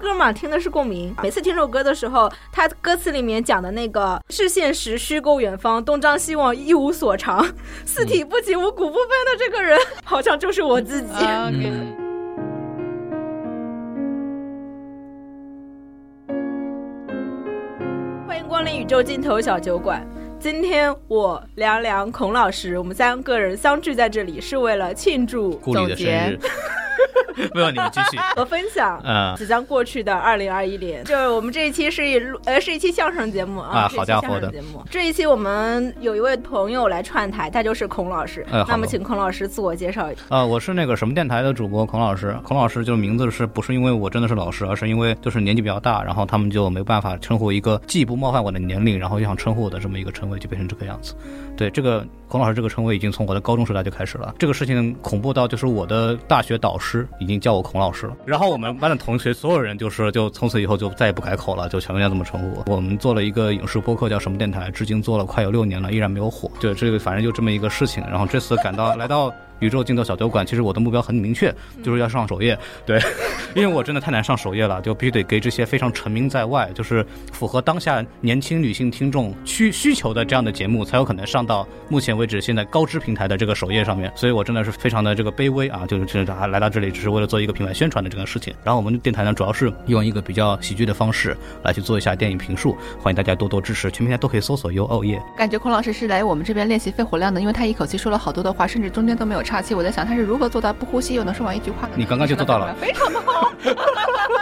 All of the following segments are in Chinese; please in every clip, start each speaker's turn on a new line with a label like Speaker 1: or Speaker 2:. Speaker 1: 歌嘛，听的是共鸣。每次听这首歌的时候，它歌词里面讲的那个“是现实，虚构远方，东张西望，一无所长， 四体不勤，五谷不分”的这个人，好像就是我自己。
Speaker 2: 啊
Speaker 3: 嗯
Speaker 2: OK，
Speaker 1: 欢迎光临宇宙尽头小酒馆。今天我凉凉、孔老师，我们三个人相聚在这里，是为了庆祝
Speaker 3: 顾里的生日。没有，你们继续。
Speaker 1: 和分享
Speaker 3: 嗯
Speaker 1: 即将过去的二零二一年。就是我们这一期是一路呃是一期相声节目
Speaker 3: 啊
Speaker 1: 啊，是一
Speaker 3: 好
Speaker 1: 期
Speaker 3: 家
Speaker 1: 相
Speaker 3: 伙
Speaker 1: 声
Speaker 3: 的
Speaker 1: 节目。这一期我们有一位朋友来串台，他就是孔老师。
Speaker 3: 哎好
Speaker 1: 那么
Speaker 3: 的
Speaker 1: 请孔老师自我介绍一下。
Speaker 3: 啊，我是那个什么电台的主播孔老师。孔老师就名字是不是因为我真的是老师，而是因为就是年纪比较大，然后他们就没办法称呼一个既不冒犯我的年龄，然后又想称呼我的这么一个称谓，就变成这个样子。对，这个孔老师这个称谓已经从我的高中时代就开始了。这个事情恐怖到就是我的大学导师已经叫我孔老师了，然后我们班的同学所有人就是就从此以后就再也不改口了，就全部要这么称呼我。我们做了一个影视播客叫什么电台，至今做了快有六年了，依然没有火。对，这个反正就这么一个事情。然后这次赶到来到。宇宙尽头小酒馆，其实我的目标很明确，就是要上首页。对，因为我真的太难上首页了，就必须得给这些非常沉迷在外，就是符合当下年轻女性听众需需求的这样的节目，才有可能上到目前为止现在高知平台的这个首页上面。所以我真的是非常的这个卑微啊，就是就是啊来到这里只是为了做一个品牌宣传的这个事情。然后我们电台呢，主要是用一个比较喜剧的方式来去做一下电影评述，欢迎大家多多支持，全平台都可以搜索哟哦耶。
Speaker 2: 感觉孔老师是来我们这边练习肺活量的，因为他一口气说了好多的话，甚至中间都没有岔气。我在想他是如何做到不呼吸又能说完一句话的呢？
Speaker 3: 你刚刚就做到了
Speaker 2: 非常棒。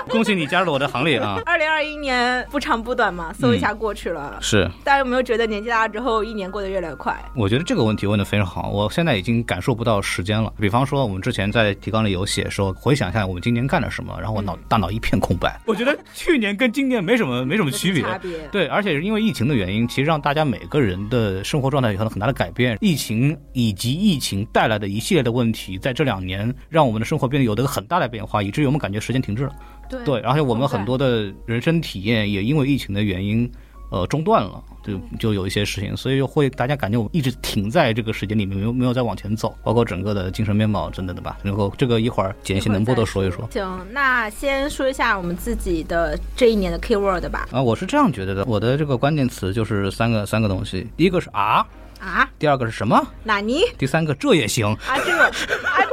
Speaker 3: 恭喜你加入了我的行列啊！
Speaker 1: 二零二一年不长不短嘛，搜一下过去了。
Speaker 3: 是，
Speaker 1: 大家有没有觉得年纪大了之后，一年过得越来越快？
Speaker 3: 我觉得这个问题问得非常好，我现在已经感受不到时间了。比方说，我们之前在提纲里有写说，回想一下我们今年干了什么，然后我脑大脑一片空白。 我觉得去年跟今年没什么没什么区别。
Speaker 1: 差别。
Speaker 3: 对，而且是因为疫情的原因，其实让大家每个人的生活状态有了很大的改变。疫情以及疫情带来的一系列的问题，在这两年让我们的生活变得有了很大的变化，以至于我们感觉时间停滞了。
Speaker 1: 对
Speaker 3: 对，而且我
Speaker 1: 明白
Speaker 3: 们很多的人生体验也因为疫情的原因，呃，中断了，就就有一些事情，所以会大家感觉我们一直停在这个时间里面，没有没有再往前走，包括整个的精神面貌真的的吧。然后这个一会儿简
Speaker 1: 一
Speaker 3: 些
Speaker 1: 会儿
Speaker 3: 能播
Speaker 1: 再
Speaker 3: 的说一说。
Speaker 1: 行，那先说一下我们自己的这一年的 keyword 吧。
Speaker 3: 啊，我是这样觉得的，我的这个关键词就是三个三个东西，第一个是啊，
Speaker 1: 啊，
Speaker 3: 第二个是什么，
Speaker 1: 哪尼？
Speaker 3: 第三个这也行，
Speaker 1: 啊 这个，啊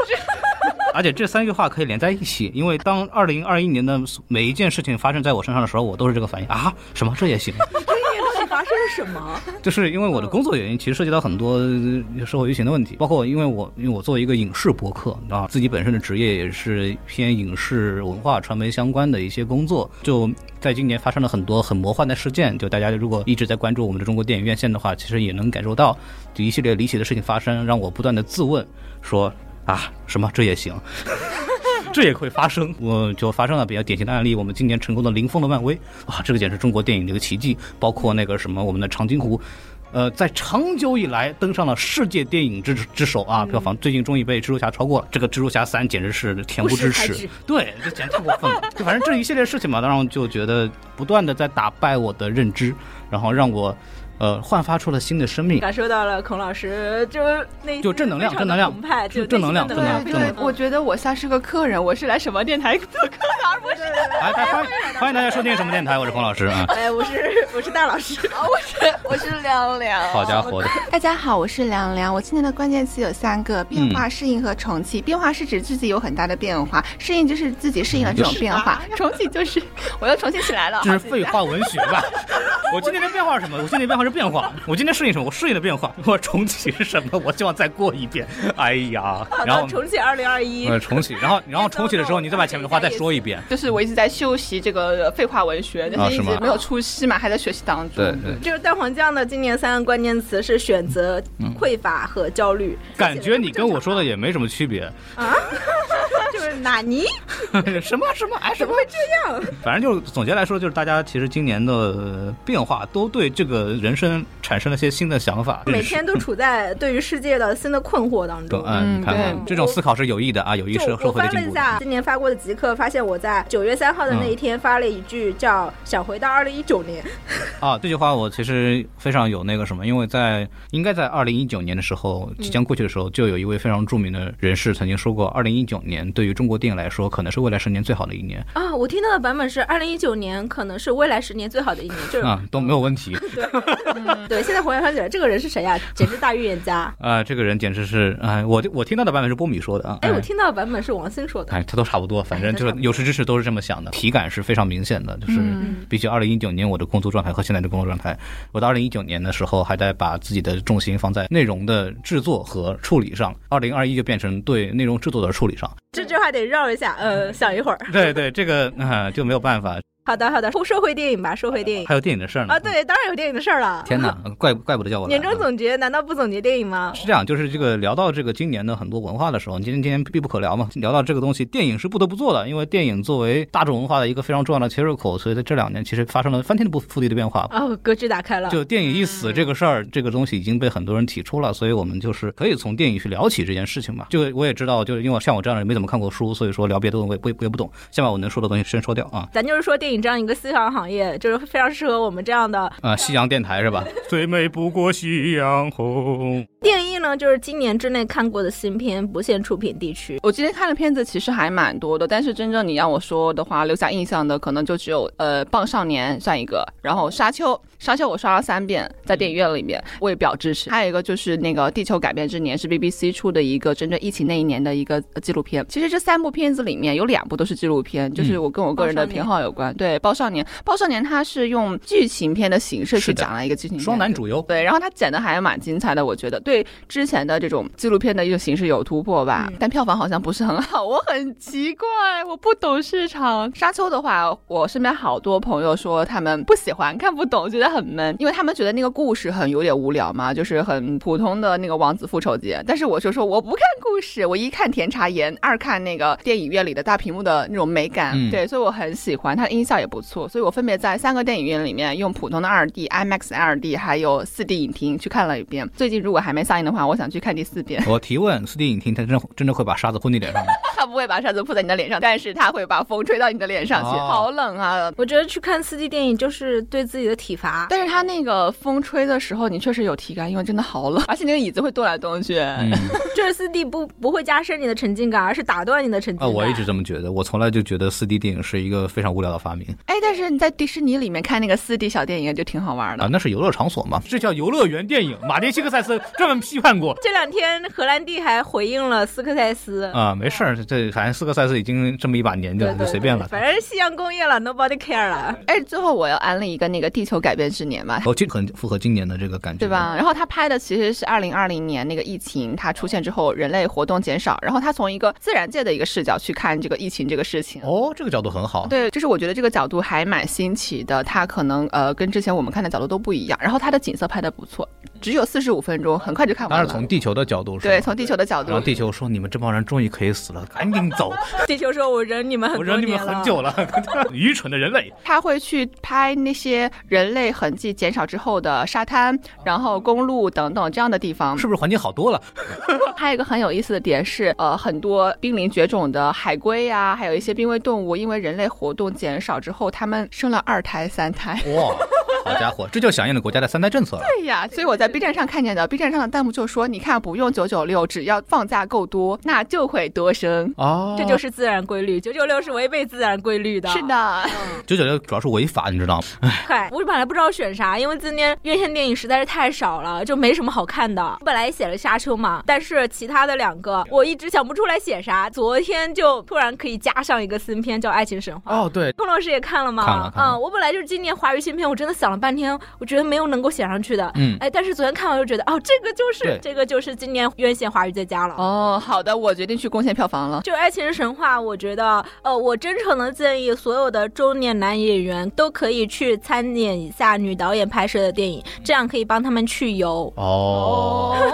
Speaker 1: 这，
Speaker 3: 而且这三句话可以连在一起，因为当二零二一年的每一件事情发生在我身上的时候，我都是这个反应啊，什么这也行，
Speaker 1: 这一年到底发生了什么？
Speaker 3: 就是因为我的工作原因，其实涉及到很多呃社会舆情的问题，包括因为我因为我作为一个影视博客啊，自己本身的职业也是偏影视文化传媒相关的一些工作，就在今年发生了很多很魔幻的事件，就大家如果一直在关注我们的中国电影院线的话，其实也能感受到就一系列离奇的事情发生，让我不断的自问说啊什么这也行。这也会发生，我就发生了比较典型的案例。我们今年成功的零封了漫威，哇，这个简直中国电影的一个奇迹。包括那个什么，我们的长津湖，呃，在长久以来登上了世界电影之之首啊，票房最近终于被蜘蛛侠超过了。这个蜘蛛侠三简直是恬不知
Speaker 1: 不识抬
Speaker 3: 耻
Speaker 1: 举，
Speaker 3: 对，这简直太过分 了。就反正这一系列事情嘛，让我就觉得不断的在打败我的认知，然后让我呃焕发出了新的生命。
Speaker 1: 感受到了孔老师就那
Speaker 3: 就正能量正能量
Speaker 1: 澎湃，就
Speaker 3: 正能量
Speaker 1: 内
Speaker 3: 正
Speaker 1: 心的
Speaker 3: 能
Speaker 1: 能
Speaker 3: 量
Speaker 2: 对
Speaker 3: 正
Speaker 1: 量
Speaker 3: 能
Speaker 2: 对，我觉得我像是个客人，我是来什么电台做 客的，而不是
Speaker 3: 来，大家欢迎欢迎大家收听什么电台，我是孔老师啊。
Speaker 1: 哎，我是我是大老 师，
Speaker 2: 哦我是我是凉凉。
Speaker 3: 好家伙的，
Speaker 2: 大家好，我是凉凉。我今年的关键词有三个：变化、适应和重启。变化是指自己有很大的变化，适应就是自己适应了这种变化， 重启就是我又重新起来 了。
Speaker 3: 这是废话文学吧？ 我今天的变化是什么？我今天的变化是变化。我今天适应什么？我适应了变化。我重启是什么？我希望再过一遍。哎呀，然后
Speaker 1: 重启二零二一。
Speaker 3: 呃重启，然后然后重启的时候，你再把前面的话再说一遍。
Speaker 2: 就是我一直在修习这个废话文学，就
Speaker 3: 啊
Speaker 2: 是一
Speaker 3: 是吗
Speaker 2: 直没有出息嘛，还在学习当中。
Speaker 3: 对对，
Speaker 1: 就是蛋黄酱的今年三个关键词是选择、
Speaker 3: 嗯
Speaker 1: 匮乏和焦虑。
Speaker 3: 感觉你跟我说的也没什么区别。
Speaker 1: 就是纳尼？
Speaker 3: 什么什么哎什么？
Speaker 1: 这样，
Speaker 3: 反正就是总结来说，就是大家其实今年的呃变化都对这个人生产生了些新的想法。
Speaker 1: 每天都处在对于世界的新的困惑当
Speaker 3: 嗯对，
Speaker 1: 中。
Speaker 3: 嗯，
Speaker 2: 嗯
Speaker 3: 你看看
Speaker 1: 对
Speaker 3: 这种思考是有益的啊，有益
Speaker 1: 就
Speaker 3: 社社
Speaker 1: 我
Speaker 3: 会
Speaker 1: 翻
Speaker 3: 的嗯
Speaker 1: 了
Speaker 3: 进
Speaker 1: 一
Speaker 3: 步。
Speaker 1: 下今年发过的极客，发现我在九月三号的那一天发了一句叫“想回到二零一九年
Speaker 3: 啊，这句话我其实非常有那个什么，因为在应该在二零一九年的时候，
Speaker 1: 嗯
Speaker 3: 即将过去的时候，就有一位非常著名的人士曾经说过，二零一九年对于中国电影来说，可能是未来十年最好的一年”
Speaker 1: 啊，我听到的版本是二零一九年可能是未来十年最好的一 年，就是、嗯
Speaker 3: 啊，都没有问 题。
Speaker 1: 对。现在回想起来，这个人是谁呀、简直大预言 家！
Speaker 3: 啊，这个人简直是，哎，我我听到的版本是波米说的啊，
Speaker 1: 哎，我听到的版本是王鑫说的。
Speaker 3: 哎，他都差不多，反正就
Speaker 1: 哎嗯
Speaker 3: 是
Speaker 1: 都差不
Speaker 3: 有识之士都是这么想的，体感是非常明显的，就是
Speaker 2: 嗯
Speaker 3: 比起二零一九年我的工作状态和现在的工作状态，我到二零一九年的时候还在把自己的重心放在内容的制作和处理上，二零二一就变成对内容制作的处理上。
Speaker 1: 这句话得绕一下，呃，想一会儿。
Speaker 3: 对对，这个啊、就没有办法，
Speaker 1: 好的，好的，说回电影吧，说回电影
Speaker 3: 还有电影的事儿呢
Speaker 1: 啊，，对，当然有电影的事儿了。
Speaker 3: 天哪，怪怪不得叫我来
Speaker 1: 年
Speaker 3: 呢。
Speaker 1: 终总结难道不总结电影吗？
Speaker 3: 是这样，就是这个聊到这个今年的很多文化的时候，今天今天必不可聊嘛。聊到这个东西，电影是不得不做的，因为电影作为大众文化的一个非常重要的切入口，所以在这两年其实发生了翻天不覆地的变化。
Speaker 1: 哦，格局打开了。
Speaker 3: 就电影一死这个事儿，这个东西已经被很多人提出了，所以我们就是可以从电影去聊起这件事情嘛。就我也知道，就是因为像我这样的人没怎么看过书，所以说聊别的我也不我也不懂。先把我能说的东西先说掉啊。
Speaker 1: 咱就是说，电影这样一个夕阳行业，就是非常适合我们这样的
Speaker 3: 啊、夕阳电台是吧？最美不过夕阳红。
Speaker 1: 定义呢，就是今年之内看过的新片，不限出品地区。
Speaker 2: 我今天看的片子其实还蛮多的，但是真正你让我说的话，留下印象的可能就只有呃《棒少年》算一个，然后《沙丘》，《沙丘》我刷了三遍，在电影院里面，我也表支持。还有一个就是那个《地球改变之年》，是 BBC 出的一个针对疫情那一年的一个呃纪录片。其实这三部片子里面有两部都是纪录片，
Speaker 3: 嗯
Speaker 2: 就是我跟我个人的偏好有关。对，《暴少年》，《暴少年》它是用剧情片的形式
Speaker 3: 是
Speaker 2: 去
Speaker 3: 的
Speaker 2: 讲了一个剧情片，
Speaker 3: 双男主游，
Speaker 2: 对，然后他剪的还蛮精彩的，我觉得对之前的这种纪录片的一个形式有突破吧，但票房好像不是很好， 我很奇怪，我不懂市场。沙丘的话，我身边好多朋友说他们不喜欢，看不懂，觉得很闷，因为他们觉得那个故事很有点无聊嘛，就是很普通的那个王子复仇节。但是我就说我不看故事，我一看甜茶盐，二看那个电影院里的大屏幕的那种美感，
Speaker 3: 嗯
Speaker 2: 对，所以我很喜欢，它的音效也不错，所以我分别在三个电影院里面用普通的二 D、IMAX 二 D 还有四 D 影厅去看了一遍。最近如果还没上映的话，我想去看第四遍。
Speaker 3: 我提问，四 D 影厅它真真的会把沙子泼你脸上吗？
Speaker 2: 它不会把沙子泼在你的脸上，但是它会把风吹到你的脸上去，
Speaker 3: 哦
Speaker 2: 好冷啊！
Speaker 1: 我觉得去看四 D 电影就是对自己的体罚。
Speaker 2: 但是它那个风吹的时候，你确实有体感，因为真的好冷，而且那个椅子会动来动去。
Speaker 3: 嗯，
Speaker 1: 就是四 D 不不会加深你的沉浸感，而是打断你的沉浸
Speaker 3: 啊，
Speaker 1: 感。
Speaker 3: 我一直这么觉得，我从来就觉得四 D 电影是一个非常无聊的发明
Speaker 2: 哎，但是你在迪士尼里面看那个四 D 小电影就挺好玩
Speaker 3: 啊
Speaker 2: 的，。
Speaker 3: 那是游乐场所嘛，这叫游乐园电影。马丁·希克塞斯专门批判过。
Speaker 1: 这两天荷兰弟还回应了斯科塞斯。
Speaker 3: 啊，没事儿，这这反正斯科塞斯已经这么一把年纪
Speaker 1: 对
Speaker 3: 了，
Speaker 1: 对
Speaker 3: 就
Speaker 1: 对
Speaker 3: 随便了。
Speaker 1: 反正夕阳工业了，nobody care 了。
Speaker 2: 哎，最后我要安利一个那个《地球改变之年》嘛，
Speaker 3: 哦，这很符合今年的这个感觉，
Speaker 2: 对？吧？然后他拍的其实是二零二零年那个疫情它出现之后，人类活动减少，然后他从一个自然界的一个视角去看这个疫情这个事情。
Speaker 3: 哦，这个角度很好。
Speaker 2: 对，就是我觉得这个角度还蛮新奇的，它可能呃跟之前我们看的角度都不一样。然后它的景色拍的不错，只有四十五分钟，很快就看
Speaker 3: 当
Speaker 2: 完
Speaker 3: 然
Speaker 2: 了。
Speaker 3: 从地球的角度是吧，
Speaker 2: 对，从地球的角度
Speaker 3: 然后，地球说：“你们这帮人终于可以死了，赶紧走！
Speaker 1: 地球说：“我忍你们很
Speaker 3: 我
Speaker 1: 多
Speaker 3: 忍你们
Speaker 1: 年了
Speaker 3: 很久了， 愚蠢的人类。
Speaker 2: 他会去拍那些人类痕迹减少之后的沙滩，然后公路等等这样的地方。
Speaker 3: 是不是环境好多了？
Speaker 2: 还有一个很有意思的点是，呃，很多濒临绝种的海龟呀、还有一些濒危动物，因为人类活动减少之后，它们生了二胎、三胎。
Speaker 3: 哇，好家伙，这就响应了国家的三胎政策了。
Speaker 2: 对呀，所以我在 B 站上看见的，B 站上的弹幕就说：“你看，不用九九六，只要放假够多，那就会多生。
Speaker 3: 哦，
Speaker 1: 这就是自然规律，九九六是违背自然规律的。
Speaker 2: 是，的，
Speaker 3: 九九六主要是违法，你知道吗？
Speaker 1: 快！我本来不知道选啥，因为今天院线电影实在是太少了，就没什么好看的。我本来写了《沙丘》嘛，但是其他的两个我一直想不出来写啥。昨天就突然可以加上一个新片，叫《爱情神话》。
Speaker 3: 哦，对，
Speaker 1: 孔老师也看了吗？
Speaker 3: 看了看了
Speaker 1: 嗯，我本来就是今年华语新片，我真的想了半天，我觉得没有能够写上去的。
Speaker 3: 嗯
Speaker 1: 哎，但是昨天看完就觉得，哦，这个就是
Speaker 3: 对
Speaker 1: 这个就是今年院线华语最佳了。
Speaker 2: 哦，好的，我决定去贡献票房了。
Speaker 1: 就《爱情是神话》，我觉得，呃，我真诚的建议所有的中年男演员都可以去参演一下女导演拍摄的电影，这样可以帮他们去油。
Speaker 3: 哦，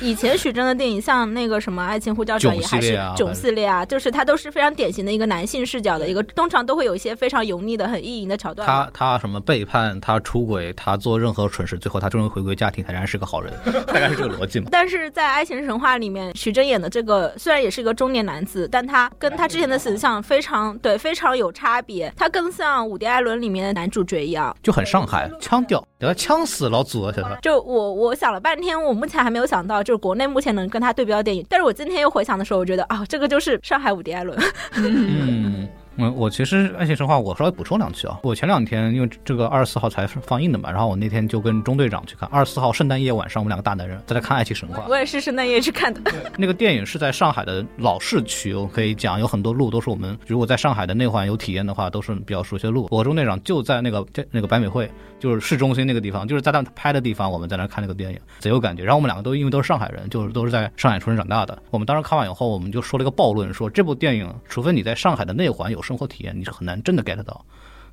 Speaker 1: 以前许峥的电影，像那个什么《爱情呼叫者》
Speaker 3: 囧
Speaker 1: 也
Speaker 3: 系
Speaker 1: 还是
Speaker 3: 列啊
Speaker 1: 囧系列啊，就是它都是非常典型的一个男性视角的一个，通常都会有一些非常油腻的、很意淫的桥段嘛。
Speaker 3: 他他什么背叛，他出轨，他做任何蠢事，最后他终于回归家庭，他仍然是个好人，大概是这个逻辑嘛。
Speaker 1: 但是在《爱情神话》里面，徐峥演的这个虽然也是一个中年男子，但他跟他之前的形象非常对非常有差别，他更像伍迪·艾伦里面的男主角一样。
Speaker 3: 就很上海腔调，给他呛死老祖了，现在。
Speaker 1: 就我我想了半天，我目前还没有想到，就是国内目前能跟他对标的电影。但是我今天又回想的时候，我觉得啊、这个就是上海伍迪·艾伦。
Speaker 3: 嗯，嗯，我其实《爱情神话》我稍微补充两句啊。我前两天因为这个二十四号才放映的嘛，然后我那天就跟中队长去看，二十四号圣诞夜晚上，我们两个大男人在那看《爱情神话》。
Speaker 1: 我也是圣诞夜去看的。
Speaker 3: 那个电影是在上海的老市区，我可以讲有很多路都是我们如果在上海的内环有体验的话，都是比较熟悉的路。我和中队长就在那个这那个百美汇，就是市中心那个地方，就是在那拍的地方，我们在那看那个电影，贼有感觉。然后我们两个都因为都是上海人，就是都是在上海出生长大的。我们当时看完以后，我们就说了一个暴论，说这部电影，除非你在上海的内环有生活体验，你是很难真的 get 到。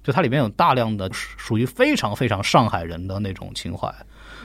Speaker 3: 就它里面有大量的属属于非常非常上海人的那种情怀。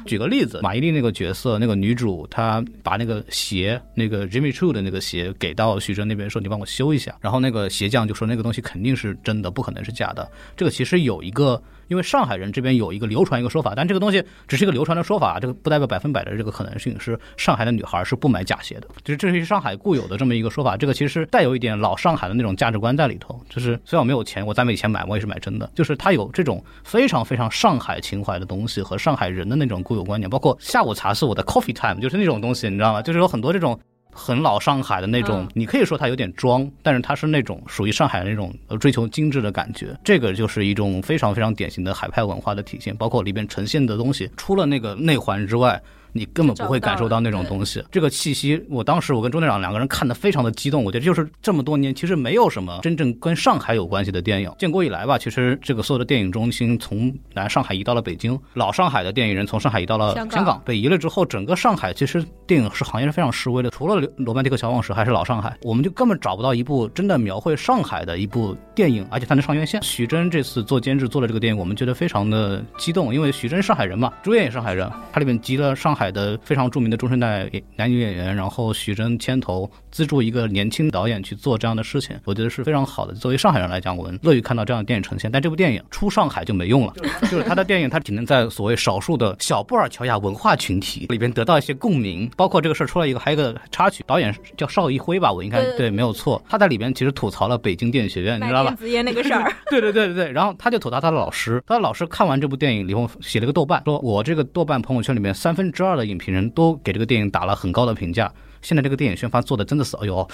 Speaker 3: 举个例子，马伊琍那个角色，那个女主，她把那个鞋，那个 Jimmy Choo 的那个鞋给到徐峥那边说：“你帮我修一下。”然后那个鞋匠就说：“那个东西肯定是真的，不可能是假的。”这个其实有一个，因为上海人这边有一个流传一个说法，但这个东西只是一个流传的说法，啊这个不代表百分百的这个可能性。是上海的女孩是不买假鞋的，就是这是上海固有的这么一个说法。这个其实带有一点老上海的那种价值观在里头，就是虽然我没有钱，我单位以前买我也是买真的，就是它有这种非常非常上海情怀的东西和上海人的那种固有观念，包括下午茶是我的 coffee time，就是那种东西，你知道吗？就是有很多这种。很老上海的那种，
Speaker 1: 嗯
Speaker 3: 你可以说它有点装，但是它是那种属于上海的那种呃追求精致的感觉，这个就是一种非常非常典型的海派文化的体现。包括里边呈现的东西，除了那个内环之外，你根本不会感受到那种东西。这个气息，我当时我跟钟队长两个人看的非常的激动，我觉得就是这么多年其实没有什么真正跟上海有关系的电影。建国以来吧，其实这个所有的电影中心从南上海移到了北京，老上海的电影人从上海移到了
Speaker 2: 香
Speaker 3: 香
Speaker 2: 港
Speaker 3: 港。北移了之后，整个上海其实电影是行业是非常示威的，除了《罗曼蒂克消亡史》还是老上海，我们就根本找不到一部真的描绘上海的一部电影，而且它能上院线。徐峥这次做监制做了这个电影，我们觉得非常的激动，因为徐峥上海人嘛，主演也上海人，它里面集了上海的非常著名的中生代男女演员，然后徐峥牵头资助一个年轻导演去做这样的事情，我觉得是非常好的。作为上海人来讲，我们乐于看到这样的电影呈现，但这部电影出上海就没用了。就是他的电影，他只能在所谓少数的小布尔乔亚文化群体里边得到一些共鸣。包括这个事儿出来一个，还有一个插曲，导演叫邵艺辉吧，我应该
Speaker 1: 对对
Speaker 3: 对没有错。他在里边其实吐槽了北京电影学 院，你
Speaker 1: 买
Speaker 3: 知道吧
Speaker 1: 电？子烟那个事儿，
Speaker 3: 对对对对对，然后他就吐槽他的老师，他的老师看完这部电影以后写了个豆瓣，说我这个豆瓣朋友圈里面三分之二的影评人都给这个电影打了很高的评价。现在这个电影宣发做的真的是，哎呦，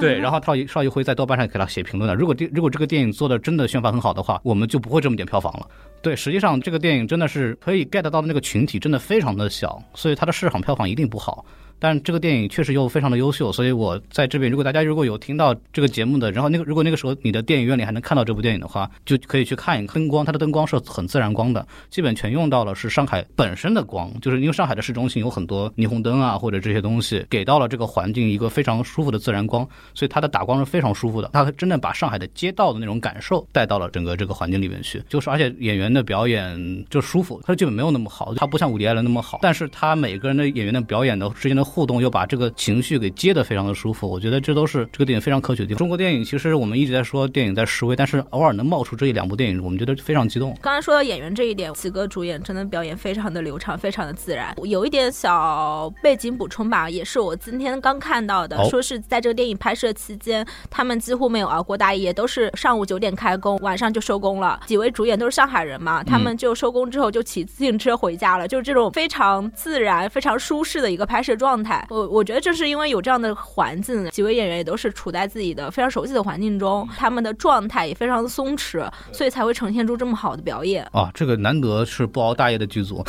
Speaker 3: 对。然后邵一邵一辉在豆瓣上给他写评论了。如果这如果这个电影做的真的宣发很好的话，我们就不会这么点票房了。对，实际上这个电影真的是可以 get 到的那个群体真的非常的小，所以它的市场票房一定不好。但这个电影确实又非常的优秀，所以我在这边，如果大家如果有听到这个节目的，然后那个如果那个时候你的电影院里还能看到这部电影的话，就可以去看一看灯光，它的灯光是很自然光的，基本全用到了是上海本身的光，就是因为上海的市中心有很多霓虹灯啊或者这些东西，给到了这个环境一个非常舒服的自然光，所以它的打光是非常舒服的，它真的把上海的街道的那种感受带到了整个这个环境里面去，就是而且演员的表演就舒服，它基本没有那么好，它不像伍迪·艾伦那么好，但是他每个人的演员的表演的之间的互动又把这个情绪给接得非常的舒服，我觉得这都是这个电影非常可取的地方。中国电影其实我们一直在说电影在示威，但是偶尔能冒出这一两部电影，我们觉得非常激动。
Speaker 1: 刚才说到演员这一点，齐哥主演真的表演非常的流畅，非常的自然。有一点小背景补充吧，也是我今天刚看到的，
Speaker 3: 好
Speaker 1: 说是在这个电影拍摄期间，他们几乎没有熬过大夜，都是上午九点开工，晚上就收工了。几位主演都是上海人嘛，他们就收工之后就骑自行车回家了，就是这种非常自然、非常舒适的一个拍摄状态。我我觉得正是因为有这样的环境，几位演员也都是处在自己的非常熟悉的环境中，他们的状态也非常的松弛，所以才会呈现出这么好的表演。
Speaker 3: 啊，这个难得是不熬大夜的剧组，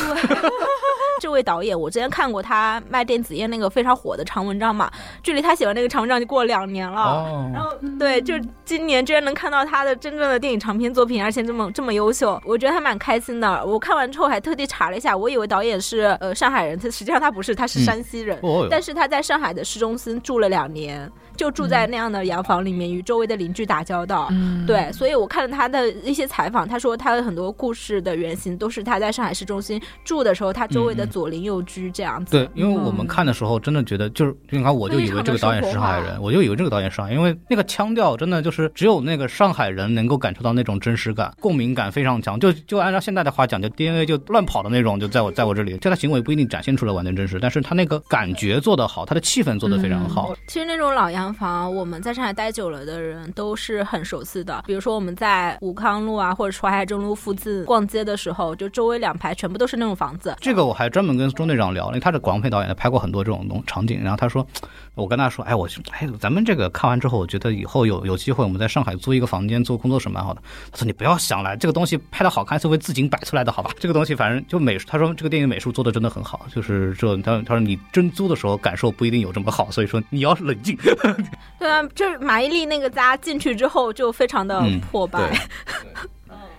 Speaker 1: 这位导演，我之前看过他卖电子烟那个非常火的长文章嘛，距离他写完那个长文章就过了两年了。
Speaker 3: 哦
Speaker 1: 啊然后对，就今年居然能看到他的真正的电影长篇作品，而且这么这么优秀，我觉得还蛮开心的。我看完之后还特地查了一下，我以为导演是呃上海人，他实际上他不是，他是
Speaker 3: 嗯
Speaker 1: 山西人。
Speaker 3: 哦哟
Speaker 1: 但是他在上海的市中心住了两年，就住
Speaker 3: 嗯
Speaker 1: 在那样的洋房里面，与周围的邻居打交道。
Speaker 2: 嗯，
Speaker 1: 对，所以我看了他的一些采访，他说他的很多故事的原型都是他在上海市中心住的时候，他周围的
Speaker 3: 嗯嗯
Speaker 1: 左邻右居这样子。嗯
Speaker 3: 对，因为我们看的时候，真的觉得就是，就你看，我就以为这个导演是上海
Speaker 1: 非常的生活
Speaker 3: 人，我就以为这个导演是上海人，因为那个腔调真的就是只有那个上海人能够感受到那种真实感，共鸣感非常强。就就按照现在的话讲，就 DNA 就乱跑的那种，就在我在我这里，就他行为不一定展现出来完全真实，但是他那个感觉做得好，他的气氛做得非
Speaker 1: 嗯
Speaker 3: 常好。
Speaker 1: 其实那种老洋房，我们在上海待久了的人都是很熟悉的。比如说我们在武康路啊，或者淮海中路附近逛街的时候，就周围两排全部都是那种房子。
Speaker 3: 这个我还专门跟钟队长聊，因为他是广配导演，他拍过很多这种东场景。然后他说，我跟他说，哎，我去，哎，咱们这个看完之后，我觉得以后有有机会，我们在上海租一个房间做工作室蛮好的。他说你不要想了，这个东西拍的好看是会自己摆出来的，好吧？这个东西反正就美术，他说这个电影美术做的真的很好，就是这他他说你真租的时候感受不一定有这么好，所以说你要冷静。
Speaker 1: 对啊，就是马伊琍那个家进去之后就非常的
Speaker 3: 嗯
Speaker 1: 破败。
Speaker 3: 对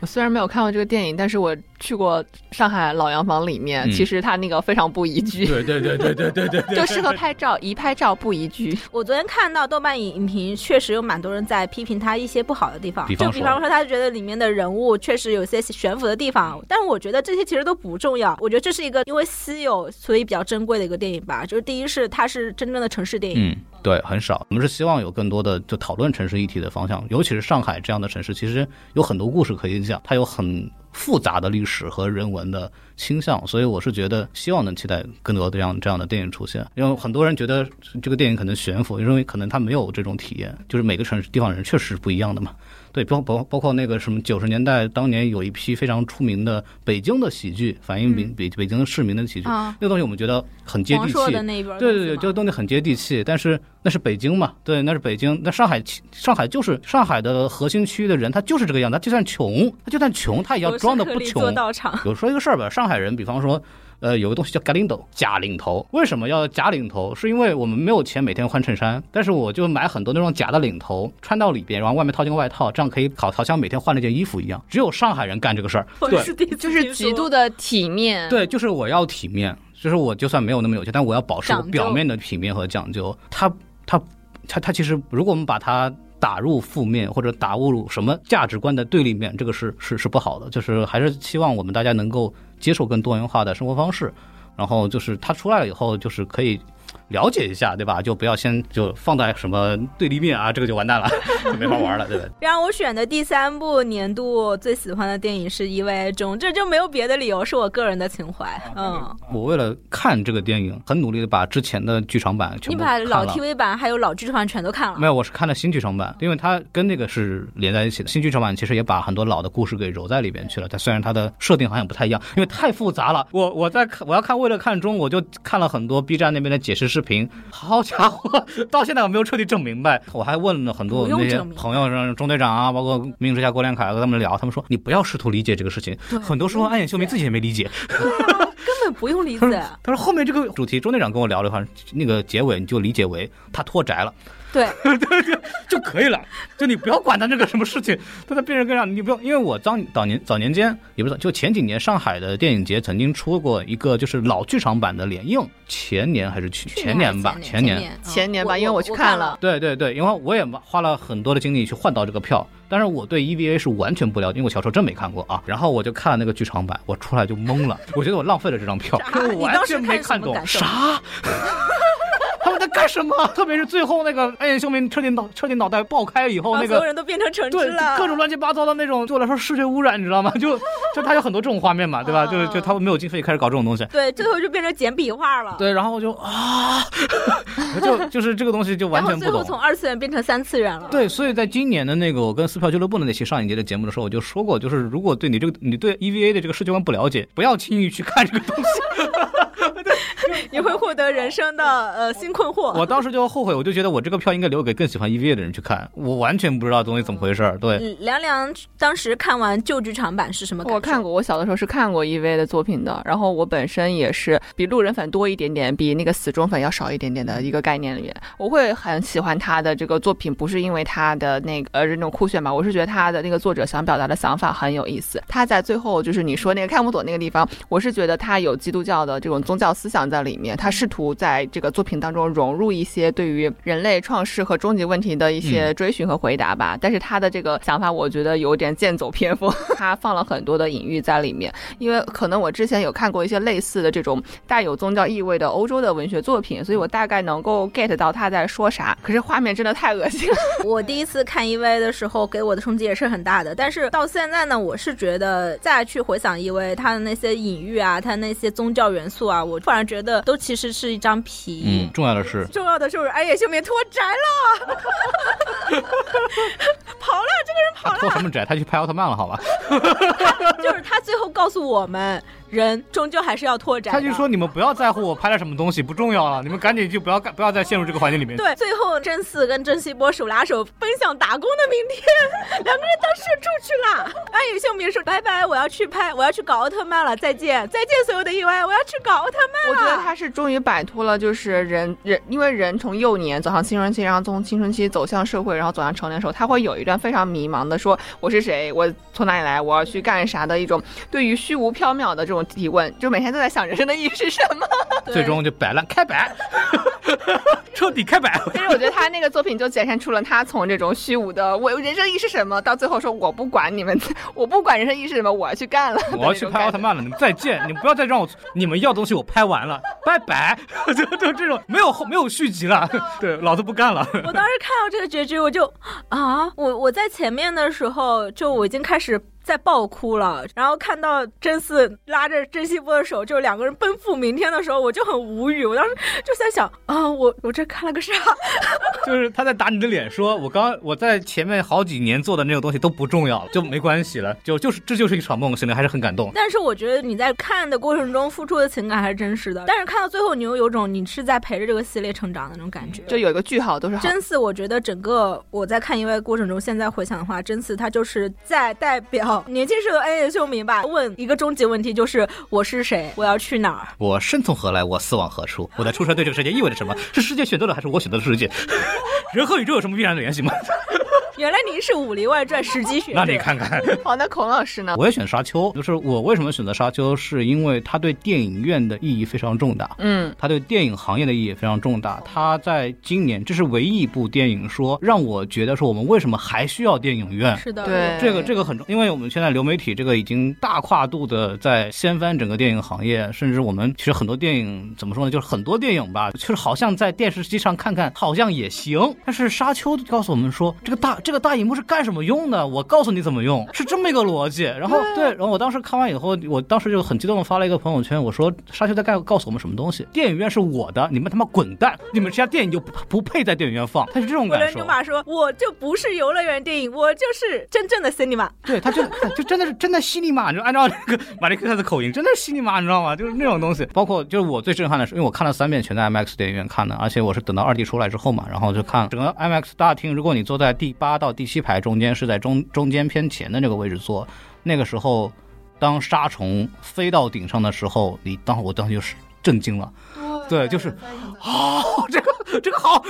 Speaker 2: 我虽然没有看过这个电影，但是我去过上海老洋房里面，
Speaker 3: 嗯
Speaker 2: 其实它那个非常不宜居，
Speaker 3: 对对对对对对对
Speaker 2: 就适合拍照，宜拍照不宜 居。
Speaker 1: 我昨天看到豆瓣影影评，确实有蛮多人在批评他一些不好的地方，
Speaker 3: 比
Speaker 1: 就
Speaker 3: 方
Speaker 1: 比
Speaker 3: 说
Speaker 1: 方说他觉得里面的人物确实有些悬浮的地方，但是我觉得这些其实都不重要。我觉得这是一个因为稀有所以比较珍贵的一个电影吧。就是第一是它是真正的城市电影，
Speaker 3: 嗯，对，很少。我们是希望有更多的就讨论城市议题的方向，尤其是上海这样的城市，其实有很多故事可以讲，它有很复杂的历史和人文的倾向，所以我是觉得希望能期待更多这样这样的电影出现。因为很多人觉得这个电影可能悬浮，因为可能他没有这种体验，就是每个城市地方人确实不一样的嘛。对，包包包括那个什么九十年代，当年有一批非常出名的北京的喜剧，反映北北北京市民的喜剧，
Speaker 1: 嗯啊
Speaker 3: 那个东西我们觉得很接
Speaker 1: 王
Speaker 3: 地
Speaker 1: 朔
Speaker 3: 气，
Speaker 1: 的那一本，
Speaker 3: 对对对，这个东西很接地气，但是那是北京嘛，对，那是北京，那上海其，上海就是上海的核心区的人，他就是这个样子，他就算穷，他就算穷，他也要装的不
Speaker 1: 做
Speaker 3: 穷。
Speaker 1: 到场，
Speaker 3: 有说一个事儿吧，上海人，比方说。呃，有个东西叫假领头，假领头为什么要假领头？是因为我们没有钱每天换衬衫，但是我就买很多那种假的领头，穿到里边，然后外面套件外套，这样可以好好像每天换了件衣服一样。只有上海人干这个事儿，
Speaker 1: 我
Speaker 3: 对
Speaker 1: 是第一次
Speaker 2: 就是
Speaker 1: 听
Speaker 2: 极
Speaker 1: 说
Speaker 2: 度的体
Speaker 1: 嗯
Speaker 2: 面。，
Speaker 3: 对，就是我要体面，就是我就算没有那么有钱，但我要保持我
Speaker 1: 讲究
Speaker 3: 表面的体面和讲究。它它它它其实，如果我们把它打入负面或者打入什么价值观的对立面，这个是是是不好的。就是还是希望我们大家能够接受更多元化的生活方式，然后就是它出来了以后，就是可以。了解一下，对吧？就不要先就放在什么对立面啊，这个就完蛋了， 就没法玩了，对吧？
Speaker 1: 让我选的第三部年度最喜欢的电影是《一味中》，这就没有别的理由，是我个人的情怀。
Speaker 3: 啊
Speaker 1: 嗯，
Speaker 3: 我为了看这个电影，很努力的把之前的剧场版全
Speaker 1: 你
Speaker 3: 部
Speaker 1: 把
Speaker 3: 看
Speaker 1: 老
Speaker 3: 了
Speaker 1: TV 版还有老剧场全都看了
Speaker 3: 没。有，我是看了新剧场版，因为它跟那个是连在一起的。新剧场版其实也把很多老的故事给揉在里边去了，但虽然它的设定好像不太一样，因为太复杂了。我我在看，我要看为了看中，我就看了很多 B 站那边的解释视频。好家伙， 到现在我没有彻底整明白。我还问了很多我们那些朋友，让中队长啊，包括明之下郭连凯和他们聊，他们说你不要试图理解这个事情，很多时候暗眼秀明自己也没理解。
Speaker 1: 根本不用理
Speaker 3: 他说
Speaker 1: 解。
Speaker 3: 他说后面这个主题，中队长跟我聊了一会儿，那个结尾你就理解为他脱宅了。
Speaker 1: 对，
Speaker 3: 就可以了，就你不要管他这个什么事情， 他在病人跟上，你不要，因为我当早年早年间也不是，就前几年上海的电影节曾经出过一个就是老剧场版的联映，前年还是去前年吧，
Speaker 1: 前
Speaker 3: 年。
Speaker 1: 年
Speaker 2: 前年吧
Speaker 1: 嗯
Speaker 2: 因为哦我
Speaker 1: 我
Speaker 2: 去
Speaker 1: 我
Speaker 2: 看
Speaker 1: 看
Speaker 2: 了，
Speaker 3: 对对对，因为我也花了很多的精力去换到这个票，但是我对 EVA 是完全不了解，因为我小时候真没看过啊。然后我就看了那个剧场版，我出来就 懵了，我觉得我浪费了这张票，
Speaker 1: 啥
Speaker 3: 因为我完全没懂
Speaker 1: 你当时看
Speaker 3: 啥。 他们在干什么？特别是最后那个暗夜凶明彻底脑彻底脑袋爆开以后，
Speaker 1: 让
Speaker 3: 那
Speaker 1: 所有
Speaker 3: 个
Speaker 1: 人都变成橙汁
Speaker 3: 对，
Speaker 1: 了，
Speaker 3: 就各种乱七八糟的那种，对我来说视觉污染，你知道吗？就就他有很多这种画面嘛，对
Speaker 1: 啊
Speaker 3: 吧？就是就他们没有经费开始搞这种东西。
Speaker 1: 对，最后就变成简笔画了。
Speaker 3: 对，然后我就啊， 就就是这个东西就完
Speaker 1: 然后
Speaker 3: 全不
Speaker 1: 最后
Speaker 3: 懂。
Speaker 1: 从二次元变成三次元了。
Speaker 3: 对，所以在今年的那个我跟撕票俱乐部的那期上一节的节目的时候，我就说过，就是如果对你这个你对 EVA 的这个世界观不了解，不要轻易去看这个东西。
Speaker 1: 你会获得人生的呃新困惑。
Speaker 3: 我当时就后悔，我就觉得我这个票应该留给更喜欢 EVA 的人去看，我完全不知道东西怎么回事儿。对，
Speaker 1: 嗯凉凉当时看完旧剧场版是什么感受？
Speaker 2: 我看过，我小的时候是看过 EV 的作品的。然后我本身也是比路人粉多一点点，比那个死忠粉要少一点点的一个概念里面，我会很喜欢他的这个作品，不是因为他的那个呃那种酷炫吧，我是觉得他的那个作者想表达的想法很有意思。他在最后就是你说那个看不懂那个地方，我是觉得他有基督教的这种宗教思想在里面，他试图在这个作品当中融融入一些对于人类创世和终极问题的一些追寻和回答吧。但是他的这个想法，我觉得有点剑走偏锋，他放了很多的隐喻在里面。因为可能我之前有看过一些类似的这种带有宗教意味的欧洲的文学作品，所以我大概能够 get 到他在说啥。可是画面真的太恶心了。
Speaker 1: 我第一次看 EV 的时候，给我的冲击也是很大的。但是到现在呢，我是觉得再去回想 EV 它的那些隐喻啊，它那些宗教元素啊，我突然觉得都其实是一张皮。
Speaker 3: 嗯，重要的是，
Speaker 1: 重要的是，哎暗夜秀明脱宅了， 跑了，这个人跑
Speaker 3: 他脱什么宅？他去拍奥特曼了，好吧？
Speaker 1: 就是他最后告诉我们，人终究还是啊要拓展。
Speaker 3: 他就说，你们不要在乎我拍了什么东西，不重要了，你们赶紧就不要不要再陷入这个环境里面。
Speaker 1: 对，最后真嗣跟真希波手拉手奔向打工的明天，两个人当社畜去了。 安野秀明说拜拜，我要去拍，我要去搞奥特曼了，再见，再见所有的意外，我要去搞奥特
Speaker 2: 我
Speaker 1: 曼了。
Speaker 2: 觉得他是终于摆脱了，就是人人，因为人从幼年走向青春期，然后从青春期走向社会，然后走向成年的时候，他会有一段非常迷茫的说我是谁，我从哪里来，我要去干啥的一种对于虚无缥缈的这种提问，就每天都在想人生的意义是什么。
Speaker 1: 对
Speaker 3: 最终就摆烂，开摆， 彻底开摆。
Speaker 2: 但是我觉得他那个作品就显现出了他从这种虚无的我人生意义是什么，到最后说我不管你们，我不管人生意义是什么，我要去干了。
Speaker 3: 我要去拍奥特曼了，你们再见！你们不要再让我，你们要东西我拍完了，拜拜！ 就就这种没有后没有续集了， 对，老子不干了。
Speaker 1: 我当时看到这个结局，我就啊，我我在前面的时候就我已经开始。在爆哭了，然后看到真嗣拉着真希波的手，就是两个人奔赴明天的时候，我就很无语。我当时就在想啊，我我这看了个啥？
Speaker 3: 就是他在打你的脸，说我刚我在前面好几年做的那个东西都不重要了，就没关系了，就就是这就是一场梦，心里还是很感动。
Speaker 1: 但是我觉得你在看的过程中付出的情感还是真实的，但是看到最后，你又有种你是在陪着这个系列成长的那种感觉。
Speaker 2: 就有一个句号都是好
Speaker 1: 真嗣，我觉得整个我在看一位过程中，现在回想的话，真嗣他就是在代表年轻时候的安野秀明吧，问一个终极问题，就是我是谁，我要去哪儿？
Speaker 3: 我身从何来，我死往何处？我的出生对这个世界意味着什么？是世界选择了，还是我选择了世界？ 人和宇宙有什么必然的联系吗？
Speaker 1: 原来您是《武林外传》时机学者，
Speaker 3: 那 你看看。
Speaker 2: 好，那孔老师呢？
Speaker 3: 我也选沙丘，就是我为什么选择沙丘，是因为它对电影院的意义非常重大。
Speaker 2: 嗯，
Speaker 3: 它对电影行业的意义也非常重大。它在今年，这是唯一一部电影说让我觉得说我们为什么还需要电影院。
Speaker 1: 是的，
Speaker 2: 对
Speaker 3: 这个这个很重，因为我们现在流媒体这个已经大跨度的在掀翻整个电影行业，甚至我们其实很多电影怎么说呢，就是很多电影吧，就是好像在电视机上看看好像也行，但是《沙丘》告诉我们说，这个大这个大荧幕是干什么用的？我告诉你怎么用，是这么一个逻辑。然后对，然后我当时看完以后，我当时就很激动的发了一个朋友圈，我说《沙丘》在告告诉我们什么东西？电影院是我的，你们他妈滚蛋！你们这家电影就不不配在电影院放，他是这种
Speaker 1: 我
Speaker 3: 感
Speaker 1: 伦
Speaker 3: 受
Speaker 1: 牛。马说：“我就不是游乐园电影，我就是真正的 cinema。
Speaker 3: 对他就就真的是真的犀利马，你就按照那个马利克他的口音，真的是犀利马，你知道吗？就是那种东西。包括就是我最震撼的是，因为我看了三遍全在 IMAX 电影院看的，而且我是等到二 D 出来之后嘛，然后就看整个 IMAX 大厅。如果你坐在第八到第七排中间，是在中中间偏前的那个位置坐，那个时候当沙虫飞到顶上的时候，你当我当时就是震惊了。对，就是 好、这个这个好，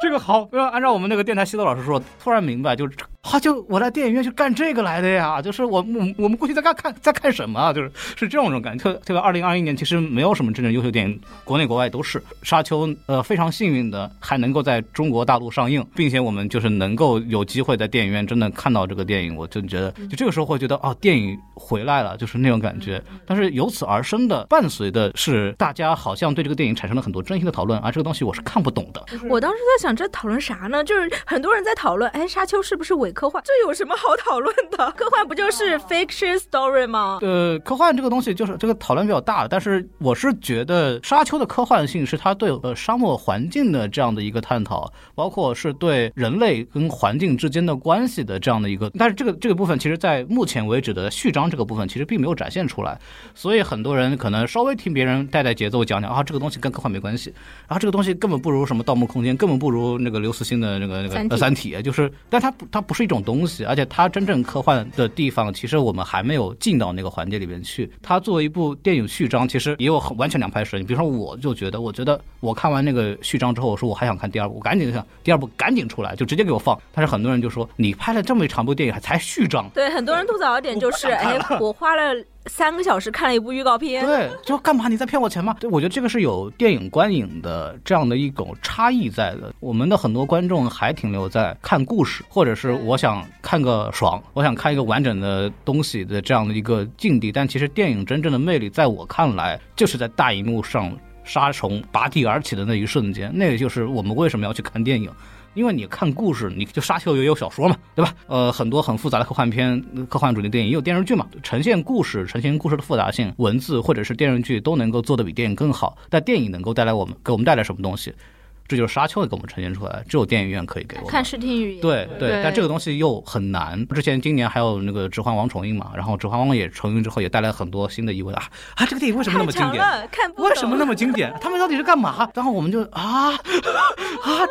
Speaker 3: 这个好。呃按照我们那个电台西多老师说，突然明白，就是啊，就我来电影院去干这个来的呀，就是我我们我们过去在干看在看什么啊，就是是这种种感觉。特特别二零二一年，其实没有什么真正优秀电影，国内国外都是。沙丘呃非常幸运的还能够在中国大陆上映，并且我们就是能够有机会在电影院真的看到这个电影，我就觉得就这个时候会觉得哦，电影回来了，就是那种感觉。但是由此而生的，伴随的是大家好像对这个电影产生了很多真心的讨论，而啊这个东西我是看不懂
Speaker 2: 嗯
Speaker 3: 的。
Speaker 1: 我当时在想，这讨论啥呢？就是很多人在讨论，哎，沙丘是不是伪科幻？这有什么好讨论的？ 科幻不就是
Speaker 3: 哦
Speaker 1: fiction story 吗？
Speaker 3: 呃，科幻这个东西就是这个讨论比较大，但是我是觉得《沙丘》的科幻性是它对呃沙漠环境的这样的一个探讨，包括是对人类跟环境之间的关系的这样的一个。 但是这个这个部分，其实在目前为止的序章这个部分，其实并没有展现出来，所以很多人可能稍微听别人带带节奏，讲讲啊，这个东西跟科幻没关系，然后这个东西根本不如什么《盗梦空间》，根本不如那个刘慈欣的那个那个
Speaker 1: 三体
Speaker 3: 呃三体，就是，但它不它不是一种东西，而且它真正科幻的地方，其实我们还没有进到那个环节里面去。它作为一部电影序章，其实也有很完全两派声音。比如说，我就觉得，我觉得我看完那个序章之后，我说我还想看第二部，我赶紧想第二部赶紧出来，就直接给我放。但是很多人就说，你拍了这么一长部电影，还才序章，
Speaker 1: 对，很多人吐槽的点就是，哎，我花了三个小时看了一部预告片。
Speaker 3: 对，就干嘛你在骗我钱吗？对，我觉得这个是有电影观影的这样的一种差异在的。我们的很多观众还停留在看故事，或者是我想看个爽，我想看一个完整的东西的这样的一个境地。但其实电影真正的魅力，在我看来，就是在大荧幕上杀虫拔地而起的那一瞬间，那个就是我们为什么要去看电影。因为你看故事，你就沙丘也有小说嘛，对吧？呃，很多很复杂的科幻片、呃科幻主题电影也有电视剧嘛，呈现故事、呈现故事的复杂性，文字或者是电视剧都能够做得比电影更好。但电影能够带来我们给我们带来什么东西？这就是沙丘给我们呈现出来，只有电影院可以给我们。
Speaker 1: 看视听语言，
Speaker 3: 对
Speaker 2: 对
Speaker 3: 对，但这个东西又很难。之前今年还有那个《指环王》重映嘛，然后《指环王》也重映之后，也带来很多新的疑问啊啊！这个电影为什么那
Speaker 1: 太
Speaker 3: 么经
Speaker 1: 长
Speaker 3: 典？
Speaker 1: 了，看不
Speaker 3: 为什么那
Speaker 1: 么？
Speaker 3: 么经 典？他们到底是干嘛？然后我们就啊 啊，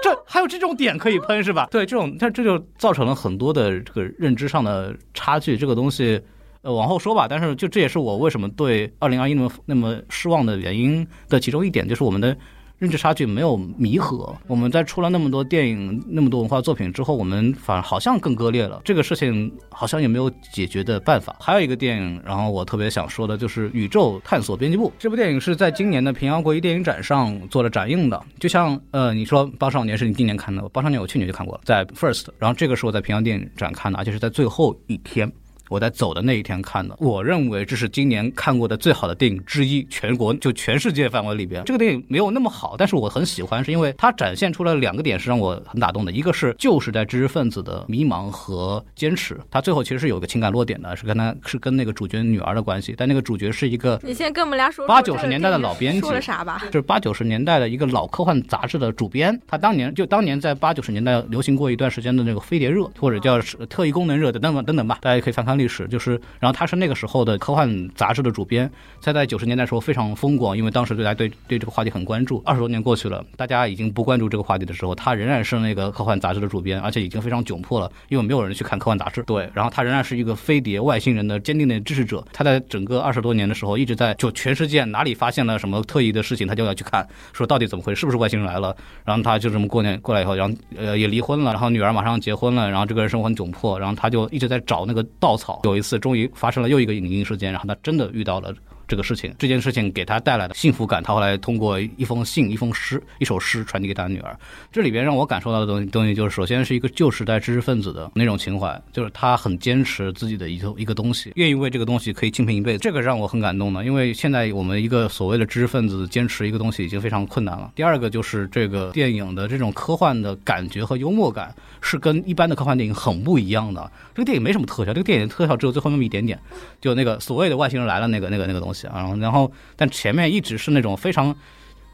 Speaker 3: 这还有这种点可以喷是吧？对，这种这这就造成了很多的这个认知上的差距。这个东西，呃，往后说吧。但是就这也是我为什么对二零二一那么那么失望的原因的其中一点，就是我们的。认知差距没有弥合，我们在出了那么多电影、那么多文化作品之后，我们反而好像更割裂了。这个事情好像也没有解决的办法。还有一个电影，然后我特别想说的就是《宇宙探索编辑部》这部电影是在今年的平遥国际电影展上做了展映的。就像呃，你说《八少年》是你今年看的，《八少年》我去年就看过了，在 First，然后这个是我在平遥电影展看的，而且是在最后一天。我在走的那一天看的，我认为这是今年看过的最好的电影之一，全国就全世界范围里边，这个电影没有那么好，但是我很喜欢，是因为它展现出了两个点是让我很打动的，一个是旧时代知识分子的迷茫和坚持，他最后其实是有个情感落点的，是跟他是跟那个主角女儿的关系，但那个主角是一个
Speaker 1: 你先跟我们俩说说
Speaker 3: 八九
Speaker 1: 这
Speaker 3: 十
Speaker 1: 个
Speaker 3: 年代的
Speaker 1: 电影
Speaker 3: 老编辑
Speaker 1: 说了啥吧？
Speaker 3: 就是八九十年代的一个老科幻杂志的主编，他当年就当年在八九十年代流行过一段时间的那个飞碟热，或者叫是特异功能热等等等等吧，大家可以翻看历史。就是，然后他是那个时候的科幻杂志的主编，他在九十年代的时候非常风光，因为当时大家对对这个话题很关注。二十多年过去了，大家已经不关注这个话题的时候，他仍然是那个科幻杂志的主编，而且已经非常窘迫了，因为没有人去看科幻杂志。对，然后他仍然是一个飞碟外星人的坚定的支持者。他在整个二十多年的时候，一直在就全世界哪里发现了什么特异的事情，他就要去看，说到底怎么回事，是不是外星人来了？然后他就这么过年过来以后，然后呃也离婚了，然后女儿马上结婚了，然后这个人生活很窘迫，然后他就一直在找那个稻草。有一次终于发生了又一个灵异事件，然后他真的遇到了。这个事情，这件事情给他带来的幸福感，他后来通过一封信、一封诗、一首诗传递给他女儿。这里边让我感受到的东西，东西就是首先是一个旧时代知识分子的那种情怀，就是他很坚持自己的一个一个东西，愿意为这个东西可以清贫一辈子，这个让我很感动的。因为现在我们一个所谓的知识分子坚持一个东西已经非常困难了。第二个就是这个电影的这种科幻的感觉和幽默感是跟一般的科幻电影很不一样的。这个电影没什么特效，这个电影的特效只有最后那么一点点，就那个所谓的外星人来了那个那个那个东西啊，然后然后但前面一直是那种非常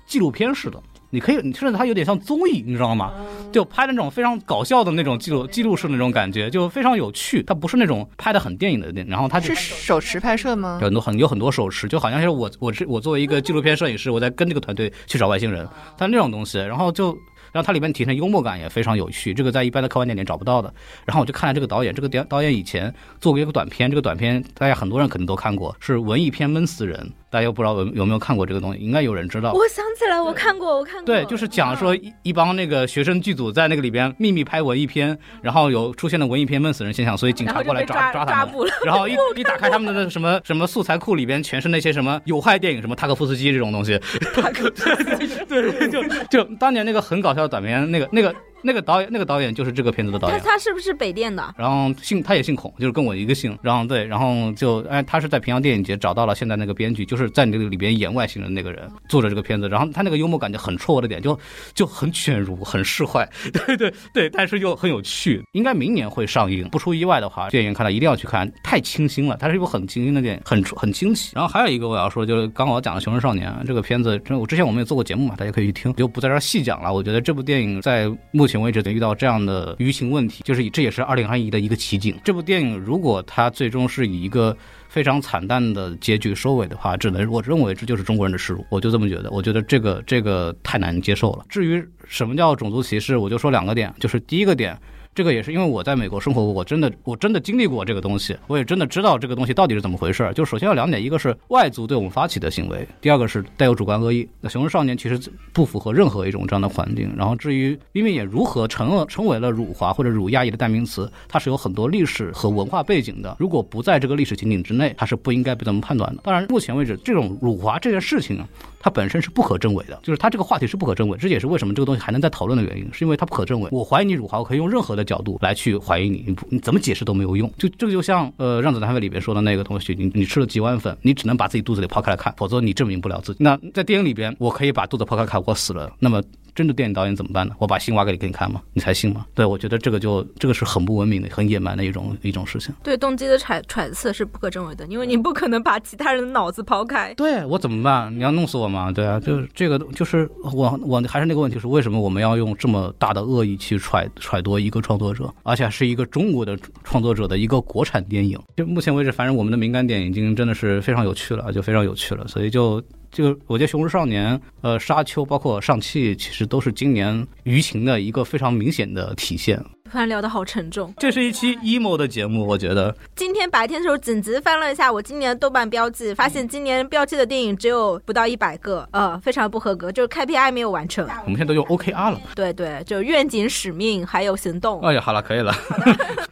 Speaker 3: 纪录片式的，你可以甚至它有点像综艺，你知道吗？就拍的那种非常搞笑的那种记录记录式的那种感觉，就非常有趣。它不是那种拍的很电影的电影，然后它就是
Speaker 2: 手持拍摄吗
Speaker 3: 有？很多很有很多手持，就好像是我我是我作为一个纪录片摄影师，我在跟这个团队去找外星人，但那种东西，然后就。然后它里面体现幽默感也非常有趣，这个在一般的科幻电影找不到的。然后我就看了这个导演，这个导导演以前做过一个短片，这个短片大家很多人肯定都看过，是文艺片《闷死人》，大家又不知道有有没有看过这个东西，应该有人知道。
Speaker 1: 我想起来，我看过，我看过。嗯
Speaker 3: 啊对，就是讲说一一帮那个学生剧组在那个里边秘密拍文艺片，然后有出现了文艺片闷死人现象，所以警
Speaker 1: 然
Speaker 3: 察
Speaker 1: 后就
Speaker 3: 过来
Speaker 1: 被
Speaker 3: 抓
Speaker 1: 抓
Speaker 3: 他们。
Speaker 1: 捕了。
Speaker 3: 然后一一打开他们的什么什么素材库里边，全是那些什么有害电影，什么塔可夫斯基这种东西。 对对，就就当年那个很搞笑的短片，那个那个那个导演那个导演就是这个片子的导
Speaker 1: 他
Speaker 3: 演。
Speaker 1: 他是不是北电的？
Speaker 3: 然后姓他也姓孔，就是跟我一个姓。然后对，然后就哎，他是在平遥电影节找到了现在那个编剧，就是在你这个里边演外星人的那个人做着这个片子。然后他那个幽默感就很戳我的点，就就很犬儒，很释怀，对对对，但是又很有趣。应该明年会上映，不出意外的话，电影院看了一定要去看，太清新了，它是一部很清新的电影，很很清奇。然后还有一个我要说，就是刚刚我讲的《熊出少年》这个片子，这我之前我们也做过节目嘛，大家可以去听，就不在这儿细讲了。我觉得这部电影在目前为止遇到这样的舆情问题，就是这也是二零二一的一个奇景。这部电影如果它最终是以一个非常惨淡的结局收尾的话，只能我认为这就是中国人的耻辱，我就这么觉得。我觉得这个这个太难接受了。至于什么叫种族歧视，我就说两个点，就是第一个点，这个也是因为我在美国生活过，我真的我真的经历过这个东西，我也真的知道这个东西到底是怎么回事儿。就首先要两点，一个是外族对我们发起的行为，第二个是带有主观恶意。那熊市少年其实不符合任何一种这样的环境。然后至于冰冰也如何成了成为了辱华或者辱亚裔的代名词，它是有很多历史和文化背景的。如果不在这个历史情景之内，它是不应该被咱们判断的。当然，目前为止，这种辱华这件事情啊，它本身是不可证伪的，就是它这个话题是不可证伪，这也是为什么这个东西还能再讨论的原因，是因为它不可证伪。我怀疑你辱华，我可以用任何的角度来去怀疑你，你不你怎么解释都没有用。就这个就像呃《让子弹飞》里边说的那个东西，你你吃了几碗粉，你只能把自己肚子里抛开来看，否则你证明不了自己。那在电影里边，我可以把肚子抛开看，我死了，那么真的电影导演怎么办呢？我把心挖给你给你看吗？你才信吗？对，我觉得这个就这个是很不文明的、很野蛮的一种一种事情。
Speaker 1: 对动机的揣揣测是不可证伪的，因为你不可能把其他人的脑子抛开。
Speaker 3: 对我怎么办？你要弄死我吗？对啊，就是这个，就是我我还是那个问题是为什么我们要用这么大的恶意去揣揣度一个创作者，而且是一个中国的创作者的一个国产电影？就目前为止，反正我们的敏感点已经真的是非常有趣了，就非常有趣了，所以就就我觉得《熊出少年》、呃，《沙丘》包括《上汽》，其实都是今年舆情的一个非常明显的体现。
Speaker 1: 突然聊得好沉重。
Speaker 3: 这是一期 emo 的节目，我觉得
Speaker 1: 今天白天的时候，紧急翻了一下我今年的豆瓣标记，发
Speaker 3: 嗯
Speaker 1: 现今年标记的电影只有不到一百个，呃，非常不合格，就是 KPI 没有完成。
Speaker 3: 我们现在都用 OKR 了。
Speaker 1: 对对，就愿景、使命还有行动。
Speaker 3: 哎呀，好了，可以了。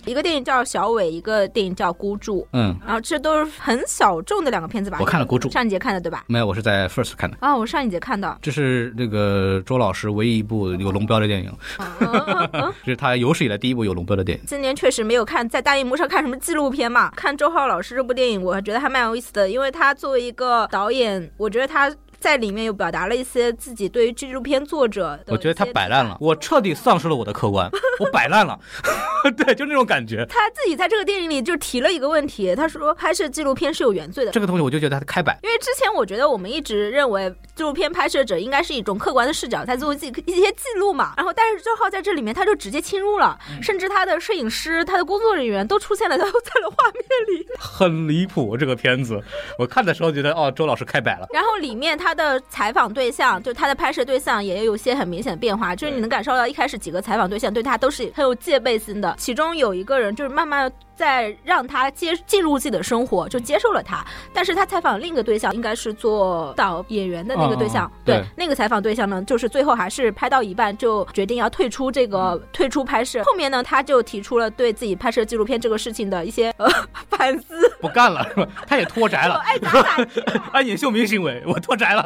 Speaker 1: 一个电影叫《小伟》，一个电影叫《孤注》，
Speaker 3: 嗯，
Speaker 1: 然后这都是很小众的两个片子吧？
Speaker 3: 我看了《孤注》，
Speaker 1: 上一节看的对吧？
Speaker 3: 没有，我是在 First 看的。
Speaker 1: 啊、我上一节看的。
Speaker 3: 这是那个周老师唯一一部有龙标的电影， 这是他有史以来第一部有龙标的电影。
Speaker 1: 今年确实没有看在大荧幕上看什么纪录片嘛，看周浩老师这部电影，我觉得还蛮有意思的，因为他作为一个导演，我觉得他在里面有表达了一些自己对于纪录片作者的，
Speaker 3: 我觉得他摆烂了，。我彻底丧失了我的客观，我摆烂了， 对，就那种感觉。
Speaker 1: 他自己在这个电影里就提了一个问题，他说拍摄纪录片是有原罪的。
Speaker 3: 这个东西我就觉得他开摆，
Speaker 1: 因为之前我觉得我们一直认为纪录片拍摄者应该是一种客观的视角，在做自己一些记录嘛。然后，但是周浩在这里面他就直接侵入了，
Speaker 3: 嗯
Speaker 1: 甚至他的摄影师、他的工作人员都出现了，都在了画面里。
Speaker 3: 很离谱。这个片子，我看的时候觉得，哦，周老师开摆了。
Speaker 1: 然后里面他的采访对象，就他的拍摄对象也有一些很明显的变化，就是你能感受到一开始几个采访对象对他都是很有戒备心的，其中有一个人就是慢慢地在让他接进入自己的生活，就接受了他，但是他采访另一个对象应该是做导演员的那个对象，
Speaker 3: 嗯嗯对
Speaker 1: 那个采访对象呢，就是最后还是拍到一半就决定要退出这个
Speaker 3: 嗯
Speaker 1: 退出拍摄，后面呢他就提出了对自己拍摄纪录片这个事情的一些呃 反思，
Speaker 3: 不干了，是 吧？他也脱宅
Speaker 1: 我
Speaker 3: 了，
Speaker 1: 爱咋咋地。
Speaker 3: 安野秀明行为，我脱宅了。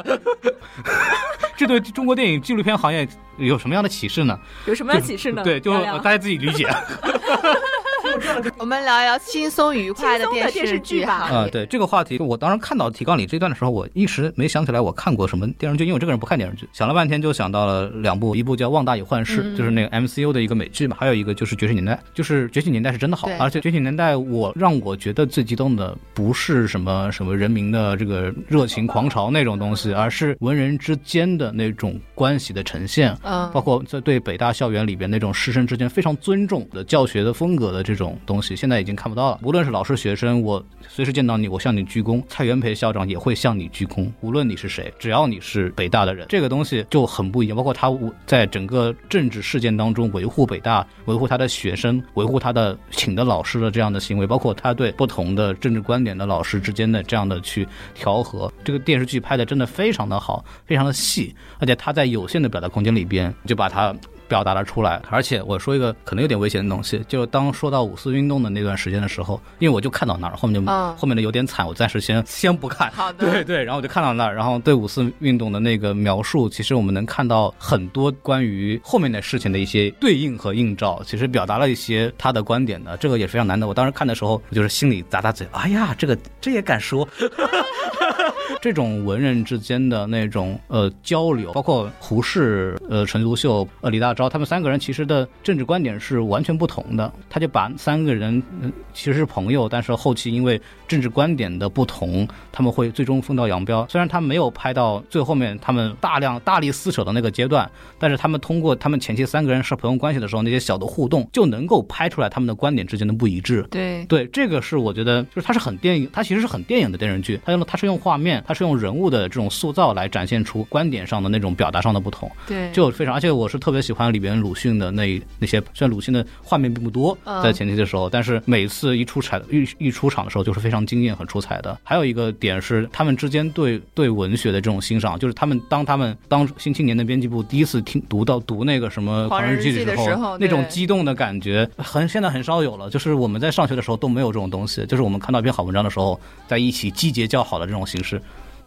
Speaker 3: 这对中国电影纪录片行业有什么样的启示呢？
Speaker 1: 有什么样启示呢？
Speaker 3: 对，就
Speaker 1: 聊聊
Speaker 3: 大家自己理解。
Speaker 2: 我们聊聊轻松愉快的
Speaker 1: 轻松的电视
Speaker 2: 视
Speaker 1: 剧
Speaker 2: 剧
Speaker 1: 吧
Speaker 2: 哈。
Speaker 3: 啊、对这个话题，我当时看到提纲里这段的时候，我一时没想起来我看过什么电视剧，因为我这个人不看电视剧，想了半天就想到了两部，一部叫《旺达与幻视》，就是那个 MCU 的一个美剧嘛，还有一个就是《觉醒年代》，就是《觉醒年代》是真的好
Speaker 2: 对，
Speaker 3: 而且《觉醒年代》我让我觉得最激动的不是什么什么人民的这个热情狂潮那种东西，而是文人之间的那种关系的呈现，
Speaker 2: 嗯
Speaker 3: 包括在对北大校园里边那种师生之间非常尊重的教学的风格的这种东西，现在已经看不到了。无论是老师学生，我随时见到你，我向你鞠躬；蔡元培校长也会向你鞠躬，无论你是谁，只要你是北大的人，这个东西就很不一样。包括他在整个政治事件当中维护北大、维护他的学生、维护他的请的老师的这样的行为，包括他对不同的政治观点的老师之间的这样的去调和。这个电视剧拍的真的非常的好，非常的细，而且他在有限的表达空间里边就把它表达了出来。而且我说一个可能有点危险的东西，就当说到五四运动的那段时间的时候，因为我就看到那儿，后面就、
Speaker 2: 嗯
Speaker 3: 后面的有点惨，我暂时先先不看。
Speaker 2: 好的
Speaker 3: 对对，然后我就看到那儿，然后对五四运动的那个描述，其实我们能看到很多关于后面的事情的一些对应和映照，其实表达了一些他的观点的，这个也非常难得。我当时看的时候，我就是心里咂咂嘴，哎呀，这个这也敢说，这种文人之间的那种呃交流，包括胡适、呃陈独秀、呃李大钊，他们三个人其实的政治观点是完全不同的。他就把三个人、呃其实是朋友，但是后期因为政治观点的不同，他们会最终分道扬镳。虽然他没有拍到最后面他们大量大力撕扯的那个阶段，但是他们通过他们前期三个人是朋友关系的时候那些小的互动，就能够拍出来他们的观点之间的不一致。
Speaker 2: 对，
Speaker 3: 对，这个是我觉得，就是它是很电影，它其实是很电影的电视剧，它用它是用画面，它是用人物的这种塑造来展现出观点上的那种表达上的不同，
Speaker 2: 对，
Speaker 3: 就非常。而且我是特别喜欢里边鲁迅的那那些，虽然鲁迅的画面并不多，
Speaker 2: 嗯
Speaker 3: 在前期的时候，但是每次一出彩一一出场的时候，就是非常惊艳和出彩的。还有一个点是，他们之间对对文学的这种欣赏，就是他们当他们当新青年的编辑部第一次听读到读那个什么《
Speaker 2: 狂
Speaker 3: 狂
Speaker 2: 人
Speaker 3: 人日记
Speaker 2: 日》记的
Speaker 3: 时
Speaker 2: 时候
Speaker 3: 那种
Speaker 2: 对
Speaker 3: 激动的感觉很现在很少有了。就是我们在上学的时候都没有这种东西，就是我们看到一篇好文章的时候，在一起击节叫好的这种形式。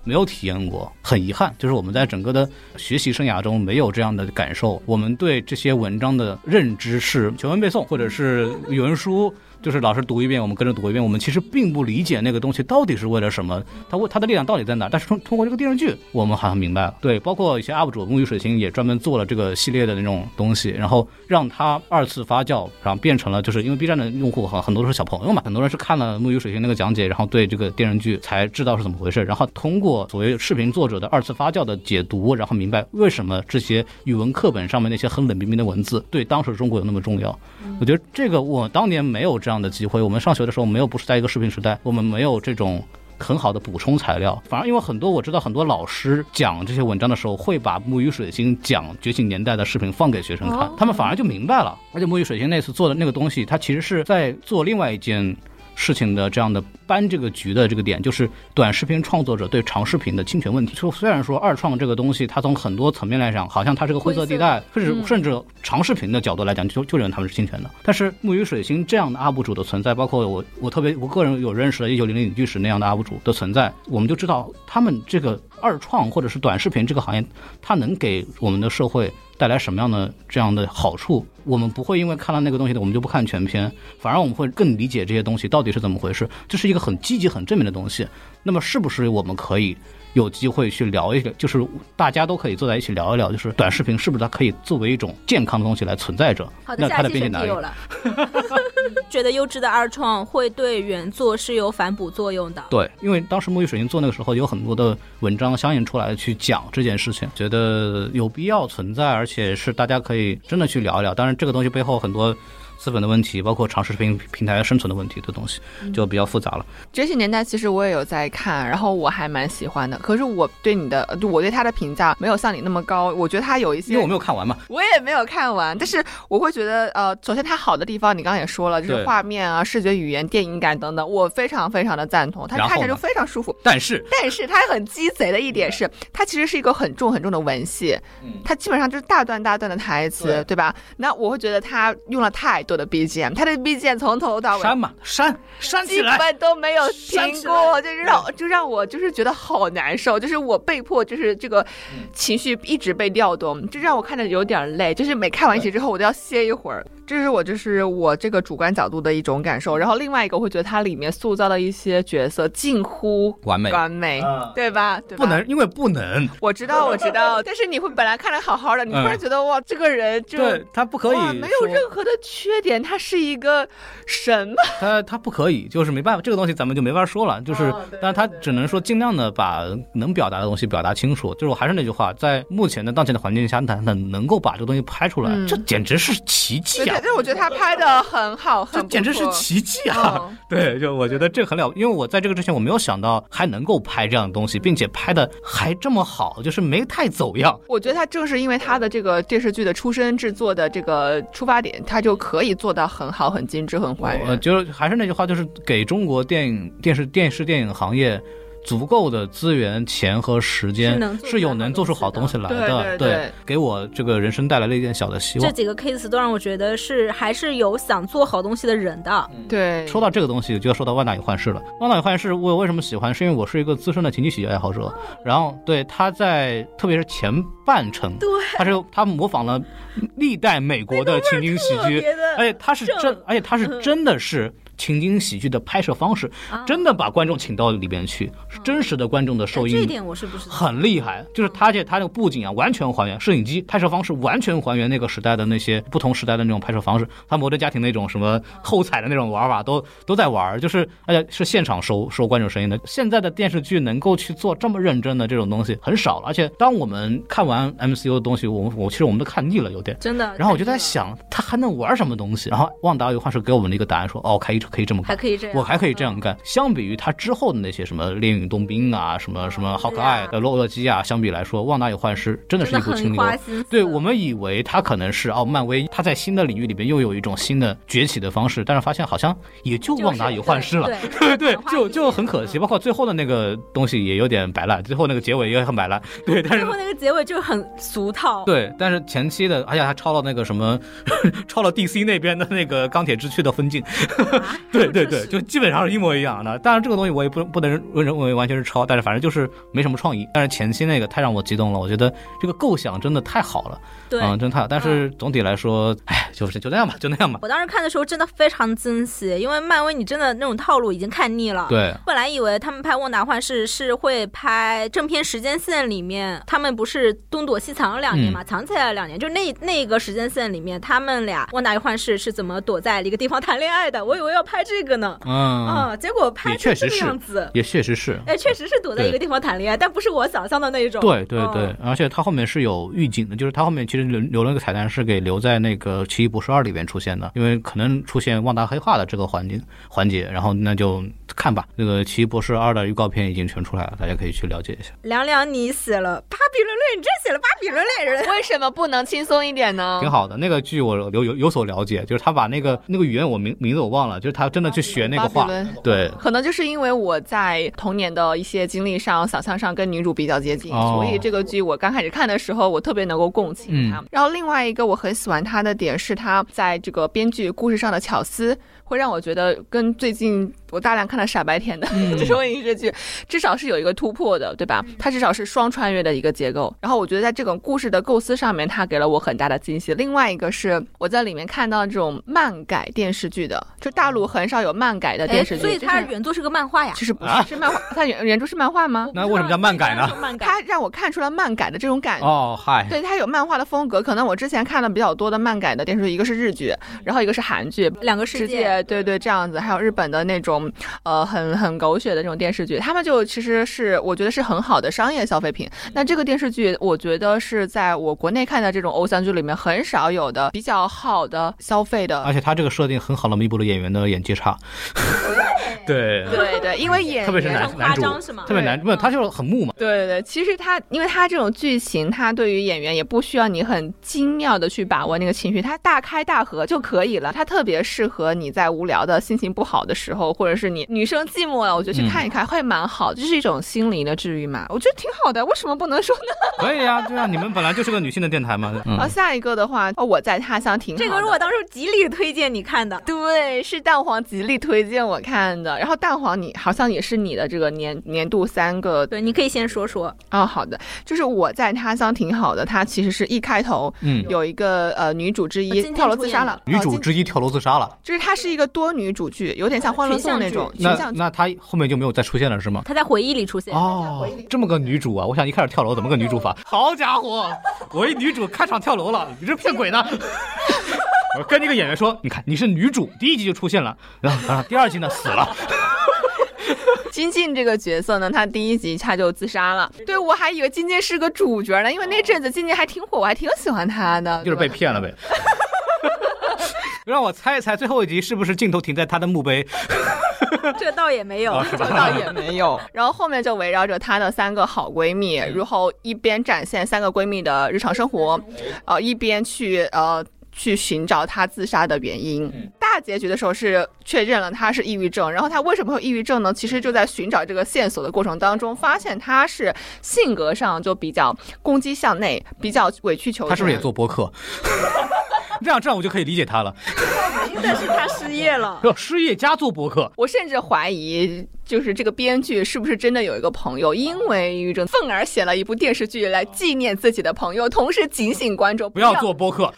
Speaker 3: 没有体验过，很遗憾，就是我们在整个的学习生涯中没有这样的感受。我们对这些文章的认知是全文背诵，或者是语文书，就是老师读一遍，我们跟着读一遍。我们其实并不理解那个东西到底是为了什么，它为它的力量到底在哪儿。但是通通过这个电视剧，我们好像明白了。对，包括一些 UP 主木鱼水星也专门做了这个系列的那种东西，然后让它二次发酵，然后变成了就是因为 B 站的用户很很多都是小朋友嘛，很多人是看了木鱼水星那个讲解，然后对这个电视剧才知道是怎么回事，然后通过所谓视频作者的二次发酵的解读，然后明白为什么这些语文课本上面那些很冷冰冰的文字对当时中国有那么重要。我觉得这个我当年没有这样的机会，我们上学的时候没有不是在一个视频时代，我们没有这种。很好的补充材料，反而因为很多我知道很多老师讲这些文章的时候，会把木鱼水星讲觉醒年代的视频放给学生看
Speaker 2: 哦，
Speaker 3: 他们反而就明白了。而且木鱼水星那次做的那个东西，它其实是在做另外一件事情的这样的搬这个局的这个点，就是短视频创作者对长视频的侵权问题。就虽然说二创这个东西，它从很多层面来讲，好像它是个灰色地带，甚至
Speaker 2: 嗯
Speaker 3: 甚至长视频的角度来讲，就就认为他们是侵权的。但是木鱼水星这样的 UP 主的存在，包括我我特别我个人有认识的1900影剧史那样的 UP 主的存在，我们就知道他们这个二创或者是短视频这个行业，它能给我们的社会。带来什么样的这样的好处？我们不会因为看了那个东西，我们就不看全篇，反而我们会更理解这些东西到底是怎么回事。这是一个很积极、很正面的东西。那么，是不是我们可以有机会去聊一聊？就是大家都可以坐在一起聊一聊，就是短视频是不是它可以作为一种健康的东西来存在着？
Speaker 1: 好的，
Speaker 3: 那
Speaker 1: 下
Speaker 3: 它
Speaker 1: 一
Speaker 3: 的
Speaker 1: 期
Speaker 3: 边界
Speaker 1: 选
Speaker 3: 哪
Speaker 1: 题
Speaker 3: 里
Speaker 1: 有？了。 觉得优质的二创会对原作是有反哺作用的。
Speaker 3: 对，因为当时木鱼水晶做那个时候，有很多的文章相应出来去讲这件事情，觉得有必要存在，而且是大家可以真的去聊一聊。当然，这个东西背后很多资本的问题，包括长视频平台生存的问题的东西，
Speaker 2: 嗯
Speaker 3: 就比较复杂了。
Speaker 2: 觉醒年代其实我也有在看，然后我还蛮喜欢的。可是我对你的，就我对他的评价没有像你那么高。我觉得他有一些，
Speaker 3: 因为我没有看完嘛，
Speaker 2: 我也没有看完，但是我会觉得，呃，首先它好的地方，你刚刚也说了，就是
Speaker 3: 对
Speaker 2: 画面啊、视觉语言、电影感等等，我非常非常的赞同，它
Speaker 3: 然后
Speaker 2: 看着
Speaker 3: 呢
Speaker 2: 就非常舒服。
Speaker 3: 但是
Speaker 2: 但是它很鸡贼的一点是，它其实是一个很重很重的文戏，它基本上就是大段大段的台词，对
Speaker 3: 嗯对
Speaker 2: 吧？那我会觉得它用了太多的 BGM，它的 BGM 从头到尾
Speaker 3: 删嘛，删删
Speaker 2: 基
Speaker 3: 起来。
Speaker 2: 本都没有
Speaker 3: 删
Speaker 2: 停
Speaker 3: 起嗯
Speaker 2: 过，就是让就让我就是觉得好难受，就是我被迫就是这个情绪一直被调动，就让我看着有点累，就是每看完一集之后我都要歇一会儿。这是我就是我这个主观角度的一种感受，然后另外一个我会觉得它里面塑造的一些角色近乎
Speaker 3: 完美
Speaker 2: 完美，对吧？
Speaker 3: 嗯
Speaker 2: 对吧
Speaker 3: 不能，因为不能，
Speaker 2: 我知道我知道，但是你会本来看着好好的，你突然
Speaker 3: 嗯
Speaker 2: 觉得哇，这个人就
Speaker 3: 对他不可以说，
Speaker 2: 哇没有任何的缺点，他是一个神
Speaker 3: 他他不可以，就是没办法，这个东西咱们就没法说了，就是，
Speaker 2: 哦对
Speaker 3: 但是他
Speaker 2: 对对
Speaker 3: 只能说尽量的把能表达的东西表达清楚。就是我还是那句话，在目前的当前的环境下，他能能够把这个东西拍出来，
Speaker 2: 嗯
Speaker 3: 这简直是奇迹
Speaker 2: 对，
Speaker 3: 啊
Speaker 2: 但！是我觉得他拍的很好，
Speaker 3: 这
Speaker 2: 很不
Speaker 3: 简直是
Speaker 2: 错
Speaker 3: 奇迹啊！
Speaker 2: 嗯
Speaker 3: 对，就我觉得这个很了，因为我在这个之前我没有想到还能够拍这样的东西，并且拍的还这么好，就是没太走样。
Speaker 2: 我觉得他正是因为他的这个电视剧的出身制作的这个出发点，他就可以做到很好、很精致、很还
Speaker 3: 我
Speaker 2: 原。
Speaker 3: 哦呃就是还是那句话，就是给中国电影、电视、电视电影行业足够的资源、钱和时
Speaker 1: 是
Speaker 3: 间
Speaker 1: 能，做
Speaker 3: 是有
Speaker 1: 出
Speaker 3: 能
Speaker 1: 好
Speaker 3: 做出
Speaker 1: 东西
Speaker 3: 好东
Speaker 1: 的
Speaker 3: 西来
Speaker 2: 对对
Speaker 3: 的。
Speaker 2: 对
Speaker 3: 给我这个人生带来了一点小的希
Speaker 1: 这
Speaker 3: 望。
Speaker 1: 几个 case 都让我觉得是还是有想做好东西的人的。
Speaker 2: 对，
Speaker 3: 说到这个东西，就要说到《万达与幻视》了。《万达与幻视》，我为什么喜欢？是因为我是一个资深的情景喜剧爱好者。然后，对他在特别是前半程，
Speaker 1: 对，
Speaker 3: 他是他模仿了历代美国的情景喜剧，
Speaker 1: 的
Speaker 3: 而且哎他是
Speaker 1: 正嗯
Speaker 3: 真，而且他是真的是情景喜剧的拍摄方式，
Speaker 1: 啊
Speaker 3: 真的把观众请到里边去，是真实的观众的受
Speaker 1: 这一
Speaker 3: 益。
Speaker 1: 点我是不知道。
Speaker 3: 很厉害，就是他这他那个布景啊，完全还原摄影机拍摄方式，完全还原那个时代的那些不同时代的那种拍摄方式。他《摩登家庭》那种什
Speaker 1: 啊
Speaker 3: 么后采的那种玩法都都在玩儿，就是而且是现场收收观众声音的。现在的电视剧能够去做这么认真的这种东西很少了，而且当我们看完 MCU 的东西，我们我其实我们都看腻了有点。
Speaker 1: 真的。
Speaker 3: 然后我就在
Speaker 1: 真的，
Speaker 3: 想，他还能玩什么东西？然后旺达与幻视给我们的一个答案说，哦，开一可以这么
Speaker 1: 还
Speaker 3: 干。
Speaker 1: 可以这样，嗯
Speaker 3: 我还可以这样干。相比于他之后的那些什么《猎鹰与冬兵》啊，什么什么《浩克爱》、
Speaker 1: 对啊
Speaker 3: 《呃洛洛基》啊，相比来说，《旺达与幻视》
Speaker 1: 嗯，
Speaker 3: 真
Speaker 1: 真
Speaker 3: 的是一
Speaker 1: 的
Speaker 3: 部清
Speaker 1: 很
Speaker 3: 流。
Speaker 1: 花心思。
Speaker 3: 对我们以为他可能是哦，漫威他在新的领域里边又有一种新的崛起的方式，但是发现好像也就
Speaker 1: 就是
Speaker 3: 旺达与幻视了。
Speaker 1: 对
Speaker 3: 对，就就很可惜，包
Speaker 1: 吧。
Speaker 3: 括最后的那个东西也有点摆烂，最后那个结尾也很摆烂。对，但
Speaker 1: 最
Speaker 3: 是
Speaker 1: 后那个结尾就很俗套，
Speaker 3: 对，但是前期的，而哎且还超了那个什么， 超了 DC 那边的那个钢铁之躯的分镜。
Speaker 1: 啊
Speaker 3: 对对对，
Speaker 1: 这
Speaker 3: 就是基本上是一模一样的。当然，这个东西我也不不能认为完全是抄，但是反正就是没什么创意。但是前期那个太让我激动了，我觉得这个构想真的太好了，
Speaker 1: 对。
Speaker 3: 嗯，真太好。但是总体来说，哎，就是就那样吧，就那样吧。
Speaker 1: 我当时看的时候真的非常珍惜，因为漫威你真的那种套路已经看腻了。。
Speaker 3: 对，
Speaker 1: 本来以为他们拍《旺达幻视》是会拍正片时间线里面，他们不是东躲西藏了两
Speaker 3: 嗯
Speaker 1: 年嘛，藏起来了两年，就那那个时间线里面，他们俩旺达与幻视是怎么躲在一个地方谈恋爱的？我以为要拍这个呢，
Speaker 3: 嗯，
Speaker 1: 啊，结果拍
Speaker 3: 也
Speaker 1: 成
Speaker 3: 确
Speaker 1: 这
Speaker 3: 实
Speaker 1: 个
Speaker 3: 是
Speaker 1: 样子，
Speaker 3: 也确实是。
Speaker 1: 哎，确实是躲在一个地方谈恋爱，但不是我想象的那一种。
Speaker 3: 对对
Speaker 1: 嗯
Speaker 3: 对，而且它后面是有预警的，就是它后面其实留留了个彩蛋，是给留在那个《奇异博士二》里边出现的，因为可能出现旺达黑化的这个环节环节，然后那就看吧。那个《奇异博士二》的预告片已经全出来了，大家可以去了解一下。
Speaker 1: 凉凉，你写了巴比伦类人，你真写了巴比伦类人，
Speaker 2: 为什么不能轻松一点呢
Speaker 3: 挺？好的，那个剧我有有有所了解，就是他把那个那个语言我名名字我忘了，就是他真的去学那个话
Speaker 2: 巴比，伦嗯
Speaker 3: 对。
Speaker 2: 可能就是因为我在童年的一些经历上、想象上跟女主比较接近，
Speaker 3: 哦嗯
Speaker 2: 所以这个剧我刚开始看的时候，我特别能够共情她。然后另外一个我很喜欢她的点是她在这个编剧故事上的巧思，会让我觉得跟最近我大量看了傻白甜的、 这种影视剧，至少是有一个突破的，对吧？
Speaker 1: 嗯
Speaker 2: 它至少是双穿越的一个结构。然后我觉得在这种故事的构思上面，它给了我很大的惊喜。另外一个是我在里面看到这种漫改电视剧的，就大陆很少有漫改的
Speaker 1: 哎，
Speaker 2: 电视剧，
Speaker 1: 所以
Speaker 2: 就是
Speaker 1: 它原作是个漫画呀。
Speaker 2: 其实不是、
Speaker 3: 啊
Speaker 2: 是漫画，它原原著是漫画
Speaker 1: 嗯
Speaker 2: 吗？
Speaker 3: 那为什么叫漫改呢？
Speaker 1: 漫改。
Speaker 2: 它让我看出了漫改的这种感觉。
Speaker 3: 哦，嗨，
Speaker 2: 对它有漫画的风格，可能我之前看的比较多的漫改的电视剧，一个是日剧，
Speaker 1: 嗯
Speaker 2: 然后一个是韩剧，
Speaker 1: 两个世
Speaker 2: 世
Speaker 1: 界，
Speaker 2: 界，对对，这样子，还有日本的那种，呃，很很狗血的这种电视剧，他们就其实是我觉得是很好的商业消费品。
Speaker 1: 嗯
Speaker 2: 那这个电视剧，我觉得是在我国内看的这种偶像剧里面很少有的比较好的消费
Speaker 3: 而
Speaker 2: 的。
Speaker 3: 且他这个设定很好的弥补了演员的演技差， 对，
Speaker 2: 对对，因为演员
Speaker 3: 特别是
Speaker 1: 非
Speaker 3: 男
Speaker 1: 常
Speaker 3: 男
Speaker 1: 夸
Speaker 3: 主
Speaker 1: 张是吗？
Speaker 3: 特别难，不是
Speaker 1: 嗯
Speaker 3: 他就是很木嘛，
Speaker 2: 对对对，其实他，因为他这种剧情，他对于演员也不需要你很精妙的去把握那个情绪，他大开大合就可以了。他特别适合你在无聊的心情不好的时候，或者是你女生寂寞了，我觉得去看一看会蛮好，这、是一种心灵的治愈嘛，我觉得挺好的。为什么不能说呢？
Speaker 3: 可以啊，对啊，你们本来就是个女性的电台嘛，嗯
Speaker 2: 然后，下一个的话，哦，我在他乡挺好的。
Speaker 1: 这个是我当初极力推荐你看的，
Speaker 2: 对，是蛋黄极力推荐我看的。然后蛋黄你好像也是你的这个年年度三个
Speaker 1: 对，你可以先说说。
Speaker 2: 哦，好的，就是我在他乡挺好的，他其实是一开头
Speaker 3: 嗯，
Speaker 2: 有一个呃女主之
Speaker 1: 今
Speaker 2: 一
Speaker 1: 天
Speaker 2: 跳楼自杀了，
Speaker 3: 女
Speaker 2: 呃
Speaker 3: 主
Speaker 2: 今
Speaker 3: 之一跳楼自杀了，
Speaker 2: 就是它是一个多女主剧，有点像《欢乐颂》那种群
Speaker 3: 那
Speaker 2: 像剧。
Speaker 3: 那她后面就没有再出现了是吗？
Speaker 1: 他在回忆里出现，
Speaker 3: 哦，这么个女主啊！我想一开始跳楼怎么个女主法？ 好家伙，我一女主开场跳楼了，你这骗鬼呢！ 我跟那个演员说，你看你是女主，第一集就出现了，然后然后第二集呢死 了，
Speaker 2: 金靖这个角色呢，她第一集她就自杀了。对我还以为金靖是个主角呢，因为那阵子金靖还挺火，我还挺喜欢她的。
Speaker 3: 就是
Speaker 2: 对
Speaker 3: 被
Speaker 2: 吧
Speaker 3: 骗了呗。让我猜一猜，最后一集是不是镜头停在她的墓碑？
Speaker 1: 这倒也没有。
Speaker 3: 啊，是
Speaker 2: 这
Speaker 3: 吧？
Speaker 2: 倒也 没有。然后后面就围绕着她的三个好闺蜜，
Speaker 3: 嗯
Speaker 2: 然后一边展现三个闺蜜的日常生活，呃，一边去呃。去寻找她自杀的原因。
Speaker 3: 嗯
Speaker 2: 大结局的时候是确认了她是抑郁症，然后她为什么会有抑郁症呢？其实就在寻找这个线索的过程当中，发现她是性格上就比较攻击向内，比较委曲求全。
Speaker 3: 她是不是也做播客？ 这样这样我就可以理解她了。
Speaker 1: 但是他失业了，
Speaker 3: 要失业加做播客，
Speaker 2: 我甚至怀疑，就是这个编剧是不是真的有一个朋友，因为抑郁症，愤而写了一部电视剧来纪念自己的朋友，同时警醒观众
Speaker 3: 不要，做播客。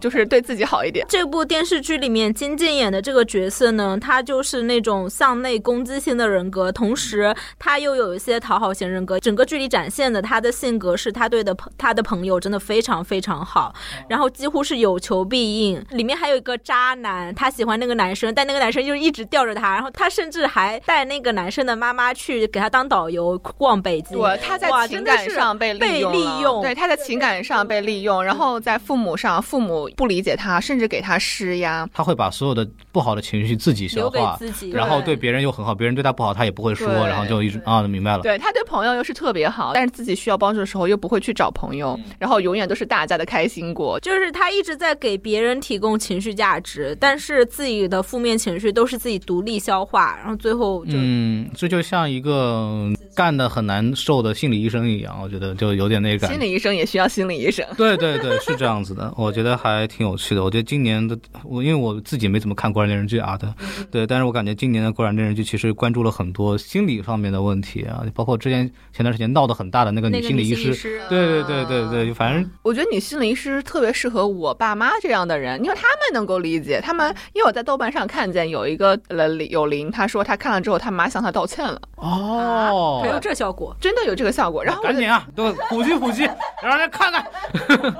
Speaker 2: 就是对自己好一点。
Speaker 1: 这部电视剧里面金靖演的这个角色呢，他就是那种向内攻击性的人格，同时他又有一些讨好型人格。整个剧里展现的他的性格是他对的朋他的朋友真的非常非常
Speaker 2: 哦
Speaker 1: 好，然后几乎是有求必应。里面还有一个渣男，他喜欢那个男生，但那个男生就一直吊着他，然后他甚至还带那个男生的妈妈去给他当导游逛北京。
Speaker 2: 对，他在
Speaker 1: 嗯哇
Speaker 2: 情
Speaker 1: 真的
Speaker 2: 感
Speaker 1: 是
Speaker 2: 上被利
Speaker 1: 被
Speaker 2: 用了，
Speaker 1: 利用
Speaker 2: 对，他在情感上被利用，然后在父母上，父母不理解他，甚至给他施压。
Speaker 3: 他会把所有的不好的情绪自己消
Speaker 1: 留给
Speaker 3: 化，
Speaker 1: 自己，
Speaker 3: 然后
Speaker 2: 对
Speaker 3: 对别人又很好，别人对他不好他也不会说，
Speaker 2: 对
Speaker 3: 然后就一直
Speaker 1: 对
Speaker 3: 啊明白了。
Speaker 2: 对他对朋友又是特别好，但是自己需要帮助的时候又不会去找朋友，
Speaker 1: 嗯
Speaker 2: 然后永远都是大家的开心果。
Speaker 1: 就是他一直在给别人提供情绪价值，但是自己的负面情绪都是自己独立消化，然后最后就、
Speaker 3: 嗯，这就像一个嗯干的很难受的心理医生一样，我觉得就有点那感
Speaker 2: 心
Speaker 3: 觉。
Speaker 2: 理医生也需要心理医生。
Speaker 3: 对对对，是这样子的，我觉得还挺有趣的。我觉得今年的我，因为我自己没怎么看《灌篮猎人剧》啊的，对，但是我感觉今年的《灌篮猎人剧》其实关注了很多心理方面的问题啊，包括之前前段时间闹得很大的那个
Speaker 1: 那
Speaker 3: 女
Speaker 1: 个
Speaker 3: 心理医
Speaker 1: 医
Speaker 3: 师。对对对对对，反正
Speaker 2: 我觉得女心理医师特别适合我爸妈这样的人，因为他们能够理解。他
Speaker 3: 嗯
Speaker 2: 们因为我在豆瓣上看见有一个呃李有林，他说他看了之后，他妈向他道歉了，
Speaker 3: 哦
Speaker 1: 还有这效果，
Speaker 2: 真的有这个效果。然后我
Speaker 3: 赶
Speaker 2: 就
Speaker 3: 紧啊，都普及普及，让人家看看。
Speaker 2: 哎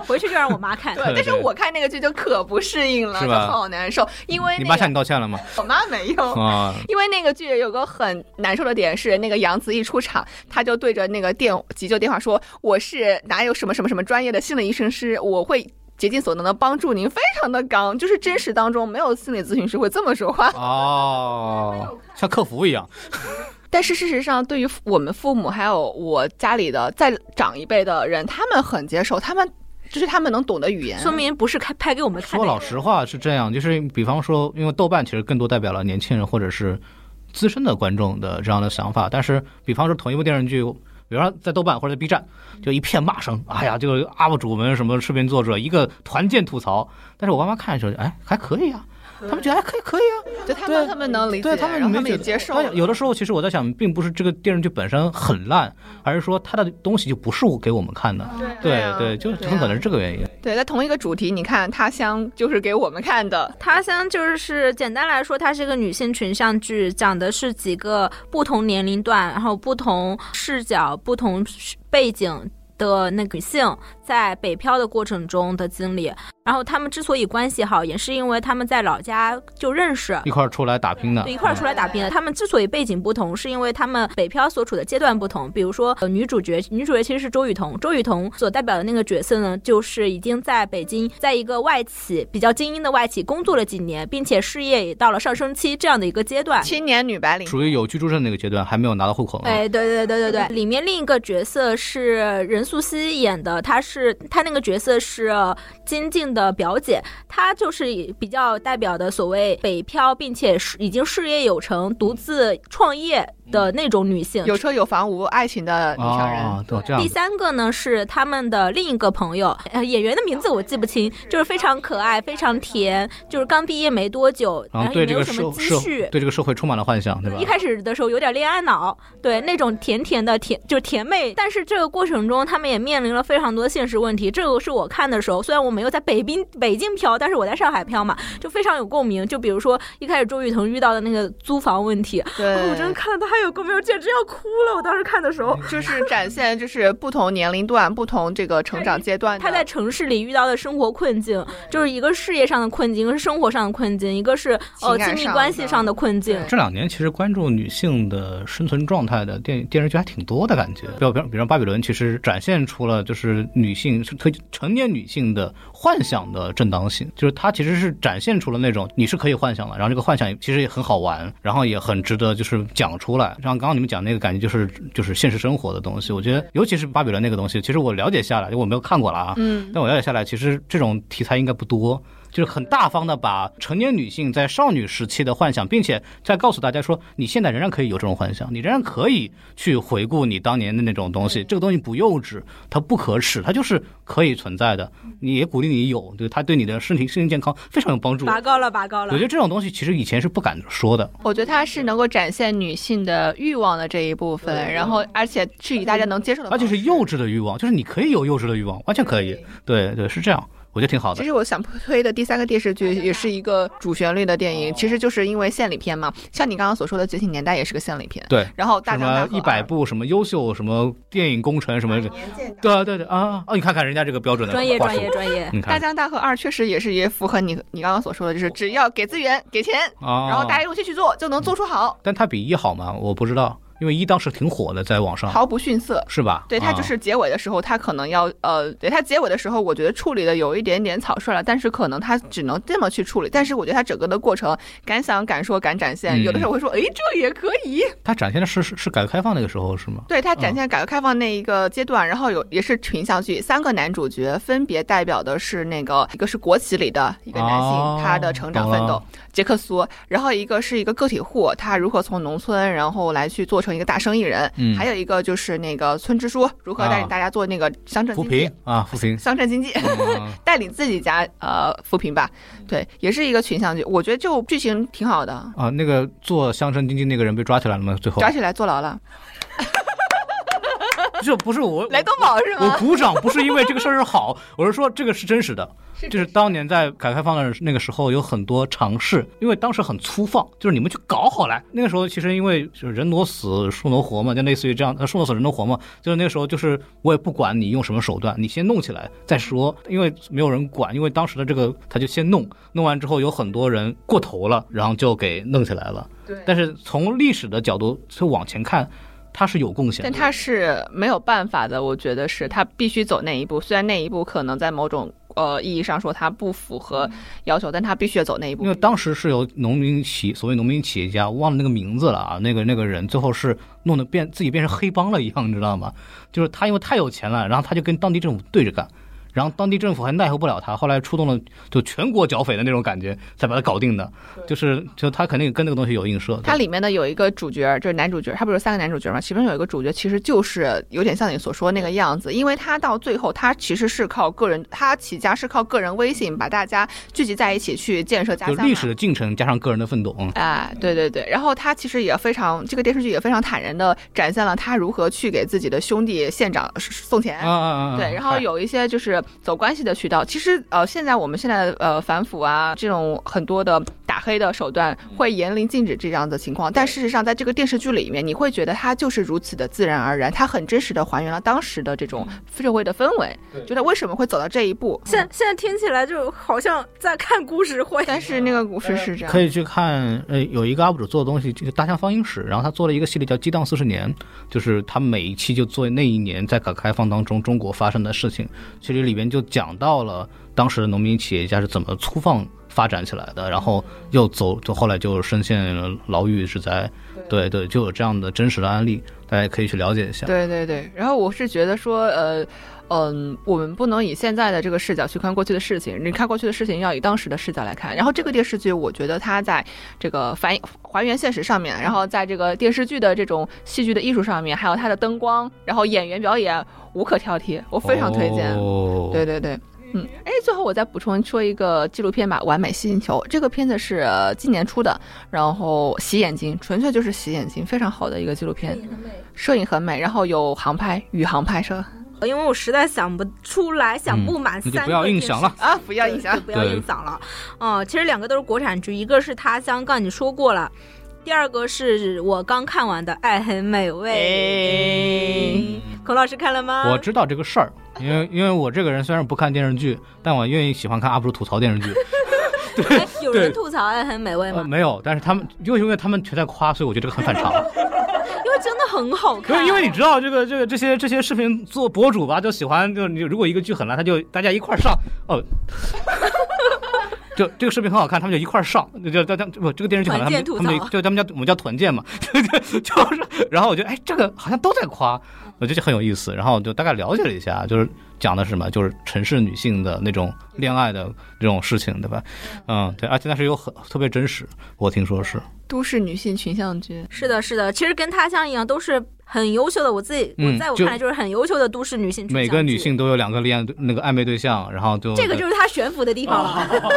Speaker 1: 回去就让我妈看。
Speaker 2: 对，但是我看那个剧就可不适应了，
Speaker 3: 是
Speaker 2: 就
Speaker 3: 吧
Speaker 2: 好难受。因为
Speaker 3: 你
Speaker 2: 那
Speaker 3: 妈
Speaker 2: 个哦
Speaker 3: 向你道歉了吗？
Speaker 2: 我妈没有，
Speaker 3: 啊，
Speaker 2: 因为那个剧有个很难受的点是，那个杨紫一出场，她就对着那个电急救电话说：“我是哪有什么什么什么专业的心理医生师，我会竭尽所能的帮助您。”非常的刚，就是真实当中没有心理咨询师会这么说话。
Speaker 3: 啊哦，像客服一样。
Speaker 2: 但是事实上，对于我们父母还有我家里的再长一辈的人，他们很接受，他们就是他们能懂得语言。
Speaker 1: 说明不是开拍给我们看
Speaker 3: 说
Speaker 1: 的，
Speaker 3: 老实话是这样，就是比方说，因为豆瓣其实更多代表了年轻人或者是资深的观众的这样的想法，但是比方说同一部电视剧。比方说在豆瓣或者在 B 站，就一片骂声，哎呀，就 UP 主们什么视频作者一个团建吐槽。但是我爸妈看的时候，哎，还可以啊，他们觉得还可以，可以啊，
Speaker 2: 就他
Speaker 3: 对
Speaker 2: 们他们能理解，
Speaker 3: 对他们
Speaker 2: 然后
Speaker 3: 没
Speaker 2: 他们
Speaker 3: 觉
Speaker 2: 也
Speaker 3: 得
Speaker 2: 接受
Speaker 3: 但。有的时候，其实我在想，并不是这个电视剧本身很烂，而是说它的东西就不是我给我们看的。
Speaker 2: 嗯对
Speaker 3: 对
Speaker 2: 啊
Speaker 3: 对，就
Speaker 2: 对啊
Speaker 3: 很可能是这个原因。
Speaker 2: 对，在同一个主题，你看《他乡》就是给我们看的，
Speaker 1: 他乡就是简单来说，它是一个女性群像剧，讲的是几个不同年龄段，然后不同视角、不同背景的那个女性在北漂的过程中的经历。然后她们之所以关系好，也是因为她们在老家就认识。
Speaker 3: 一块儿出来打拼的，
Speaker 2: 啊
Speaker 1: 对一块儿出来打拼的，她们之所以背景不同，是因为她们北漂所处的阶段不同。比如说，呃，女主角，女主角其实是周雨彤，周雨彤所代表的那个角色呢，就是已经在北京，在一个外企比较精英的外企工作了几年，并且事业也到了上升期这样的一个阶段。
Speaker 2: 青年女白领。
Speaker 3: 啊属于有居住证那个阶段，还没有拿到户口呢。
Speaker 1: 哎，对对对对对，里面另一个角色是任素汐演的，她是她那个角色是金靖的表姐，她就是比较代表的所谓北漂，并且是已经事业有成、独自创业的
Speaker 3: 嗯
Speaker 1: 那种女性。
Speaker 2: 有车有房无爱情的女强人，
Speaker 3: 啊，对，这样
Speaker 1: 第
Speaker 3: 子。
Speaker 1: 三个呢是他们的另一个朋友，呃，演员的名字我记不清，就是非常可爱，非常甜，就是刚毕业没多久，然
Speaker 3: 然后
Speaker 2: 哎
Speaker 1: 后
Speaker 3: 对
Speaker 1: 也没
Speaker 3: 这个
Speaker 1: 有什
Speaker 3: 社
Speaker 1: 么积
Speaker 3: 社
Speaker 1: 蓄，
Speaker 3: 对这个社会充满了幻想，对吧
Speaker 1: 一？开始的时候有点恋爱脑，对那种甜甜的甜就是甜妹，但是这个过程中他们也面临了非常多现实问题。这个是我看的时候，虽然我没有在北京北京漂，但是我在上海漂嘛，就非常有共鸣。就比如说一开始周雨彤遇到的那个租房问题，
Speaker 2: 对，
Speaker 1: 哦
Speaker 3: 哦呃
Speaker 1: 我真的看到太有共鸣，我简直要哭了。我当时看的时候，
Speaker 2: 就是展现就是不同年龄段、不同这个成长阶段的。
Speaker 1: 他在城市里遇到的生活困境，就是一个事业上的困境，一个是生活上的困境，一个是呃
Speaker 2: 情感
Speaker 1: 亲密
Speaker 2: 上
Speaker 1: 关系
Speaker 2: 的
Speaker 1: 上的困境。
Speaker 3: 这两年其实关注女性的生存状态的电电视剧还挺多的感觉，比如比如比如《巴比伦》，其实展现出了就是女性是推成年女性的幻想的正当性，就是它其实是展现出了那种你是可以幻想的，然后这个幻想其实也很好玩，然后也很值得就是讲出来。像刚刚你们讲那个感觉就是就是现实生活的东西，我觉得尤其是《巴比伦》那个东西，其实我了解下来，因为我没有看过了啊，
Speaker 2: 嗯，
Speaker 3: 但我了解下来，其实这种题材应该不多，就是很大方的把成年女性在少女时期的幻想，并且再告诉大家说，你现在仍然可以有这种幻想，你仍然可以去回顾你当年的那种东西。这个东西不幼稚，它不可耻，它就是可以存在的。你也鼓励你有，对它对你的身体身心健康非常有帮助。
Speaker 1: 拔高了，拔高
Speaker 3: 我
Speaker 1: 了
Speaker 3: 觉。得这种东西其实以前是不敢说的，
Speaker 2: 我觉得他是能够展现女性的欲望的这一部分，然后而且是以大家能接受的
Speaker 3: 而
Speaker 2: 方式，
Speaker 3: 啊且是幼稚的欲望，就是你可以有幼稚的欲望，完全可以。对对，是这样，我觉得挺好的
Speaker 2: 其。实我想推的第三个电视剧也是一个主旋律的电
Speaker 3: 哦
Speaker 2: 影，其实就是因为献礼片嘛，像你刚刚所说的《觉醒年代》也是个献礼片，
Speaker 3: 对，
Speaker 2: 然后大
Speaker 3: 什
Speaker 2: 张大
Speaker 3: 么
Speaker 2: 合
Speaker 3: 一百
Speaker 1: 啊
Speaker 2: 二
Speaker 3: 部什么优秀什么电影工程什么的，对啊对对啊啊！你看看人家这个标准的
Speaker 1: 专业，
Speaker 3: 话
Speaker 1: 专
Speaker 3: 术
Speaker 1: 业，，专业。
Speaker 3: 你
Speaker 2: 大
Speaker 3: 看
Speaker 2: 江大河二确实也是也符合你你刚刚所说的，就是只要给资源给钱，
Speaker 3: 啊，
Speaker 2: 然后大家用心去做，就能做出好。
Speaker 3: 但它比一好吗？我不知道，因因为一当时挺火的，在网上
Speaker 2: 毫不逊色。
Speaker 3: 是吧？
Speaker 2: 对他就
Speaker 3: 啊
Speaker 2: 是结尾的时候，他可能
Speaker 3: 哦
Speaker 2: 要呃，对他结尾的时候，我觉得处理的有一点点草率了，但是可能他只能这么去处理。但是我觉得他整个的过程敢想敢说敢展现，
Speaker 3: 嗯
Speaker 2: 有的时候我会说，诶，这也可以。
Speaker 3: 他展现的是是是改革开放那个时候是吗？
Speaker 2: 对他展现改革开放那一个阶段，然后有也是群像剧，三个男主角分别代表的是那个一个是国企里的一个男性，
Speaker 3: 哦
Speaker 2: 他的成长
Speaker 3: 懂
Speaker 2: 奋
Speaker 3: 了
Speaker 2: 斗，杰克苏，然后一个是一个个体户，他如何从农村然后来去做成一个大生意人，
Speaker 3: 嗯
Speaker 2: 还有一个就是那个村支书如何带领
Speaker 3: 啊
Speaker 2: 大家做那个乡镇
Speaker 3: 扶
Speaker 2: 经济，。
Speaker 3: 贫啊，扶贫
Speaker 2: 乡镇经济。
Speaker 3: 嗯
Speaker 2: 带领自己家呃扶贫吧，对，也是一个群像剧，我觉得就剧情挺好的，
Speaker 3: 啊，那个做乡镇经济那个人被抓起来了吗？最后
Speaker 2: 抓起来坐牢了，
Speaker 3: 这不是我，
Speaker 2: 雷东宝是
Speaker 3: 我
Speaker 2: 吗？
Speaker 3: 鼓掌不是因为这个事儿好，我是说这个是真实的，就是当年在改革开放的那个时候有很多尝试，因为当时很粗放，就是你们去搞好来。那个时候其实因为就是人挪死，树挪活嘛，就类似于这样，呃，树挪死人挪活嘛，就是那个时候就是我也不管你用什么手段，你先弄起来再说，因为没有人管，因为当时的这个他就先弄，弄完之后有很多人过头了，然后就给弄起来了。
Speaker 2: 对
Speaker 3: 但是从历史的角度去往前看，它是有贡献的
Speaker 2: 但。他是没有办法的，我觉得是他必须走那一步，虽然那一步可能在某种呃意义上说他不符合要求，但他必须要走那一步
Speaker 3: 嗯因为。当时是有农民企，所谓农民企业家，忘了那个名字了啊，那个那个人最后是弄得变自己变成黑帮了一样，你知道吗？就是他因为太有钱了，然后他就跟当地政府对着干，然后当地政府还奈何不了他，后来出动了就全国剿匪的那种感觉，才把他搞定的。就是就他肯定跟那个东西有映射。
Speaker 2: 它里面的有一个主角，就是男主角，他不是有三个男主角嘛？其中有一个主角其实就是有点像你所说那个样子，因为他到最后他其实是靠个人，他起家是靠个人威信把大家聚集在一起去建设家
Speaker 3: 就
Speaker 2: 乡嘛。
Speaker 3: 历史的进程加上个人的奋斗，嗯，
Speaker 2: 哎，对对对，然后他其实也非常，这个电视剧也非常坦然的展现了他如何去给自己的兄弟县长送钱，
Speaker 3: 啊啊
Speaker 1: 嗯
Speaker 3: 啊！
Speaker 2: 对，然后有一些就是走关系的渠道。其实呃，现在我们现在的呃反腐啊，这种很多的打黑的手段会严令禁止这样的情况，但事实上在这个电视剧里面，你会觉得它就是如此的自然而然，它很真实的还原了当时的这种社会的氛围，觉得为什么会走到这一步。
Speaker 1: 嗯现现在听起来就好像在看故事会，
Speaker 2: 但是那个股
Speaker 1: 呃
Speaker 2: 市是这样，
Speaker 3: 可以去看，呃，有一个 UP 主做的东西，就是大象放映室，然后他做了一个系列叫《激荡四十年》，就是他每一期就做那一年在改革开放当中中国发生的事情，其实里边就讲到了当时的农民企业家是怎么粗放发展起来的，然后又走，就后来就深陷牢狱，是在，对对，就有这样的真实的案例，大家也可以去了解一下。
Speaker 2: 对对对，然后我是觉得说，呃，嗯，我们不能以现在的这个视角去看过去的事情，你看过去的事情要以当时的视角来看。然后这个电视剧，我觉得它在这个反还原现实上面，然后在这个电视剧的这种戏剧的艺术上面，还有它的灯光，然后演员表演无可挑剔，我非常推荐。
Speaker 3: 哦、
Speaker 2: 对对对。嗯，哎，最后我再补充说一个纪录片吧，《完美吸星球》这个片子是呃今年出的，然后洗眼睛，纯粹就是洗眼睛，非常好的一个纪录片。摄影很美，然后有航拍，宇航拍摄
Speaker 1: 因为我实在想不出来，想不满
Speaker 3: 嗯
Speaker 1: 三
Speaker 3: 那就
Speaker 1: 个、
Speaker 3: 不要硬想了。
Speaker 2: 啊，不 要
Speaker 1: 对
Speaker 2: 影响
Speaker 1: 就。不要硬想了。嗯，其实两个都是国产剧，一个是《他乡杠》，你说过了；第二个是我刚看完的《爱很美味》。孔老师看了吗？
Speaker 3: 我知道这个事儿，因为因为我这个人虽然不看电视剧，但我愿意喜欢看 UP 主吐槽电视剧。
Speaker 1: 哎 有人
Speaker 3: 对
Speaker 1: 吐槽《爱很美味》
Speaker 3: 呃，
Speaker 1: 吗？
Speaker 3: 没有，但是他们又因为他们全在夸，所以我觉得这个很反常。
Speaker 1: 因为真的很好
Speaker 3: 因
Speaker 1: 看。
Speaker 3: 为因为你知道这个这个这些这些视频做博主吧，就喜欢就你如果一个剧很烂，他就大家一块儿上 哦。就这个视频很好看，他们就一块儿上，就大家不这个电视剧好像他们
Speaker 1: 团建吐槽
Speaker 3: 他们就就他们叫我们叫团建嘛， 就就是，然后我就哎这个好像都在夸，我觉得很有意思，然后我就大概了解了一下，就是讲的是什么，就是城市女性的那种恋爱的这种事情，对吧？嗯，对，而且但是又很特别真实，我听说是，
Speaker 2: 都市女性群像剧，
Speaker 1: 是的，是的，其实跟《他乡》一样，都是很优秀的。我自己，
Speaker 3: 嗯
Speaker 1: 我在我
Speaker 3: 就
Speaker 1: 看来就是很优秀的都市女性群像
Speaker 3: 每
Speaker 1: 剧。
Speaker 3: 个女性都有两个恋爱对那个暧昧对哦象，然后就呃
Speaker 1: 这个就是她悬浮的地方了。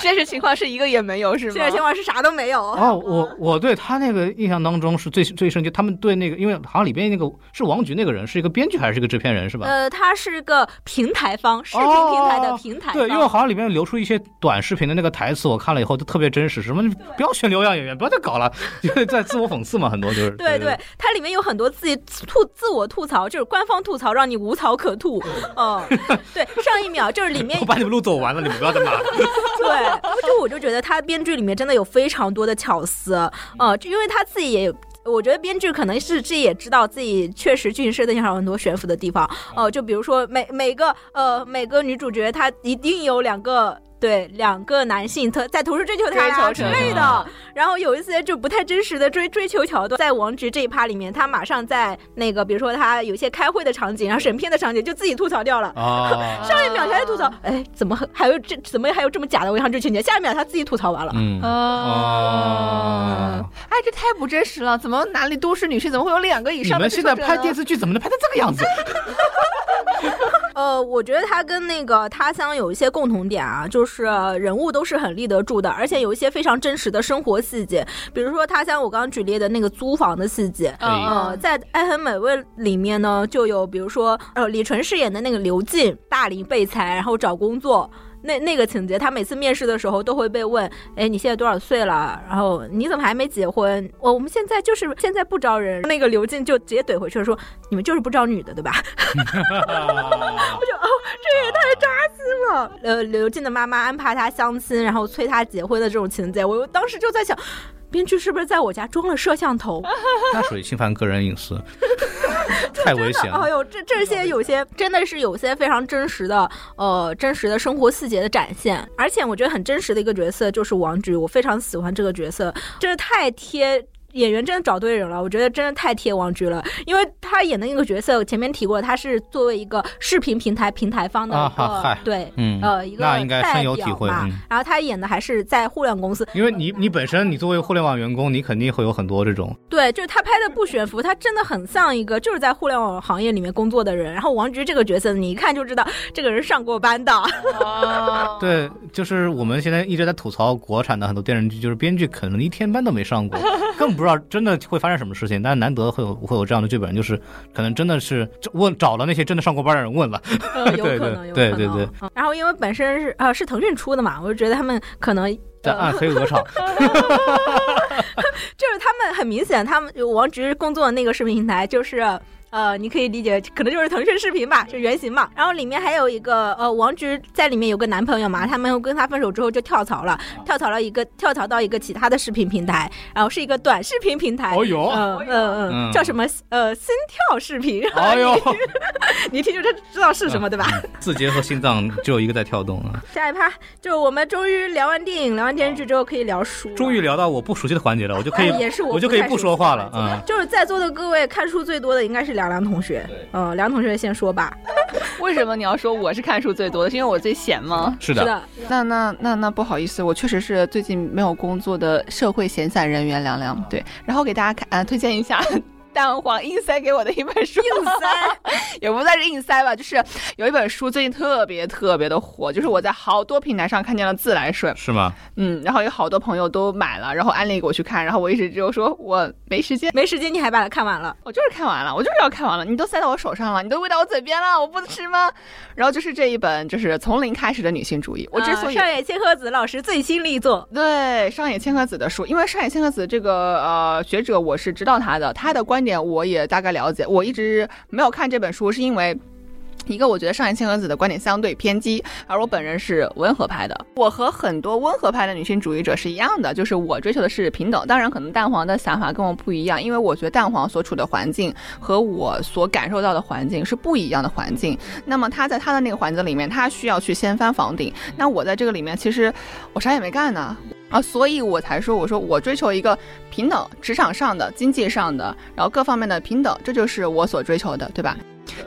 Speaker 2: 真实情况是一个也没有，是吗？
Speaker 1: 这个情况是啥都没有。
Speaker 3: 哦，我我对他那个印象当中是最最深，就他们对那个，因为好像里边那个是王菊那个人是一个编剧还是一个制片人是吧？哦
Speaker 1: 呃，它是个平台方，视频平台的平台方。
Speaker 3: 对，因为好像里面流出一些短视频的那个台词，我看了以后就特别真实，什么不要 选流量演员，不要再搞了，就是在自我讽刺嘛，很多就是。
Speaker 1: 对
Speaker 3: 对
Speaker 1: 对，，
Speaker 3: 哎
Speaker 1: 它里面有很多自己吐自我吐槽，就是官方吐槽，让你无槽可吐。嗯，对，上一秒就是里面
Speaker 3: 我把你们路走完了，你们不要 再骂了。
Speaker 1: 对，就我就觉得他编剧里面真的有非常多的巧思，呃，就因为他自己也我觉得编剧可能是这也知道自己确实剧情设定上有很多悬浮的地方，哦、就比如说每每个呃每个女主角她一定有两个。对，两个男性特在同时追求她呀之
Speaker 2: 追求嗯者
Speaker 1: 类的，然后有一些就不太真实的追追求桥段，在王菊这一趴里面，她马上在那个比如说她有一些开会的场景，然后审片的场景就自己吐槽掉了，
Speaker 3: 啊，
Speaker 1: 上一秒他在吐槽，哎，怎么还有这怎么还有这么假的违抗追求你？下一秒他自己吐槽完了。
Speaker 3: 嗯
Speaker 2: 哦
Speaker 3: 哦，
Speaker 2: 哎，这太不真实了！怎么哪里都市女性怎么会有两个以
Speaker 3: 你
Speaker 2: 上的
Speaker 3: 们
Speaker 2: 制
Speaker 3: 现
Speaker 2: 作者
Speaker 3: 在
Speaker 2: 呢？
Speaker 3: 拍电视剧怎么能拍成这个样子？
Speaker 1: 呃，我觉得他跟那个他乡有一些共同点啊，就是人物都是很立得住的，而且有一些非常真实的生活细节，比如说他乡我刚刚举例的那个租房的细节。
Speaker 3: 可以
Speaker 2: 嗯
Speaker 1: 呃，在《爱很美味》里面呢，就有比如说，呃，李淳饰演的那个刘静，大龄被裁，然后找工作，那那个情节，他每次面试的时候都会被问，哎，你现在多少岁了？然后你怎么还没结婚？哦我我们现在就是现在不招人。那个刘静就直接怼回去了，说你们就是不招女的，对吧？ 我就哦，这也太扎心了。呃，刘静的妈妈安排她相亲，然后催她结婚的这种情节，我当时就在想，编剧是不是在我家装了摄像头？
Speaker 3: 那属于侵犯个人隐 私，太危险
Speaker 1: 哎
Speaker 3: 了。嗯
Speaker 1: 呦，这这些有些真的是有些非常真实的，呃，真实的生活细节的展现。而且我觉得很真实的一个角色就是王菊，我非常喜欢这个角色，真的太贴。演员真的找对人了，我觉得真的太贴王菊了，因为她演的那个角色，我前面提过，她是作为一个视频平台平台方的
Speaker 3: 啊
Speaker 1: 一个、
Speaker 3: 哈嗨
Speaker 1: 对，
Speaker 3: 嗯
Speaker 1: 呃，一个
Speaker 3: 那应该深有
Speaker 1: 代表
Speaker 3: 体会
Speaker 1: 嘛
Speaker 3: 嗯
Speaker 1: 然后她演的还是在互联网公司，
Speaker 3: 因为你你本身你作为互联网员工，你肯定会有很多这种
Speaker 1: 对，就是他拍的不悬浮，他真的很像一个就是在互联网行业里面工作的人。然后王菊这个角色，你一看就知道这个人上过班的。
Speaker 2: 哦，
Speaker 3: 对，就是我们现在一直在吐槽国产的很多电视剧，就是编剧可能一天班都没上 过，更不知道真的会发生什么事情。但是难得会有会有这样的剧本，就是可能真的是问找了那些真的上过班的人 问了，
Speaker 1: 呃有
Speaker 3: 对
Speaker 1: 可
Speaker 3: 对
Speaker 1: 能，有可
Speaker 3: 对
Speaker 1: 能。
Speaker 3: 对对
Speaker 1: 嗯然后因为本身是呃是腾讯出的嘛，我就觉得他们可能。
Speaker 3: 在暗黑鹅 厂，
Speaker 1: 就是他们很明显，他们王菊工作的那个视频平台就是。呃，你可以理解，可能就是腾讯视频吧，是原型嘛。然后里面还有一个呃，王菊在里面有个男朋友嘛，他们跟他分手之后就跳槽
Speaker 3: 啊
Speaker 1: 了，跳槽了一个跳槽到一个其他的视频平台，然后是一个短视频平台。
Speaker 3: 哦哟
Speaker 1: 嗯嗯嗯，
Speaker 3: 嗯
Speaker 1: 叫什么？呃，心跳视频。
Speaker 3: 哎呦，
Speaker 1: 你一听就知知道是什
Speaker 3: 嗯
Speaker 1: 么，对吧？
Speaker 3: 字节和心脏只有一个在跳动啊！
Speaker 1: 下一趴就是我们终于聊完电影、聊完电视剧之后，可以聊书了。
Speaker 3: 终于聊到我不熟悉的环节了，我就可以
Speaker 1: 哎也是我
Speaker 3: 我就可以
Speaker 1: 太
Speaker 3: 不
Speaker 1: 熟
Speaker 3: 说
Speaker 1: 悉
Speaker 3: 话
Speaker 1: 的
Speaker 3: 了
Speaker 1: 环节
Speaker 3: 啊。
Speaker 1: 就是在座的各位看书最多的应该是凉凉同学，嗯、梁同学先说吧。
Speaker 2: 为什么你要说我是看书最多的？是因为我最闲吗？
Speaker 3: 嗯是
Speaker 1: 是
Speaker 3: 的，
Speaker 1: 的，
Speaker 2: 那那那那不好意思，我确实是最近没有工作的社会闲散人员凉凉。对，然后给大家看啊、推荐一下 蛋黄硬塞给我的一本书，
Speaker 1: 硬塞
Speaker 2: 也不算是硬塞吧，就是有一本书最近特别特别的火，就是我在好多平台上看见了自来水，
Speaker 3: 是吗？
Speaker 2: 嗯，然后有好多朋友都买了，然后安利给我去看，然后我一直只有说我没时间。
Speaker 1: 没时间，你还把它看完了。
Speaker 2: 我就是看完了，我就是要看完了。你都塞到我手上了，你都喂到我嘴边了，我不吃吗？然后就是这一本，就是从零开始的女性主义。我之所以、
Speaker 1: 呃上野千鹤子老师最新力作，
Speaker 2: 对上野千鹤子的书，因为上野千鹤子这个呃学者，我是知道他的，他的观点我也大概了解。我一直没有看这本书，是因为。一个我觉得上野千鹤子的观点相对偏激，而我本人是温和派的。我和很多温和派的女性主义者是一样的，就是我追求的是平等。当然，可能蛋黄的想法跟我不一样，因为我觉得蛋黄所处的环境和我所感受到的环境是不一样的环境。那么他在他的那个环境里面，他需要去掀翻房顶。那我在这个里面，其实我啥也没干呢。啊，所以我才说，我说我追求一个平等，职场上的、经济上的，然后各方面的平等，这就是我所追求的，对吧？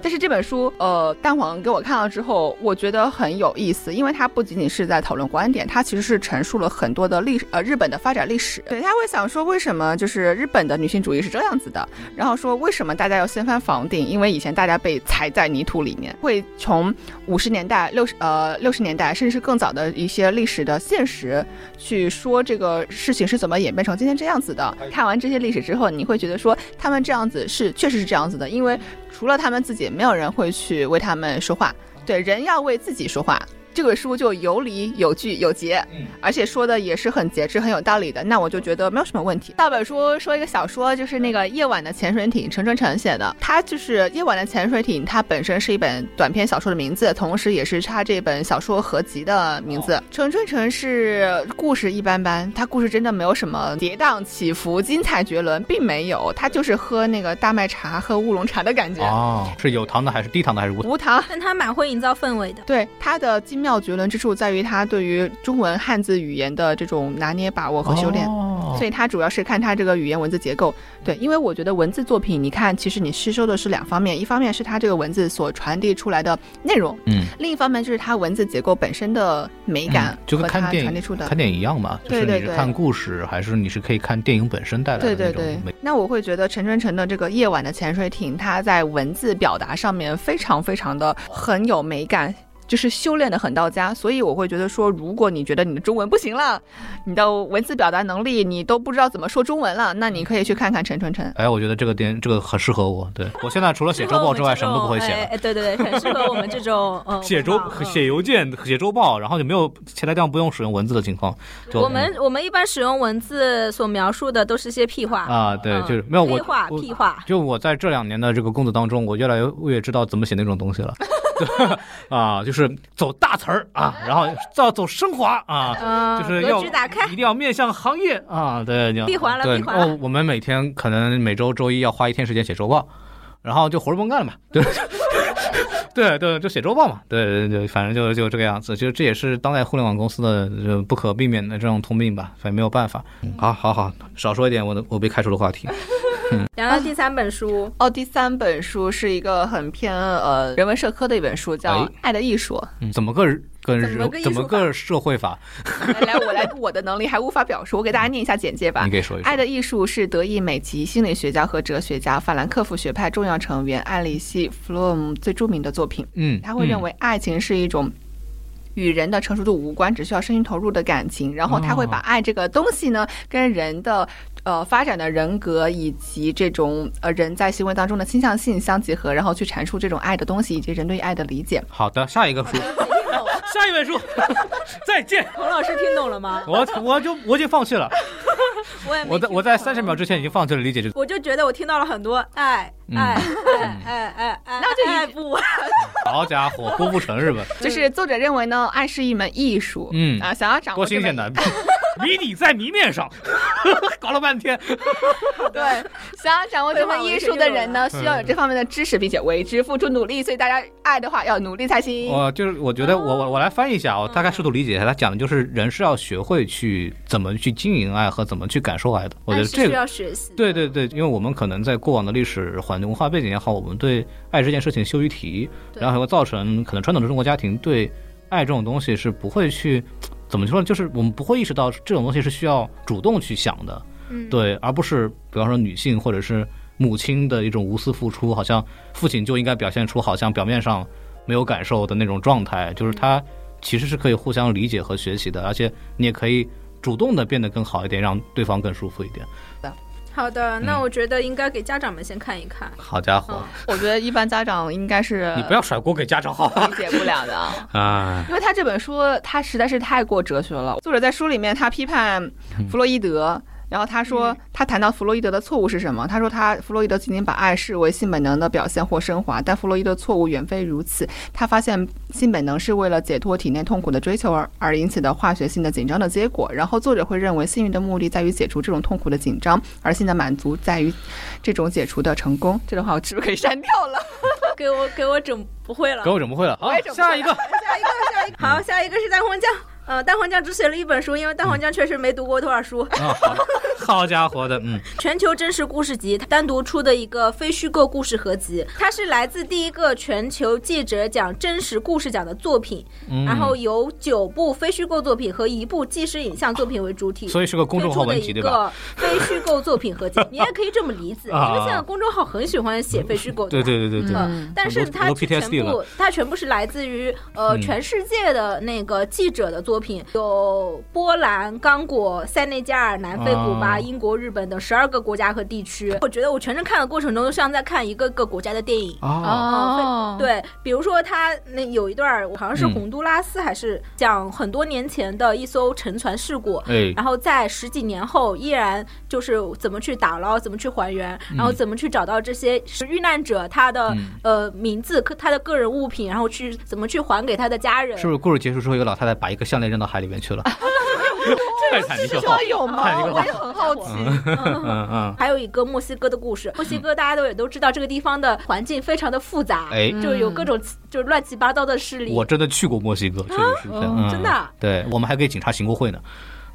Speaker 2: 但是这本书，呃，蛋黄给我看了之后，我觉得很有意思，因为它不仅仅是在讨论观点，它其实是陈述了很多的历史，呃，日本的发展历史。对，他会想说，为什么就是日本的女性主义是这样子的？然后说为什么大家要掀翻房顶？因为以前大家被踩在泥土里面，会从五十年代、六十呃六十年代，甚至是更早的一些历史的现实去说这个事情是怎么演变成今天这样子的。看完这些历史之后，你会觉得说他们这样子是确实是这样子的，因为除了他们自己，没有人会去为他们说话。对，人要为自己说话。这个书就有理有据有节，而且说的也是很节制、很有道理的，那我就觉得没有什么问题。大本说说一个小说，就是那个《夜晚的潜水艇》，陈春成写的。它就是《夜晚的潜水艇》，它本身是一本短篇小说的名字，同时也是它这本小说合集的名字。陈春成是故事一般般，他故事真的没有什么跌宕起伏、精彩绝伦，并没有。他就是喝那个大麦茶、喝乌龙茶的感觉，
Speaker 3: 哦，是有糖的还是低糖的还是无糖？
Speaker 2: 无糖。
Speaker 1: 但他蛮会营造氛围的。
Speaker 2: 对它的精妙绝伦之处在于它对于中文汉字语言的这种拿捏把握和修炼。
Speaker 3: 哦
Speaker 2: 所以它主要是看它这个语言文字结构，对，因为我觉得文字作品，你看，其实你吸收的是两方面，一方面是它这个文字所传递出来的内容，
Speaker 3: 嗯，
Speaker 2: 另一方面就是它文字结构本身的美感
Speaker 3: 嗯就
Speaker 2: 和
Speaker 3: 跟
Speaker 2: 它
Speaker 3: 看电
Speaker 2: 传递
Speaker 3: 影
Speaker 2: 出的。
Speaker 3: 看电影一样嘛，就
Speaker 2: 对
Speaker 3: 是
Speaker 2: 对
Speaker 3: 你是
Speaker 2: 对
Speaker 3: 看故事，还是你是可以看电影本身带来
Speaker 2: 对
Speaker 3: 的
Speaker 2: 对
Speaker 3: 那种
Speaker 2: 对
Speaker 3: 美？，
Speaker 2: 那我会觉得陈春成的这个夜晚的潜水艇，它在文字表达上面非常非常的很有美感。就是修炼的很到家，所以我会觉得说，如果你觉得你的中文不行了， 你的文字表达能力你都不知道怎么说中文了，那你可以去看看陈春成。
Speaker 3: 哎，我觉得这个电这个很适合我。对我现在除了写周报之外，什么都不会写
Speaker 1: 哎
Speaker 3: 了。
Speaker 1: 哎对对对，很适合我们这 种呃
Speaker 3: 写周
Speaker 1: 文盲嗯
Speaker 3: 写邮件、写周报，然后就没有其他地方不用使用文字的情况。就
Speaker 1: 我们我们一般使用文字所描述的都是些屁话
Speaker 3: 嗯啊，对，
Speaker 1: 嗯
Speaker 3: 就是没有我
Speaker 1: 黑
Speaker 2: 哎
Speaker 1: 话
Speaker 3: 我
Speaker 1: 屁话。
Speaker 3: 就我在这两年的这个工作当中，我越来越知道怎么写那种东西 了。 对啊，就是走大词儿啊，然后要走升华啊，
Speaker 1: 嗯，
Speaker 3: 就是
Speaker 1: 格
Speaker 3: 要
Speaker 1: 局打开
Speaker 3: 一定要面向行业啊，对，你要
Speaker 1: 闭环了
Speaker 3: 对
Speaker 1: 闭环了
Speaker 3: 哦，我们每天可能每周周一要花一天时间写周报，然后就活着甭干了嘛， 对。对对，就写周报嘛，对对对，反正就就这个样子，就这也是当代互联网公司的呃不可避免的这种通病吧，反正没有办法。好，好，好，少说一点我的我被开除的话题。
Speaker 1: 聊聊第三本书，
Speaker 2: 哦，第三本书是一个很偏呃人文社科的一本书，叫
Speaker 3: 哎
Speaker 2: 《爱的艺术
Speaker 3: 嗯怎么个跟
Speaker 1: 怎么个艺术
Speaker 3: 怎么个社会法？》。
Speaker 2: 来，我来，我的能力还无法表述，我给大家念一下简介吧
Speaker 3: 你。给说一
Speaker 2: 《
Speaker 1: 哎
Speaker 2: 爱
Speaker 3: 说。
Speaker 2: 的艺术》是德意美籍心理学家和哲学家法兰克福学派重要成员艾里希·弗洛姆最著名的作品。
Speaker 3: 嗯，
Speaker 2: 他会认为爱情是一种与人的成熟度无关，只需要深情投入的感情。然后他
Speaker 3: 哦
Speaker 2: 会把爱这个东西呢，跟人的呃发展的人格以及这种呃人在行为当中的倾向性相结合，然后去阐述这种爱的东西以及人对爱的理解
Speaker 3: 嗯。好的，下一个 书，下一本书， 再见。
Speaker 1: 孔老师听懂了吗？
Speaker 3: 我我就我已经放弃了，
Speaker 1: 我也 没
Speaker 3: 我在
Speaker 1: 听
Speaker 3: 我在
Speaker 1: 懂
Speaker 3: 三十秒之前已经放弃了理解这个。
Speaker 1: 我就觉得我听到了很多爱
Speaker 3: 嗯
Speaker 1: 爱爱爱爱爱，
Speaker 2: 那就已
Speaker 1: 爱 不完。
Speaker 3: 好家伙，郭富城是吧？
Speaker 2: 就是作者认为呢，爱是一门艺术。
Speaker 3: 嗯
Speaker 2: 啊，想要掌握
Speaker 3: 多新
Speaker 2: 这门
Speaker 3: 鲜的，迷你在谜面上， 搞了半天。
Speaker 2: 对，想要掌握这门艺术的人呢，
Speaker 3: 对
Speaker 2: 需要有这方面的知识，并且为之付出努力。所以大家爱的话要努力才行。
Speaker 3: 我就是我觉得我我我来翻译一下，我大概试图理解一下，他讲的就是人是要学会去怎么去经营爱和怎么去感受爱的。我觉
Speaker 1: 爱
Speaker 3: 得
Speaker 1: 是
Speaker 3: 这
Speaker 1: 需
Speaker 3: 个。
Speaker 1: 要学习。
Speaker 3: 对对对，因为我们可能在过往的历史环境、文化背景也好，我们对爱这件事情羞于提，
Speaker 1: 对
Speaker 3: 然后还会造成可能传统的中国家庭对爱这种东西是不会去怎么说呢？就是我们不会意识到这种东西是需要主动去想的，
Speaker 1: 嗯，
Speaker 3: 对，而不是比方说女性或者是母亲的一种无私付出，好像父亲就应该表现出好像表面上没有感受的那种状态，就是
Speaker 1: 嗯
Speaker 3: 他其实是可以互相理解和学习的，而且你也可以主动的变得更好一点，让对方更舒服一点。
Speaker 1: 好的，那
Speaker 3: 嗯
Speaker 1: 我觉得应该给家长们先看一看。
Speaker 3: 好家
Speaker 1: 嗯
Speaker 3: 伙，
Speaker 2: 我觉得一般家长应该是
Speaker 3: 你不要甩锅给家长好吧？
Speaker 2: 理解不了的，
Speaker 3: 啊，
Speaker 2: 因为他这本书他实在是太过哲学了。作者在书里面他批判
Speaker 3: 嗯
Speaker 2: 弗洛伊德。然后他说
Speaker 1: 嗯，
Speaker 2: 他谈到弗洛伊德的错误是什么？他说他弗洛伊德仅仅把爱视为性本能的表现或升华，但弗洛伊德错误远非如此。他发现性本能是为了解脱体内痛苦的追求而而引起的化学性的紧张的结果。然后作者会认为，性欲的目的在于解除这种痛苦的紧张，而性的满足在于这种解除的成功。这段话我是不是可以删掉了？
Speaker 1: 给我给我整不会了
Speaker 3: 给。我整不会了。好
Speaker 2: 我也，整不会
Speaker 3: 下一个，
Speaker 1: 下一个，下一
Speaker 3: 嗯
Speaker 1: 个，好，下一个是蛋黄酱。呃，蛋黄酱只写了一本书，因为蛋黄酱确实没读过多少 书。
Speaker 3: 啊，好，好家伙的，嗯，
Speaker 1: 全球真实故事集单独出的一个非虚构故事合集，它是来自第一个全球记者奖真实故事奖的作品，
Speaker 3: 嗯
Speaker 1: 然后由九部非虚构作品和一部纪实影像作品为主体。
Speaker 3: 所以是个公众号文集对吧？？
Speaker 1: 非虚构作品合集，你也可以这么理解，因
Speaker 3: 啊
Speaker 1: 为现在公众号很喜欢写非虚构。
Speaker 3: 对
Speaker 1: 吧。
Speaker 3: 对对对对，
Speaker 1: 嗯，但是
Speaker 3: 很多
Speaker 1: 它
Speaker 3: 很多
Speaker 1: 全
Speaker 3: PTSD
Speaker 1: 部
Speaker 3: 了
Speaker 1: 它全部是来自于呃
Speaker 3: 嗯
Speaker 1: 全世界的那个记者的作品，有波兰、刚果、塞内加尔、南非、
Speaker 3: 啊
Speaker 1: 古巴、英国、日本等十二个国家和地区。我觉得我全程看的过程中，就像在看一个个国家的电影。
Speaker 3: 啊，
Speaker 2: 哦，
Speaker 1: 对，比如说他那有一段儿，好像是
Speaker 3: 嗯
Speaker 1: 洪都拉斯，还是讲很多年前的一艘沉船事故，
Speaker 3: 哎，
Speaker 1: 然后在十几年后依然就是怎么去打捞，怎么去还原，然后怎么去找到这些遇难者他的、
Speaker 3: 嗯
Speaker 1: 呃名字、个他的个人物品，然后去怎么去还给他的家人。
Speaker 3: 是不是故事结束之后，有个老太太把一个项链扔到海里面去了？泰坦尼克
Speaker 2: 需
Speaker 3: 号
Speaker 2: 要，有
Speaker 3: 看
Speaker 2: 吗？
Speaker 3: 一个
Speaker 2: 我也很好奇。
Speaker 3: 嗯嗯，
Speaker 1: 还有一个墨西哥的故事，墨西哥大家都也都知道，这个地方的环境非常的复杂，
Speaker 3: 哎，
Speaker 1: 就有各种就是乱七八糟的势力。啊
Speaker 3: 我真的去过墨西哥，确实是这样，嗯
Speaker 1: 真的啊
Speaker 3: 对我们还给警察行过贿呢，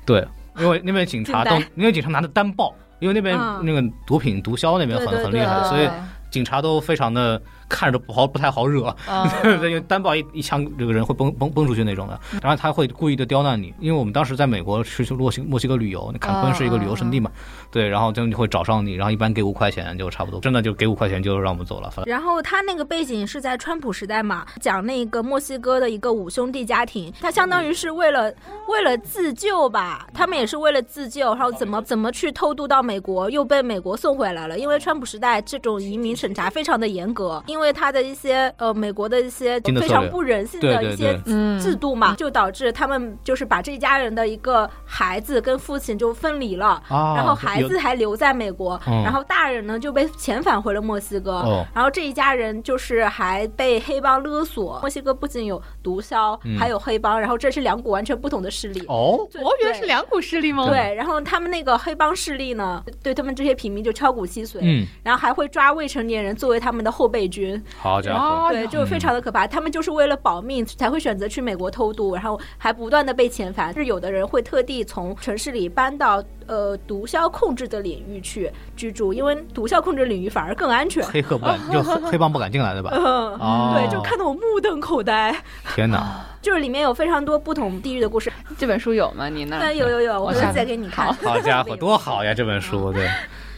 Speaker 3: 对，因为那边警察
Speaker 1: 近代
Speaker 3: 都，因为警察拿的单报，因为那边
Speaker 1: 嗯
Speaker 3: 那个毒品毒枭那边很
Speaker 1: 对对
Speaker 3: 很
Speaker 1: 对
Speaker 3: 厉害，
Speaker 1: 啊
Speaker 3: 所以警察都非常的看着不好不太好惹，
Speaker 1: 哦
Speaker 3: 对因为单报一一枪，这个人会崩崩崩出去那种的。
Speaker 1: 嗯
Speaker 3: 然后他会故意的刁难你，因为我们当时在美国去去墨西墨西哥旅游，那坎昆是一个旅游胜地嘛，
Speaker 1: 哦
Speaker 3: 对，然后他们就会找上你，然后一般给五块钱就差不多，真的就给五块钱就让我们走了。反正
Speaker 1: 然后他那个背景是在川普时代嘛，讲那个墨西哥的一个五兄弟家庭，他相当于是为了为了自救吧，他们也是为了自救，然后怎
Speaker 3: 哦
Speaker 1: 么怎么去偷渡到美国，又被美国送回来了。因为川普时代这种移民审查非常的严格，因为他的一些呃美国的一些
Speaker 3: 新的
Speaker 1: 非
Speaker 3: 策
Speaker 1: 常
Speaker 3: 略
Speaker 1: 不人性
Speaker 3: 对
Speaker 1: 的
Speaker 3: 对
Speaker 1: 一些
Speaker 3: 对
Speaker 2: 嗯
Speaker 1: 制度嘛，就导致他们就是把这一家人的一个孩子跟父亲就分离了，
Speaker 3: 啊
Speaker 1: 然后孩
Speaker 3: 有
Speaker 1: 子还留在美国，
Speaker 3: 嗯
Speaker 1: 然后大人呢就被遣返回了墨西哥。
Speaker 3: 哦
Speaker 1: 然后这一家人就是还被黑帮勒索。墨西哥不仅有毒枭，
Speaker 3: 嗯
Speaker 1: 还有黑帮，然后这是两股完全不同的势力。
Speaker 3: 哦，
Speaker 1: 对
Speaker 2: 我原来是两股势力吗？
Speaker 3: 对
Speaker 1: 对，然后他们那个黑帮势力呢，对他们这些平民就敲骨吸髓，
Speaker 3: 嗯，
Speaker 1: 然后还会抓未成年人作为他们的后备军，
Speaker 3: 好家伙，
Speaker 2: 哦，
Speaker 1: 对，就非
Speaker 3: 嗯
Speaker 1: 常的可怕。他们就是为了保命才会选择去美国偷渡，然后还不断的被遣返。是有的人会特地从城市里搬到呃毒枭控制的领域去居住，因为毒枭控制领域反而更安全。
Speaker 3: 黑客不敢，就黑黑帮不敢进来对吧？
Speaker 1: 嗯，
Speaker 3: 哦
Speaker 1: 对，就看得我目瞪口呆。
Speaker 3: 天哪，
Speaker 1: 就是里面有非常多不同地域的故事。哎
Speaker 2: 这本书有吗？你那
Speaker 1: 对，有有有，我
Speaker 2: 我
Speaker 1: 回头
Speaker 2: 想
Speaker 1: 再给你看。
Speaker 3: 嗯 好家伙，多好呀！这本
Speaker 1: 嗯
Speaker 3: 书对。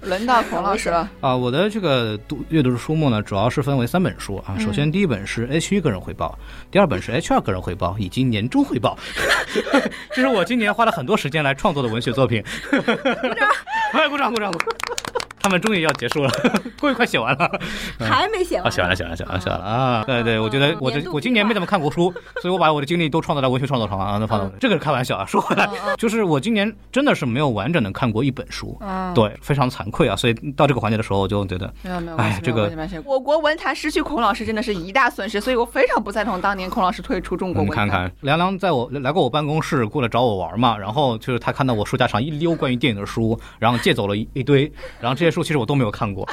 Speaker 2: 轮到孔老师了。
Speaker 3: 啊，我的这个读阅读的书目呢，主要是分为三本书
Speaker 1: 嗯
Speaker 3: 啊。首先，第一本是 H 一个人汇报，第二本是 H 二个人汇报以及年终汇 报，这是我今年花了很多时间来创作的文学作品。哎，鼓掌鼓掌鼓掌！他们终于要结束了， 终于快写完了。
Speaker 1: 还没写完
Speaker 3: 啊，
Speaker 1: 呢，
Speaker 3: 写完了，写完了，写完了，写完了啊！对对，我觉得我
Speaker 1: 年
Speaker 3: 这
Speaker 1: 度
Speaker 3: 我今
Speaker 1: 计
Speaker 3: 年没
Speaker 1: 划
Speaker 3: 怎么看过书， 所以我把我的精力都创造在文学创作上了啊。那放到这个是开玩笑啊，说回来，就是我今年真的是没有完整的看过一本书，
Speaker 2: 嗯，
Speaker 3: 对，非常惭愧啊。所以到这个环节的时候，我就觉得
Speaker 2: 没有没有，
Speaker 3: 哎
Speaker 2: 没有
Speaker 3: 这个
Speaker 2: 没有没有我国文坛失去孔老师真的是一大损失，所以我非常不赞同当年孔老师退出中国
Speaker 3: 你
Speaker 2: 文
Speaker 3: 嗯
Speaker 2: 坛。
Speaker 3: 看看，梁梁在我来过我办公室过来找我玩嘛，然后就是他看到我书架上一溜关于电影的书，然后借走了一 一堆，然后这些书其实我都没有看过。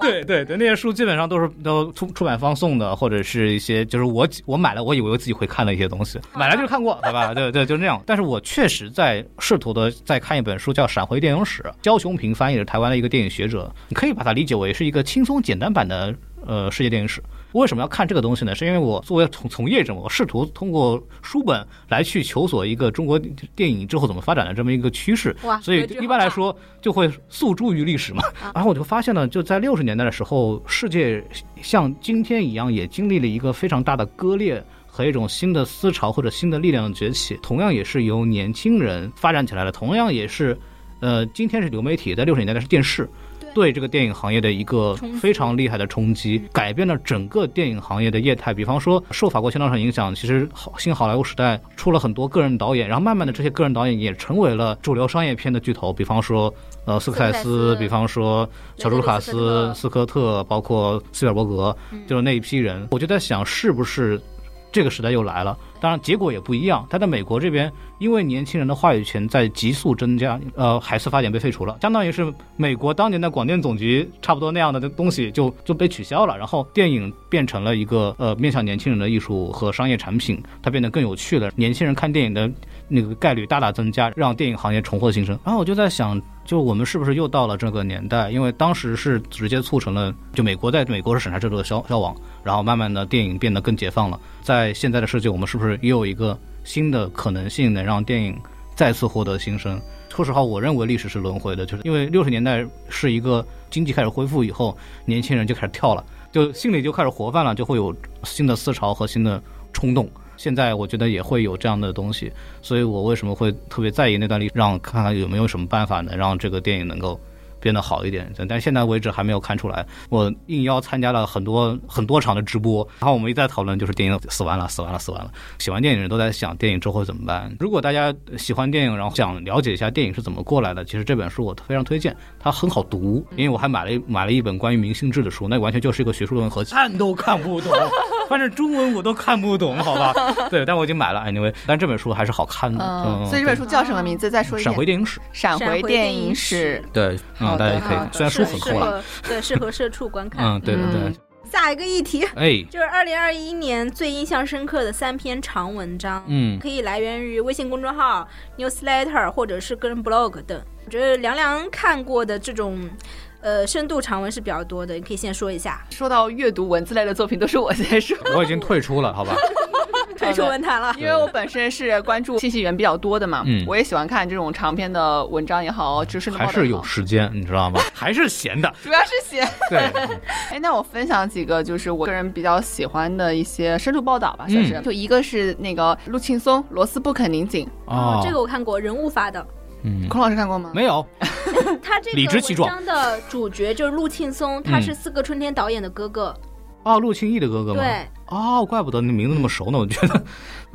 Speaker 3: 对对对，那些书基本上都是都出出版方送的，或者是一些就是我我买了，我以为我自己会看的一些东西，买来就是看过，好吧？ 对对，就那样。但是我确实在试图的在看一本书叫《闪回电影史》，焦雄平翻译的台湾的一个电影学者，你可以把它理解为是一个轻松简单版的呃世界电影史。为什么要看这个东西呢？是因为我作为从从业者，我试图通过书本来去求索一个中国电影之后怎么发展的这么一个趋势。
Speaker 1: 哇
Speaker 3: 所以
Speaker 1: 格局
Speaker 3: 一般来
Speaker 1: 好大
Speaker 3: 说就会诉诸于历史嘛。然后我就发现呢，就在六十年代的时候，世界像今天一样，也经历了一个非常大的割裂。和一种新的思潮或者新的力量的崛起，同样也是由年轻人发展起来的，同样也是，呃，今天是流媒体，在六十年代是电视，对嗯这个电影行业的一个非常厉害的冲击，改变了整个电影行业的业态。比方说，受法国前导厂影响，其实好新好莱坞时代出了很多个人导演，然后慢慢的这些个人导演也成为了主流商业片的巨头。比方说，呃，斯科塞斯，
Speaker 1: 斯
Speaker 3: 比方说乔治卢卡
Speaker 1: 雷德利
Speaker 3: 斯、
Speaker 1: 斯
Speaker 3: 斯科特，嗯包括斯皮尔伯格，就是那一批人。我就在想，是不是这个时代又来了。当然，结果也不一样。他在美国这边，因为年轻人的话语权在急速增加，呃，海思法典被废除了，相当于是美国当年的广电总局差不多那样的东西就就被取消了。然后电影变成了一个呃面向年轻人的艺术和商业产品，它变得更有趣了。年轻人看电影的那个概率大大增加，让电影行业重获新生。然后我就在想，就我们是不是又到了这个年代？因为当时是直接促成了，就美国在美国是审查制度的消消亡，然后慢慢的电影变得更解放了。在现在的世界，我们是不是也有一个新的可能性，能让电影再次获得新生？说实话，我认为历史是轮回的，就是因为六十年代是一个经济开始恢复以后，年轻人就开始跳了，就心里就开始活泛了，就会有新的思潮和新的冲动。现在我觉得也会有这样的东西，所以我为什么会特别在意那段历史，让看看有没有什么办法能让这个电影能够变得好一点。但但现在为止还没有看出来。我应邀参加了很多很多场的直播，然后我们一再讨论，就是电影死完了，死完了，死完了。喜欢电影的人都在想电影之后怎么办。如果大家喜欢电影，然后想了解一下电影是怎么过来的，其实这本书我非常推荐，它很好读，因为我还买了一买了一本关于明星制的书，那完全就是一个学术论文 合集，看都看不懂。反正中文我都看不懂，好 吧？对，但我已经买了，anyway。但这本书还是好看的，嗯，
Speaker 2: 哦所以这本书叫什么名字？再说
Speaker 3: 对
Speaker 2: 一
Speaker 3: 闪
Speaker 2: 遍
Speaker 3: 回。电影史，
Speaker 2: 闪
Speaker 1: 闪
Speaker 2: 回
Speaker 1: 回
Speaker 2: 电
Speaker 1: 电
Speaker 2: 影
Speaker 1: 影
Speaker 2: 史
Speaker 1: 史，
Speaker 3: 对，
Speaker 2: 好
Speaker 3: 嗯，
Speaker 2: 的
Speaker 3: 大家也可以
Speaker 2: 好的，
Speaker 3: 虽然书
Speaker 1: 是
Speaker 3: 很
Speaker 1: 适
Speaker 3: 厚了，
Speaker 1: 合对适合社畜观看。
Speaker 3: 嗯，对对对，
Speaker 1: 下一个议题，
Speaker 3: 哎，
Speaker 1: 就是二零二一年最印象深刻的三篇长文章，
Speaker 3: 嗯
Speaker 1: 可以来源于微信公众号、newsletter 或者是个人 blog 等。我觉得凉凉看过的这种，呃，深度长文是比较多的，你可以先说一下，
Speaker 2: 说到阅读文字类的作品，都是我先 说，
Speaker 3: 我已经退出了，好 吧？
Speaker 1: 退出文坛了。
Speaker 2: 因为我本身是关注信息源比较多的嘛，
Speaker 3: 嗯
Speaker 2: 我也喜欢看这种长篇的文章也好，知识的报
Speaker 3: 还
Speaker 2: 道也好
Speaker 3: 是有时间，你知道吗？ 还是闲的，
Speaker 2: 主要是写。
Speaker 3: 对，
Speaker 2: 哎，那我分享几个就是我个人比较喜欢的一些深度报道吧，算是。
Speaker 3: 嗯
Speaker 2: 就一个是那个陆庆松罗斯不肯拧紧，
Speaker 3: 哦，
Speaker 1: 这个我看过，人物发的，
Speaker 3: 嗯，
Speaker 2: 孔老师看过吗？
Speaker 3: 没有，
Speaker 1: 他这个
Speaker 3: 理直气壮嗯
Speaker 1: 文章的主角就是陆庆松，他是四个春天导演的哥哥，
Speaker 3: 哦，陆庆义的哥哥吗？
Speaker 1: 对，
Speaker 3: 哦，怪不得你名字那么熟呢，我觉得。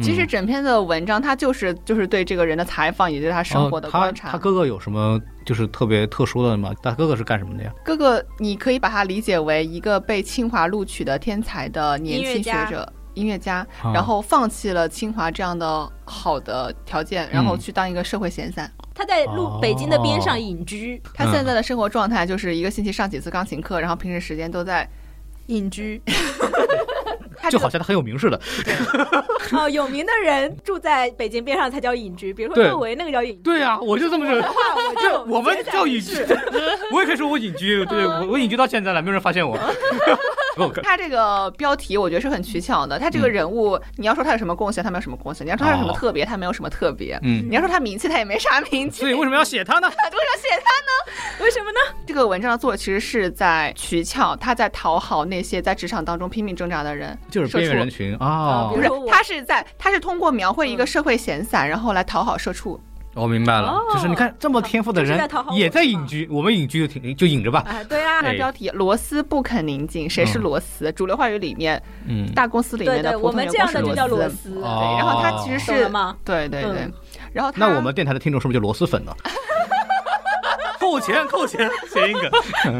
Speaker 2: 其
Speaker 3: 嗯
Speaker 2: 实整篇的文章，它就是就是对这个人的采访，也对他生活的
Speaker 3: 哦他
Speaker 2: 观察。
Speaker 3: 他哥哥有什么就是特别特殊的吗？他哥哥是干什么的呀？
Speaker 2: 哥哥，你可以把它理解为一个被清华录取的天才的年轻学者。音乐家，
Speaker 3: 啊
Speaker 2: 然后放弃了清华这样的好的条件，然
Speaker 3: 嗯
Speaker 2: 后去当一个社会闲散。
Speaker 1: 他在路
Speaker 3: 哦
Speaker 1: 北京的边上隐居，
Speaker 2: 他
Speaker 3: 嗯
Speaker 2: 现在的生活状态就是一个星期上几次钢琴课，然后平时时间都在
Speaker 1: 隐居。
Speaker 2: 他这
Speaker 3: 就
Speaker 2: 个
Speaker 3: 好像他很有名似的。
Speaker 1: 哦，有名的人住在北京边上才叫隐居，比如说
Speaker 3: 对
Speaker 1: 窦唯那个叫隐居。
Speaker 3: 对呀、我就这么认为。
Speaker 1: 我
Speaker 3: 这
Speaker 1: 就
Speaker 3: 我们叫隐居， 我也可以说我隐 居，对我我隐居到现在了，没有人发现我。我
Speaker 2: 他这个标题我觉得是很取巧的。他这个人物，你要说他有什么贡献，他没有什么贡献；你要说他有什么
Speaker 3: 嗯哦
Speaker 2: 特别，他没有什么特别；
Speaker 3: 嗯，
Speaker 2: 你要说他名气，他也没啥名气。
Speaker 3: 所以为什么要写他呢？
Speaker 2: 他多少写他
Speaker 1: 为什么呢？
Speaker 2: 这个文章的作者其实是在取巧，他在讨好那些在职场当中拼命挣扎的人，
Speaker 3: 就是边缘人群啊
Speaker 1: 比如
Speaker 2: 不是
Speaker 1: 说我
Speaker 2: 他是在他是通过描绘一个社会闲散，
Speaker 1: 嗯
Speaker 2: 然后来讨好社畜。
Speaker 3: 我明白了
Speaker 1: 哦，
Speaker 3: 就是你看这么天赋的
Speaker 1: 就是
Speaker 3: 人
Speaker 1: 在讨好我
Speaker 3: 也在
Speaker 1: 是吗
Speaker 3: 隐居，我们隐居就挺就隐着吧。
Speaker 1: 啊，对啊，
Speaker 2: 看标题：螺丝不肯拧紧，谁是
Speaker 3: 嗯
Speaker 2: 螺丝？主流话语里面，
Speaker 3: 嗯，
Speaker 2: 大公司里面
Speaker 1: 对
Speaker 2: 的
Speaker 1: 对，
Speaker 2: 普
Speaker 1: 我
Speaker 2: 通
Speaker 1: 们
Speaker 2: 员
Speaker 1: 这样
Speaker 2: 工
Speaker 1: 的
Speaker 2: 是
Speaker 1: 就叫嗯螺
Speaker 2: 螺丝。
Speaker 1: 丝，
Speaker 3: 哦
Speaker 2: 对，然后他其实
Speaker 1: 懂了
Speaker 2: 是，
Speaker 1: 吗？
Speaker 2: 哎对对对
Speaker 1: 嗯，
Speaker 2: 然后他
Speaker 3: 那我们电台的听众是不是就螺蛳粉呢？ 扣钱，扣钱，谐音梗。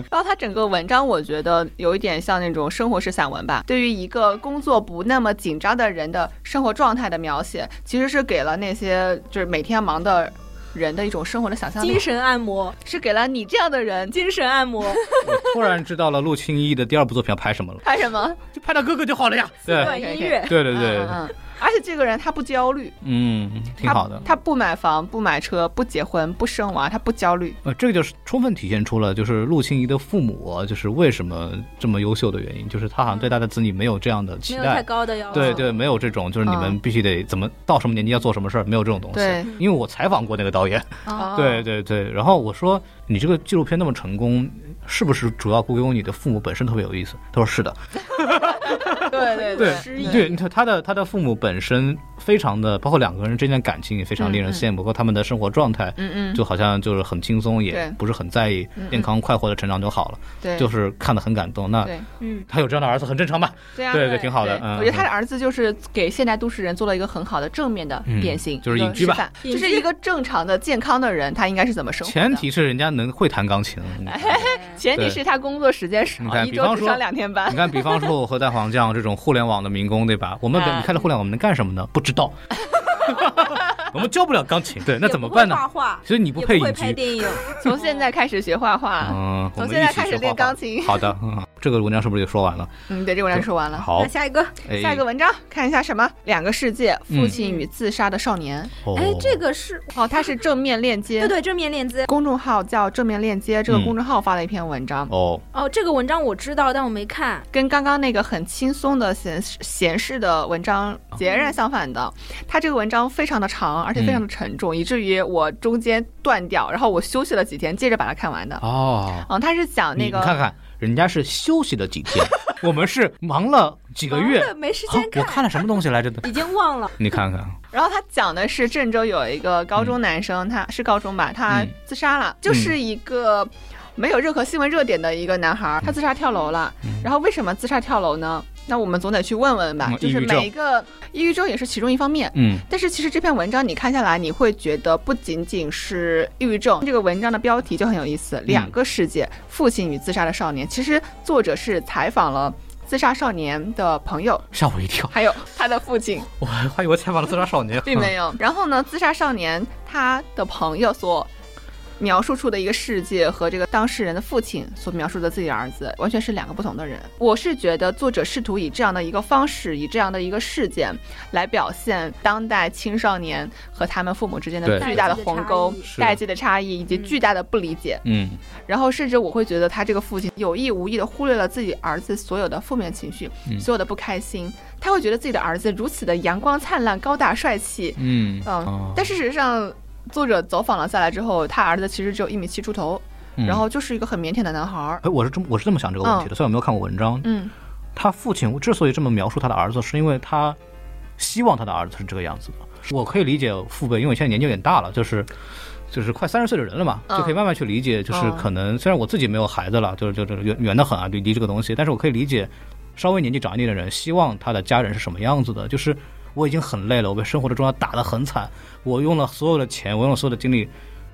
Speaker 2: 然后他整个文章，我觉得有一点像那种生活式散文吧，对于一个工作不那么紧张的人的生活状态的描写，其实是给了那些就是每天忙的人的一种生活的想象力
Speaker 1: 精，神按摩，
Speaker 2: 是给了你这样的人
Speaker 1: 精神按摩，
Speaker 3: 我突然知道了陆庆义的第二部作品要拍什么了，
Speaker 2: 拍什么？
Speaker 3: 就拍他哥哥就好了呀。对，
Speaker 1: 管音乐，
Speaker 3: 对对对，
Speaker 2: 嗯，嗯而且这个人他不焦虑，
Speaker 3: 嗯，挺好的
Speaker 2: 他。他不买房，不买车，不结婚，不生娃，他不焦虑。
Speaker 3: 呃，这个就是充分体现出了，就是陆庆义的父母啊，就是为什么这么优秀的原因，就是他好像对他的子女没有这样的期
Speaker 1: 没有太
Speaker 3: 待。
Speaker 1: 高的要求。
Speaker 3: 对对，没有这种，就是你们
Speaker 2: 哦嗯
Speaker 3: 必须得怎么到什么年纪要做什么事儿，没有这种东西。
Speaker 2: 对，
Speaker 3: 因为我采访过那个导演，
Speaker 2: 哦
Speaker 3: 对，对对，然后我说你这个纪录片那么成功，是不是主要归功于你的父母本身特别有意思？他说是的，
Speaker 2: 对对
Speaker 3: 对
Speaker 1: 失忆
Speaker 3: 对，你看他的他的父母本身非常的，包括两个人之间的感情也非常令人羡慕，包括他们的生活状态，
Speaker 2: 嗯嗯，
Speaker 3: 就好像就是很轻松，也
Speaker 2: 对
Speaker 3: 不是很在意
Speaker 2: 嗯嗯
Speaker 3: 健康快活的成长就好了，
Speaker 2: 对，
Speaker 3: 就是看得很感动。那
Speaker 2: 对
Speaker 1: 嗯，
Speaker 3: 他有这样的儿子很正常吧？
Speaker 2: 对啊，
Speaker 3: 对对挺好的嗯
Speaker 2: 我觉得他的儿子就是给现代都市人做了一个很好的正面的
Speaker 3: 嗯
Speaker 2: 典型，
Speaker 3: 就是
Speaker 2: 一个
Speaker 3: 隐居吧
Speaker 2: 示范，
Speaker 1: 隐居
Speaker 2: 就是一个正常的、健康的人，他应该是怎么生活的。
Speaker 3: 前提是人家能会弹钢琴。
Speaker 2: 前提
Speaker 3: 对
Speaker 2: 是他工作时间少
Speaker 3: 你，看
Speaker 2: 一
Speaker 3: 比
Speaker 2: 周
Speaker 3: 方
Speaker 2: 只
Speaker 3: 说嗯
Speaker 2: 上两天 班
Speaker 3: 你。看，比方说我和蛋黄酱这种互联网的民工，对吧？我们
Speaker 2: 啊
Speaker 3: 你看了互联网，我们能干什么呢？不知道，我们教不了钢琴，对，那
Speaker 1: 也
Speaker 3: 怎么
Speaker 1: 不会
Speaker 3: 办呢？
Speaker 1: 画画，
Speaker 3: 所以你
Speaker 1: 也
Speaker 3: 不
Speaker 1: 不
Speaker 3: 配
Speaker 1: 会
Speaker 3: 隐
Speaker 1: 拍
Speaker 3: 居。
Speaker 1: 电影，
Speaker 2: 从现在开始学画画，
Speaker 3: 嗯，我
Speaker 2: 从
Speaker 3: 们
Speaker 2: 现
Speaker 3: 一
Speaker 2: 在
Speaker 3: 起
Speaker 2: 开始
Speaker 3: 学
Speaker 2: 练
Speaker 3: 画
Speaker 2: 钢
Speaker 3: 画。
Speaker 2: 琴。
Speaker 3: 好的，嗯这个文章是不是就说完了？
Speaker 2: 嗯，对，这个文章说完了。
Speaker 3: 好
Speaker 1: 那，下一个，
Speaker 3: 哎
Speaker 2: 下一个文章看一下什么？两个世界：
Speaker 3: 嗯
Speaker 2: 父亲与自杀的少年。
Speaker 3: 哦
Speaker 1: 哎，这个是
Speaker 2: 哦，它是正面链接。
Speaker 1: 对对正面链接
Speaker 2: 公众号叫正面链接，这个
Speaker 3: 嗯
Speaker 2: 公众号发了一篇文章，
Speaker 3: 哦，
Speaker 1: 哦，这个文章我知道，但我没看。
Speaker 2: 跟刚刚那个很轻松的闲闲适的文章截然相反的。它这个文章非常的长，而且非常的
Speaker 3: 嗯
Speaker 2: 沉重，以至于我中间断掉，然后我休息了几天，接着把它看完的。
Speaker 3: 哦，
Speaker 2: 嗯，它是讲
Speaker 3: 你
Speaker 2: 那
Speaker 3: 你
Speaker 2: 个
Speaker 3: 看看，人家是休息了几天， 我们是忙了几个月。
Speaker 1: 忙得没时
Speaker 3: 啊
Speaker 1: 间，
Speaker 3: 我
Speaker 1: 看，
Speaker 3: 看了什么东西来着的？
Speaker 1: 已经忘了。
Speaker 3: 你看看，
Speaker 2: 然后他讲的是郑州有一个高中男生，他是高中吧，他
Speaker 3: 嗯
Speaker 2: 自杀了，就是一个没有任何新闻热点的一个男孩儿，他自杀跳楼了。然后为什么自杀跳楼呢？那我们总得去问问吧
Speaker 3: 嗯，
Speaker 2: 就是
Speaker 3: 抑郁症
Speaker 2: 每一个抑郁症也是其中一方面。
Speaker 3: 嗯
Speaker 2: 但是其实这篇文章你看下来，你会觉得不仅仅是抑郁症，这个文章的标题就很有意
Speaker 3: 嗯
Speaker 2: 思，《两个世界：父亲与自杀的少年》。其实作者是采访了自杀少年的朋友，
Speaker 3: 吓我一跳，
Speaker 2: 还有他的父亲，
Speaker 3: 我还以为采访了自杀少年，
Speaker 2: 并没有。然后呢，自杀少年他的朋友所。描述出的一个世界和这个当事人的父亲所描述的自己的儿子，完全是两个不同的人。我是觉得作者试图以这样的一个方式，以这样的一个事件，来表现当代青少年和他们父母之间的
Speaker 3: 对
Speaker 2: 巨大的鸿沟
Speaker 1: 代际的差异、
Speaker 3: 是的
Speaker 2: 代际的差异以及巨大的不理解。
Speaker 3: 嗯
Speaker 2: 然后甚至我会觉得他这个父亲有意无意的忽略了自己儿子所有的负面情绪，
Speaker 3: 嗯
Speaker 2: 所有的不开心。他会觉得自己的儿子如此的阳光灿烂、高大帅气，
Speaker 3: 嗯
Speaker 2: 嗯
Speaker 3: 哦
Speaker 2: 但事实上，作者走访了下来之后，他儿子其实只有一米七出头，
Speaker 3: 嗯
Speaker 2: 然后就是一个很腼腆的男孩儿。
Speaker 3: 哎，我是这么我是这么想这个问题的，虽然我没有看过文章，
Speaker 2: 嗯，
Speaker 3: 他父亲之所以这么描述他的儿子，是因为他希望他的儿子是这个样子的。我可以理解父辈，因为我现在年纪有点大了，就是就是快三十岁的人了嘛，
Speaker 2: 嗯
Speaker 3: 就可以慢慢去理解。就是
Speaker 2: 嗯
Speaker 3: 可能虽然我自己没有孩子了，就是就是远远得很啊，离离这个东西，但是我可以理解稍微年纪长一点的人，希望他的家人是什么样子的。就是我已经很累了，我被生活的重压打得很惨，我用了所有的钱，我用了所有的精力。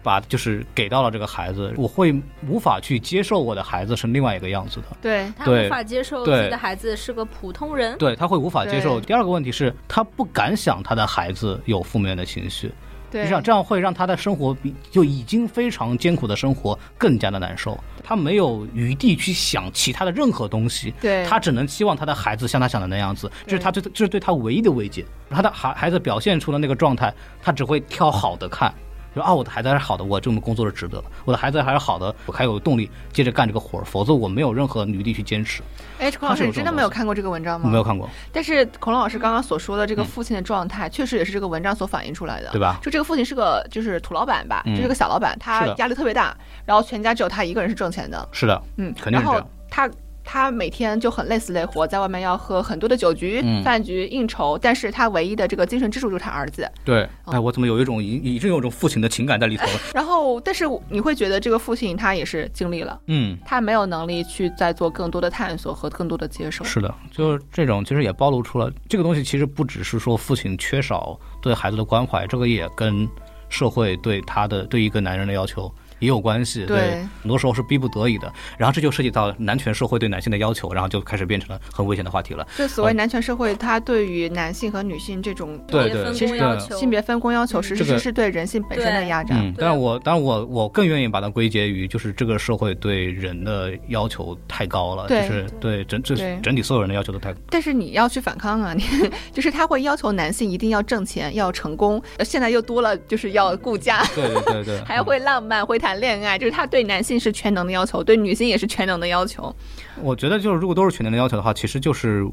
Speaker 3: 把就是给到了这个孩子，我会无法去接受我的孩子是另外一个样子的。
Speaker 2: 对，
Speaker 1: 他
Speaker 3: 对
Speaker 1: 无法接受
Speaker 3: 对
Speaker 1: 自己的孩子是个普通人，
Speaker 3: 对他会无法接受。
Speaker 2: 对
Speaker 3: 第二个问题是，他不敢想他的孩子有负面的情绪，
Speaker 2: 对
Speaker 3: 你，想这样会让他的生活比就已经非常艰苦的生活更加的难受。他没有余地去想其他的任何东西，
Speaker 2: 对，
Speaker 3: 他只能希望他的孩子像他想的那样子，这是他对这是对他唯一的慰藉。他的孩孩子表现出的那个状态，他只会挑好的看。就啊，我的孩子还是好的，我这么工作是值得的。我的孩子还是好的，我还有动力接着干这个活儿，否则我没有任何余地去坚持。
Speaker 2: 哎，孔老师，你真的没有看过这个文章
Speaker 3: 我
Speaker 2: 吗？
Speaker 3: 没有。看过，
Speaker 2: 但是孔老师刚刚所说的这个父亲的状态，确实也是这个文章所反映出来的，
Speaker 3: 对吧？
Speaker 2: 就这个父亲是个就是土老板吧，
Speaker 3: 嗯
Speaker 2: 就是个小老板，他
Speaker 3: 是的
Speaker 2: 压力特别大，然后全家只有他一个人是挣钱的，
Speaker 3: 是的，
Speaker 2: 嗯，
Speaker 3: 肯定是
Speaker 2: 然
Speaker 3: 这
Speaker 2: 后
Speaker 3: 样
Speaker 2: 他他每天就很累死累活，在外面要喝很多的酒局、
Speaker 3: 嗯
Speaker 2: 饭局、应酬，但是他唯一的这个精神支柱就是他儿子。
Speaker 3: 对，
Speaker 2: 哦
Speaker 3: 哎，我怎么有一种已已经有一种父亲的情感在里头了？
Speaker 2: 然后，但是你会觉得这个父亲他也是经历了，
Speaker 3: 嗯，
Speaker 2: 他没有能力去再做更多的探索和更多的接受。
Speaker 3: 是的，就是这种，其实也暴露出了这个东西，其实不只是说父亲缺少对孩子的关怀，这个也跟社会对他的对一个男人的要求。也有关系，对，
Speaker 2: 对
Speaker 3: 很多时候是逼不得已的。然后这就涉及到男权社会对男性的要求，然后就开始变成了很危险的话题了。
Speaker 2: 就所谓男权社会，他对于男性和女性这种
Speaker 3: 哦对
Speaker 1: 别
Speaker 3: 对，
Speaker 1: 分
Speaker 2: 其
Speaker 1: 工
Speaker 2: 实
Speaker 1: 要求，
Speaker 2: 性别分工要求，实
Speaker 3: 这个
Speaker 2: 实是对人性本身的压榨。
Speaker 3: 嗯，
Speaker 1: 对
Speaker 3: 但我但我我更愿意把它归结于，就是这个社会对人的要求太高了，就
Speaker 2: 对
Speaker 3: 是对整
Speaker 2: 对
Speaker 3: 整整体所有人的要求都太高。
Speaker 2: 但是你要去反抗啊！你 就是他会要求男性一定要挣钱，要成功，呃现在又多了就是要顾家，
Speaker 3: 对对对对，
Speaker 2: 还要会浪漫，会谈恋爱，就是他对男性是全能的要求，对女性也是全能的要求。
Speaker 3: 我觉得就是，如果都是全年的要求的话，其实就是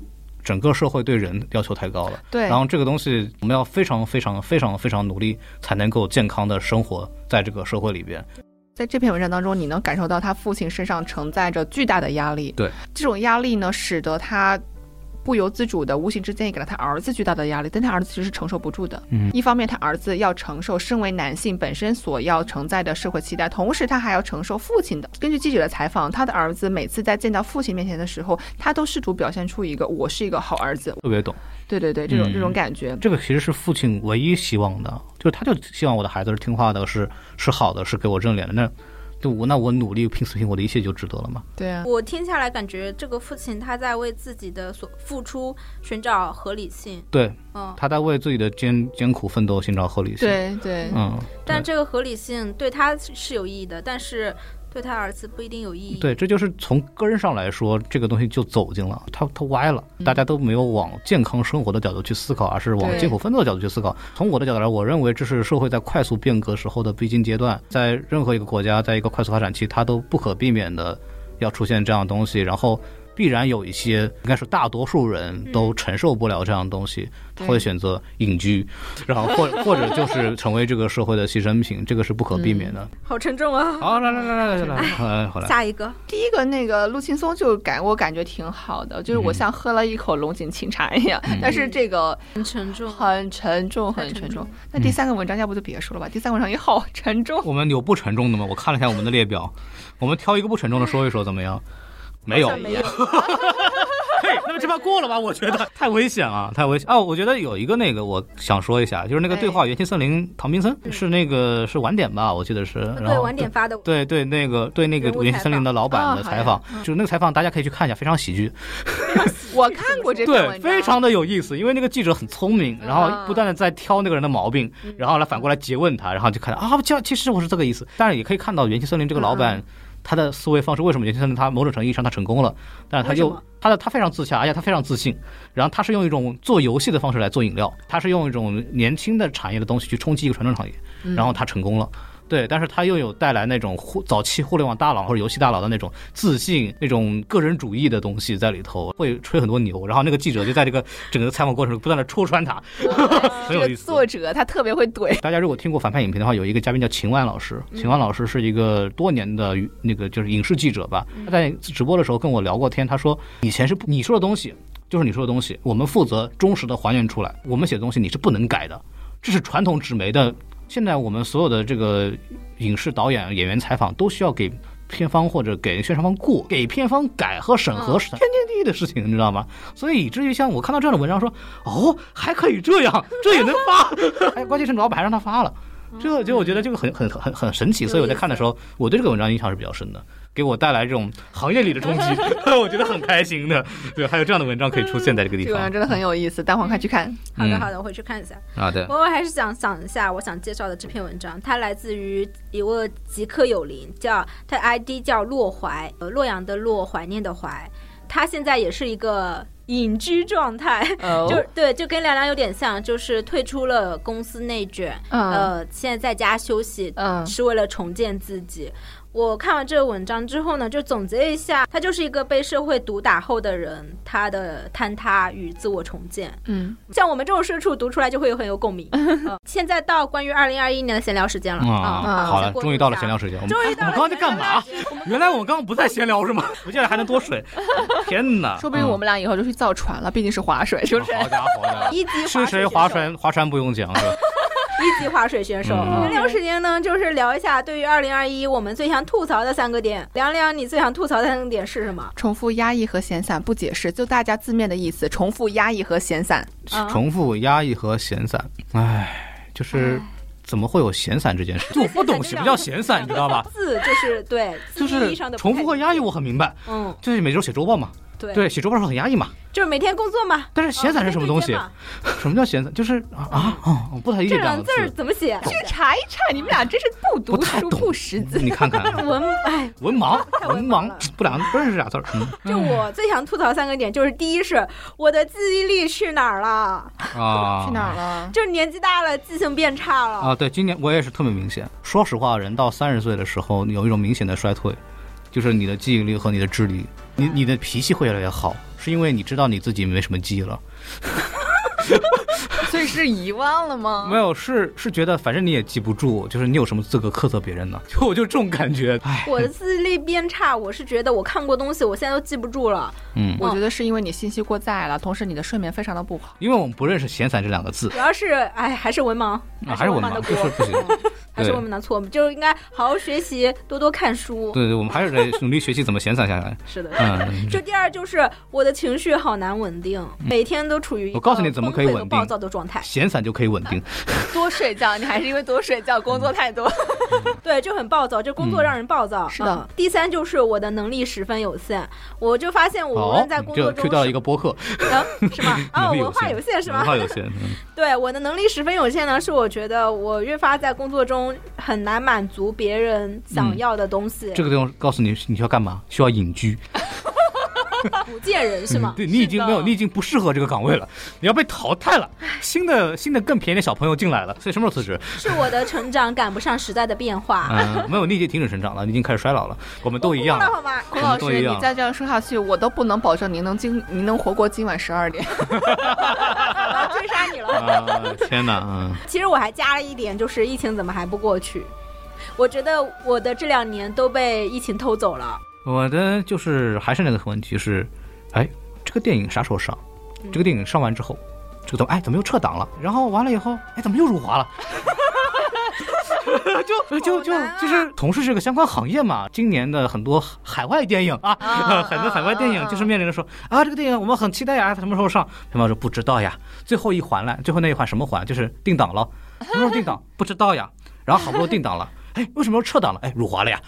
Speaker 3: 整个社会对人要求太高了。
Speaker 2: 对
Speaker 3: 然后这个东西，我们要非常非常非常非常努力，才能够健康的生活在这个社会里边。
Speaker 2: 在这篇文章当中，你能感受到他父亲身上承载着巨大的压力。
Speaker 3: 对，
Speaker 2: 这种压力呢，使得他不由自主的、无形之间也给了他儿子巨大的压力，但他儿子其实是承受不住的。
Speaker 3: 嗯，
Speaker 2: 一方面，他儿子要承受身为男性本身所要承载的社会期待，同时他还要承受父亲的。根据记者的采访，他的儿子每次在见到父亲面前的时候，他都试图表现出一个“我是一个好儿子
Speaker 3: 特别懂，”，
Speaker 2: 对对对，这种、
Speaker 3: 嗯
Speaker 2: 这种感觉。
Speaker 3: 这个其实是父亲唯一希望的，就是他就希望我的孩子是听话的，是是好的，是给我正脸的。那就我那我努力拼死拼活的一切就值得了嘛？
Speaker 2: 对啊，
Speaker 1: 我听下来感觉这个父亲他在为自己的所付出寻找合理性，
Speaker 3: 对，
Speaker 1: 嗯，
Speaker 3: 他在为自己的艰艰苦奋斗寻找合理性。，
Speaker 2: 对对，
Speaker 3: 嗯，
Speaker 1: 但这个合理性对他是有意义的，但是对他儿子不一定有意义。
Speaker 3: 对，这就是从根儿上来说，这个东西就走进了，它它歪了。大家都没有往健康生活的角度去思考，而是往
Speaker 2: 对
Speaker 3: 艰苦奋斗的角度去思考。从我的角度来，我认为这是社会在快速变革时候的必经阶段，在任何一个国家，在一个快速发展期，它都不可避免的要出现这样的东西。然后必然有一些，应该是大多数人都承受不了这样的东西，他会选择隐居，然后或或者就是成为这个社会的牺牲品，这个是不可避免的。
Speaker 1: 好沉重 啊！
Speaker 3: 好，来来来来来来，好来好来，
Speaker 1: 下一个，
Speaker 2: 第一个那个陆青松就感我感觉挺好的，就是我
Speaker 3: 嗯
Speaker 2: 像喝了一口龙井清茶一样，但是这个
Speaker 1: 嗯很沉重。
Speaker 2: 很沉重，很沉重。那
Speaker 3: 嗯
Speaker 2: 第三个文章要不就别说了吧，第三个文章也好 沉重。
Speaker 3: 我们有不沉重的吗？我看了一下我们的列表，我们挑一个不沉重的说一说怎么样？没有，
Speaker 1: 没有，
Speaker 3: 嘿，那么这把过了吧？我觉得太危险了， 太危险哦！我觉得有一个那个我想说一下，就是那个对话《元气森林》，唐冰森是那个是晚点吧？我记得是，嗯然
Speaker 1: 对
Speaker 3: 后
Speaker 1: 晚点发的，
Speaker 3: 对对，那个对那个
Speaker 1: 人物
Speaker 3: 《元气
Speaker 1: 采
Speaker 3: 森林》
Speaker 1: 访哦
Speaker 3: 的老板的
Speaker 2: 啊
Speaker 3: 采
Speaker 2: 好
Speaker 3: 访
Speaker 2: 呀，
Speaker 3: 就是那个采访大家可以去看一下，非常喜剧，
Speaker 2: 我看过这篇
Speaker 3: 对，
Speaker 2: 文章，
Speaker 3: 非常的有意思，因为那个记者很聪明，然后
Speaker 1: 嗯
Speaker 3: 不断的在挑那个人的毛病，
Speaker 2: 嗯
Speaker 3: 然后来反过来诘问他，然后就看到啊，这样其实我是这个意思，但是也可以看到元气森林
Speaker 2: 嗯
Speaker 3: 这个老板。他的思维方式为什么元气森林他某种程度上他成功了，但是他
Speaker 1: 为什
Speaker 3: 又
Speaker 1: 么
Speaker 3: 他的他非常自洽，而且他非常自信。然后他是用一种做游戏的方式来做饮料，他是用一种年轻的产业的东西去冲击一个传统产业，
Speaker 1: 嗯
Speaker 3: 然后他成功了。对，但是他又有带来那种互早期互联网大佬或者游戏大佬的那种自信、那种个人主义的东西在里头，会吹很多牛。然后那个记者就在这个整个采访过程中不断的戳穿他，很
Speaker 2: 这
Speaker 3: 有意
Speaker 2: 个
Speaker 3: 思。
Speaker 2: 作者他特别会怼，
Speaker 3: 大家如果听过反派影评的话，有一个嘉宾叫秦万老师，秦万老师是一个多年的娱那个就是影视记者吧，他在直播的时候跟我聊过天，他说以前是不你说的东西就是你说的东西，我们负责忠实的还原出来，我们写的东西你是不能改的，这是传统纸媒的。现在我们所有的这个影视导演、演员采访都需要给。片方或者给宣传方过，给片方改和审核是天经地义的事情，你知道吗？所以以至于像我看到这样的文章说，哦，还可以这样，这也能发， 哎，关键是老板还让他发了。这就我觉得这个很很很很神奇，所以我在看的时候，我对这个文章印象是比较深的，给我带来这种行业里的冲击，我觉得很开心的。对，还有这样的文章可以出现在这个地
Speaker 2: 这个文
Speaker 3: 方
Speaker 2: 章真的很有意思，蛋黄快去看。
Speaker 1: 好的
Speaker 3: 嗯
Speaker 1: 好的，我回去看一下。
Speaker 3: 啊，对
Speaker 1: 我还是想想一下，我想介绍的这篇文章，它来自于一位极客有灵，叫他 ID 叫洛怀，呃洛阳的洛，怀念的怀。他现在也是一个隐居状态，
Speaker 2: 哦
Speaker 1: 嗯就对，就跟凉凉有点像，就是退出了公司内卷，
Speaker 2: 嗯
Speaker 1: 呃，现在在家休息，
Speaker 2: 嗯
Speaker 1: 是为了重建自己。我看完这个文章之后呢，就总结一下，他就是一个被社会毒打后的人，他的坍塌与自我重建。
Speaker 2: 嗯，
Speaker 1: 像我们这种社畜读出来就会有很有共鸣。嗯现在到关于二零二一年的闲聊时间了
Speaker 3: 啊，
Speaker 1: 啊，
Speaker 3: 好了，
Speaker 1: 先过
Speaker 3: 终于
Speaker 1: 渡
Speaker 3: 到了
Speaker 1: 一下
Speaker 3: 闲聊时间，我们哎
Speaker 1: 终于
Speaker 3: 我
Speaker 1: 到
Speaker 3: 们
Speaker 1: 了
Speaker 3: 刚刚在干嘛？原来我们刚刚不在闲聊 是吗？不见得还能多水，天哪！嗯哦
Speaker 2: 说不定我们俩以后就去造船了，毕竟是划水，是不是？
Speaker 3: 好家伙的，
Speaker 1: 一级划
Speaker 3: 是
Speaker 1: 水
Speaker 3: 谁
Speaker 1: 选
Speaker 3: 划
Speaker 1: 手
Speaker 3: 船？划船不用讲 是吧？
Speaker 1: 一级划水选手。
Speaker 3: 嗯
Speaker 1: 闲聊时间呢，就是聊一下对于二零二一我们最想吐槽的三个点。凉凉，你最想吐槽的三个点是什么？
Speaker 2: 重复压抑和闲散不解释，就大家字面的意思，重复压抑和闲散。
Speaker 1: 啊
Speaker 3: 重复、压抑和闲散，唉，就是怎么会有闲散这件事？就我不懂什么叫闲散，你知 道吧？
Speaker 1: 字就是对，
Speaker 3: 就
Speaker 1: 字
Speaker 3: 是
Speaker 1: 义上的不
Speaker 3: 重复和
Speaker 1: 太一
Speaker 3: 压抑，
Speaker 1: 样
Speaker 3: 我很明白，
Speaker 1: 嗯，
Speaker 3: 就是每周写周报嘛，
Speaker 1: 对，
Speaker 3: 对，写周报的时候很压抑嘛。
Speaker 1: 就是每天工作嘛。
Speaker 3: 但是闲散是什么东西
Speaker 1: 嗯？
Speaker 3: 什么叫闲散？就是啊啊，哦我不太理解
Speaker 1: 这
Speaker 3: 这
Speaker 1: 两
Speaker 3: 样
Speaker 1: 个
Speaker 3: 的
Speaker 1: 字儿
Speaker 3: 字，
Speaker 1: 怎么 写？
Speaker 2: 去查一查，你们俩真是不
Speaker 3: 不
Speaker 2: 读
Speaker 3: 太
Speaker 2: 书
Speaker 3: 懂
Speaker 2: 不识字。
Speaker 3: 你看看。
Speaker 1: 文哎，
Speaker 3: 文盲，
Speaker 1: 太
Speaker 3: 文
Speaker 1: 文
Speaker 3: 盲
Speaker 1: 盲了，
Speaker 3: 不两不认识这俩字儿。嗯
Speaker 1: 就我最想吐槽三个点，就是第一是我的记忆力去哪儿了？
Speaker 3: 啊，
Speaker 2: 去哪儿了？
Speaker 1: 就是年纪大了，记性变差了。
Speaker 3: 啊，对，今年我也是特别明显。说实话，人到三十岁的时候，有一种明显的衰退，就是你的记忆力和你的智力，你你的脾气会越来越好，是因为你知道你自己没什么记忆了。
Speaker 2: 所以是遗忘了
Speaker 1: 嗯
Speaker 2: 吗？
Speaker 3: 没有，是是觉得反正你也记不住，就是你有什么资格苛责别人呢？ 就我就这种感觉，唉，
Speaker 1: 我的记忆力变差，我是觉得我看过东西，我现在都记不住了。
Speaker 3: 嗯，
Speaker 2: 我觉得是因为你信息过载了，同时你的睡眠非常的不好。
Speaker 3: 因为我们不认识“闲散”这两个字，
Speaker 1: 主要是哎，还是文盲，
Speaker 3: 啊还
Speaker 1: 是
Speaker 3: 是文
Speaker 1: 盲的
Speaker 3: 盲就是不行
Speaker 1: 锅，嗯还是文盲的错，就是应该好好学习，多多看书。
Speaker 3: 对对，我们还是得努力学习怎么闲散下来。
Speaker 1: 是的。
Speaker 3: 嗯，
Speaker 1: 就第二就是我的情绪好难稳定，每天都处于一个
Speaker 3: 我告诉你怎么可以稳定
Speaker 1: 崩溃和暴躁的状态，
Speaker 3: 闲散就可以稳定。
Speaker 2: 多睡觉，你还是因为多睡觉，工作太多。
Speaker 1: 对，就很暴躁，就工作让人暴躁。
Speaker 2: 是的
Speaker 1: 嗯第三就是我的能力十分有限，我就发现我无
Speaker 3: 好
Speaker 1: 论在工，
Speaker 3: 就
Speaker 1: 作
Speaker 3: Q
Speaker 1: 中
Speaker 3: 到了
Speaker 1: 是
Speaker 3: 一个播客，
Speaker 1: 啊
Speaker 4: 呃
Speaker 1: 是 吗？啊，
Speaker 3: 能力
Speaker 1: 文化有
Speaker 3: 有
Speaker 1: 限是 吗？
Speaker 3: 文化有限，嗯
Speaker 1: 对我的能力十分有限呢，是我觉得我越发在工作中很难满足别人想要的东西。
Speaker 3: 嗯这个地方告诉你你需要干嘛，需要隐居。
Speaker 4: 古贱人是吗？
Speaker 3: 对你已经
Speaker 2: 是的
Speaker 3: 没有，你已经不适合这个岗位了，你要被淘汰了。新的新的更便宜的小朋友进来了，所以什么时候辞职？
Speaker 4: 是我的成长赶不上时代的变化。
Speaker 3: 嗯，没有，你已经停止成长了，你已经开始衰老了。我们都一样
Speaker 4: 哭了
Speaker 3: 了。
Speaker 4: 好吗？
Speaker 2: 孔老
Speaker 3: 我们都
Speaker 2: 师，
Speaker 3: 一样
Speaker 2: 你再这样说下去，我都不能保证您能今您能活过今晚十二点。
Speaker 4: 我要追杀 你了。
Speaker 3: 啊，天哪！嗯，
Speaker 4: 其实我还加了一点，就是疫情怎么还不过去？我觉得我的这两年都被疫情偷走 了。
Speaker 3: 我的就是还是那个问题是，哎，这个电影啥时候上？这个电影上完之后，这个怎么哎怎么又撤档了？然后完了以后，哎怎么又辱华了？就就就
Speaker 4: 好难啊
Speaker 3: 就是从事这个相关行业嘛，今年的很多海外电影啊，
Speaker 2: 啊
Speaker 3: 很多海外电
Speaker 2: 啊
Speaker 3: 影
Speaker 2: 啊
Speaker 3: 就是面临着说啊，这个电影我们很期待呀，它什么时候上？片方说不知道呀，最后一环了，最后那一环什么环？就是定档了，什么时候定档？不知道呀，然后好不容易定档了，哎，为什么又撤档了？哎，辱华了呀，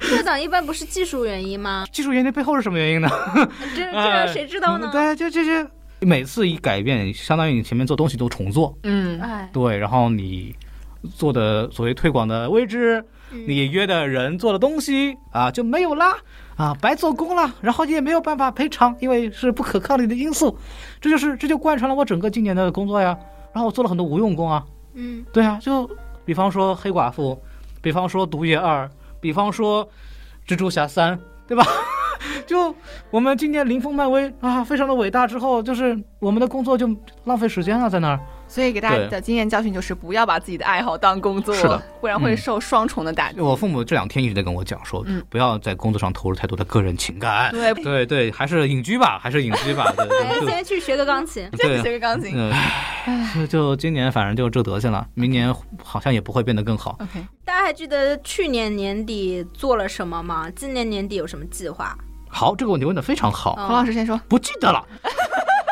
Speaker 4: 撤档一般不是技术原因吗？
Speaker 3: 技术原因背后是什么原因呢？
Speaker 4: 这这
Speaker 3: 哎
Speaker 4: 个谁知道呢
Speaker 3: 嗯？对，就这些，每次一改变，相当于你前面做东西都重做，
Speaker 2: 嗯，
Speaker 4: 哎，
Speaker 3: 对，然后你做的所谓推广的位置，
Speaker 4: 嗯
Speaker 3: 你约的人做的东西啊就没有啦，啊白做工了，然后你也没有办法赔偿，因为是不可抗力的因素，这就是这就贯穿了我整个今年的工作呀，然后我做了很多无用功啊，
Speaker 4: 嗯，
Speaker 3: 对啊，就比方说黑寡妇，比方说毒液二，比方说蜘蛛侠三，对吧？ 就我们今年零封漫威啊，非常的伟大之后，就是我们的工作就浪费时间了，在那儿。
Speaker 2: 所以给大家
Speaker 3: 对
Speaker 2: 的经验教训就是不要把自己的爱好当工作，
Speaker 3: 是的
Speaker 2: 不然会
Speaker 3: 嗯
Speaker 2: 受双重的打击。
Speaker 3: 我父母这两天一直在跟我讲说，
Speaker 2: 嗯
Speaker 3: 不要在工作上投入太多的个人情感。
Speaker 2: 对，
Speaker 3: 对对，还是隐居吧，还是隐居吧。对
Speaker 4: 哎，
Speaker 3: 对对
Speaker 4: 先去学个钢琴。
Speaker 2: 这
Speaker 3: 对
Speaker 2: 个学个钢琴。
Speaker 3: 嗯，就就今年反正就这德行了，明年好像也不会变得更好。
Speaker 2: OK，
Speaker 4: 大家还记得去年年底做了什么吗？今年年底有什么计划？
Speaker 3: 好，这个问题问的非常好。
Speaker 4: 嗯
Speaker 2: 孔老师先说。
Speaker 3: 不记得了，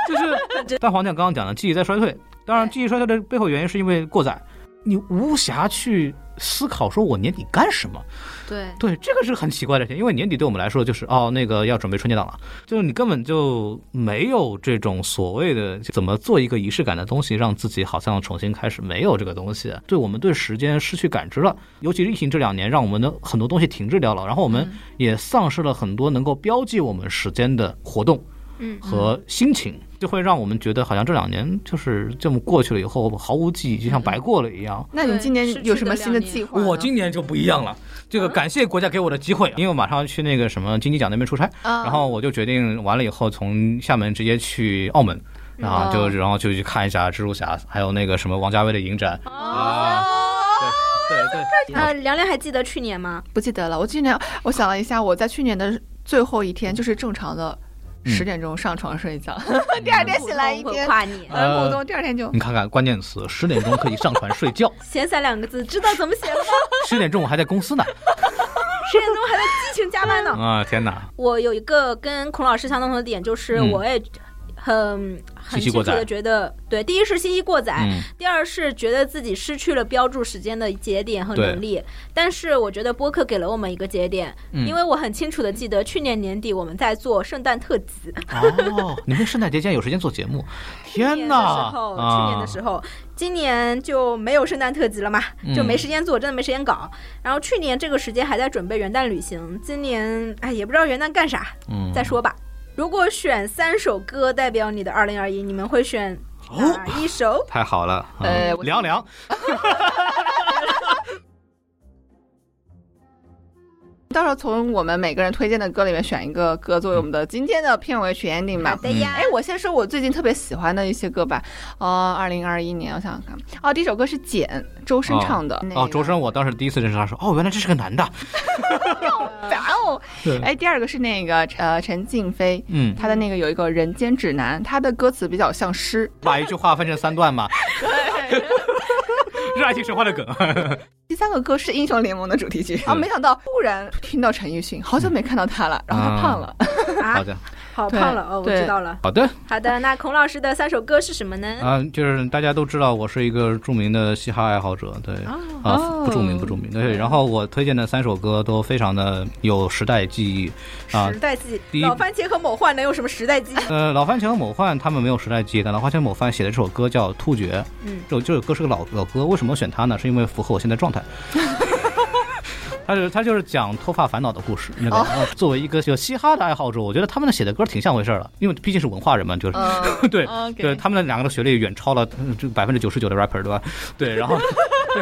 Speaker 3: 就是大黄酱刚刚讲的记忆在衰退。当然，记忆衰退的背后原因是因为过载，你无暇去思考说我年底干什么。
Speaker 4: 对，
Speaker 3: 对，这个是很奇怪的事情，因为年底对我们来说就是哦，那个要准备春节档了，就是你根本就没有这种所谓的怎么做一个仪式感的东西，让自己好像重新开始，没有这个东西。对我们对时间失去感知了，尤其是疫情这两年，让我们的很多东西停滞掉了，然后我们也丧失了很多能够标记我们时间的活动。
Speaker 4: 嗯
Speaker 3: 和心情，就会让我们觉得好像这两年就是这么过去了以后毫无记忆，就像白过了一样。
Speaker 2: 那你今
Speaker 4: 对
Speaker 2: 年有什么新的
Speaker 4: 失去
Speaker 2: 计划呢？
Speaker 3: 嗯我今年就不一样了，这个感谢国家给我的机会，因为我马上要去那个什么金鸡奖那边出差，
Speaker 2: 啊
Speaker 3: 然后我就决定完了以后从厦门直接去澳门，然后就然后就去看一下蜘蛛侠，还有那个什么王家卫的影展啊，
Speaker 2: 嗯
Speaker 3: 对对对，
Speaker 4: 呃，凉凉还记得去年吗？
Speaker 2: 不记得了。我今年我想了一下，我在去年的最后一天，就是正常的
Speaker 3: 嗯
Speaker 2: 十点钟上床睡觉， 第二天醒来一
Speaker 4: 普通
Speaker 2: 天
Speaker 4: 会，夸你，
Speaker 3: 呃
Speaker 2: 很普通，第二天就
Speaker 3: 你看看关键词，十点钟可以上船睡觉，
Speaker 4: 闲散两个字，知道怎么写 了吗？
Speaker 3: 十点钟我还在公司呢，
Speaker 4: 十点钟还在激情加班呢。
Speaker 3: 啊天哪，
Speaker 4: 我有一个跟孔老师相同的点，就是
Speaker 3: 嗯
Speaker 4: 我也很
Speaker 3: 信
Speaker 4: 很
Speaker 3: 息
Speaker 4: 清
Speaker 3: 过
Speaker 4: 楚
Speaker 3: 载
Speaker 4: 的觉得，对，第一是信息过载，
Speaker 3: 嗯
Speaker 4: 第二是觉得自己失去了标注时间的节点和
Speaker 3: 对
Speaker 4: 能力。但是我觉得播客给了我们一个节点，
Speaker 3: 嗯
Speaker 4: 因为我很清楚的记得去年年底我们在做圣诞特辑，
Speaker 3: 哦，你们圣诞节竟然有时间做节目，天
Speaker 4: 年
Speaker 3: 哪！啊
Speaker 4: 的时候，去年的时候，今年就没有圣诞特辑了嘛，
Speaker 3: 嗯
Speaker 4: 就没时间做，真的没时间搞。然后去年这个时间还在准备元旦旅行，今年哎也不知道元旦干啥，
Speaker 3: 候，嗯，
Speaker 4: 再说吧。如果选三首歌代表你的二零二一，你们会选
Speaker 3: 哦
Speaker 4: 哪一首？
Speaker 3: 太好了，
Speaker 2: 呃
Speaker 3: 嗯
Speaker 2: 我
Speaker 3: 凉凉，
Speaker 2: 到时候从我们每个人推荐的歌里面选一个歌作为我们的今天的片尾曲 ending 吧
Speaker 3: 嗯
Speaker 4: 好。的啊呀
Speaker 2: 哎，，我先说我最近特别喜欢的一些歌吧。呃，二零二一年，我想想看，哦，第一首歌是《简》，周深唱的。那个
Speaker 3: 哦，周深，我当时第一次认识他说，哦，原来这是个男的，
Speaker 2: 哇哦！哎，第二个是那个呃陈静飞，
Speaker 3: 嗯，
Speaker 2: 他的那个有一个《人间指南》，他的歌词比较像诗。
Speaker 3: 把一句话分成三段 嘛，是爱情神话的梗，
Speaker 2: 第三个歌是《英雄联盟》的主题曲啊！没想到突然听到陈奕迅，好久没看到他了，然后他胖了。
Speaker 4: 啊
Speaker 3: 好，的，
Speaker 4: 好
Speaker 2: 对
Speaker 4: 胖了哦，我
Speaker 2: 对
Speaker 4: 知道了。
Speaker 3: 好的，
Speaker 4: 好的，那孔老师的三首歌是什么呢？
Speaker 3: 啊，就是大家都知道我是一个著名的嘻哈爱好者，对，
Speaker 4: 哦
Speaker 3: 啊，不著名不著名，对，然后我推荐的三首歌都非常的有时代记忆，啊
Speaker 4: 时，代记
Speaker 3: 第
Speaker 4: 忆，
Speaker 3: 一
Speaker 4: 老番茄和某幻能有什么时代记忆？
Speaker 3: 呃，老番茄和某范他们没有时代记忆，但老番茄和某范写的这首歌叫《突厥》，
Speaker 4: 嗯，
Speaker 3: 这首这首歌是个老老歌，为什么选它呢？是因为符合我现在状态。他就是他就是讲脱发烦恼的故事。那个、呃作为一个有嘻哈的爱好者，我觉得他们写的歌挺像回事儿的，因为毕竟是文化人嘛，就是、
Speaker 2: 嗯
Speaker 3: 对
Speaker 2: OK
Speaker 3: 对，他们的两个的学历远超了嗯这百分之九十九的 rapper，对吧？ 对，然后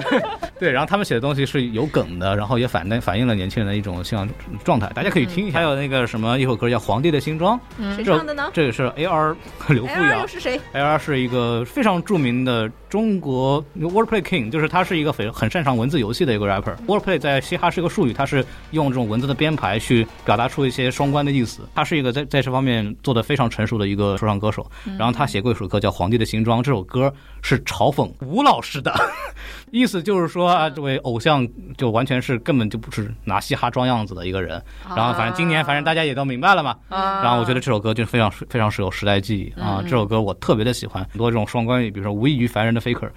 Speaker 3: 对对，然后他们写的东西是有梗的，然后也反反映了年轻人的一种信仰状态，大家可以听一下。还有那个什么一首歌叫《皇帝的新装》，
Speaker 1: 谁
Speaker 3: 这
Speaker 1: 唱的呢？
Speaker 3: 这个是 AR 刘富
Speaker 1: 哎，
Speaker 3: 阳
Speaker 1: 又。是谁？
Speaker 3: L.R. 是一个非常著名的中国 wordplay king，就是他是一个非很擅长文字游戏的一个 rapper。wordplay 在嘻哈是个术语，它是用这种文字的编排去表达出一些双关的意思。他是一个在在这方面做的非常成熟的一个说唱歌手。然后他写过一首歌叫《皇帝的新装》，这首歌是嘲讽吴老师的， 意思就是说啊，这位偶像就完全是根本就不是拿嘻哈装样子的一个人。然后反正今年反正大家也都明白了嘛，
Speaker 1: 嗯
Speaker 3: 然后我觉得这首歌就非常非常是有时代记忆啊，这首歌我特别的喜欢，很多这种双关语，比如说无异于凡人的 faker。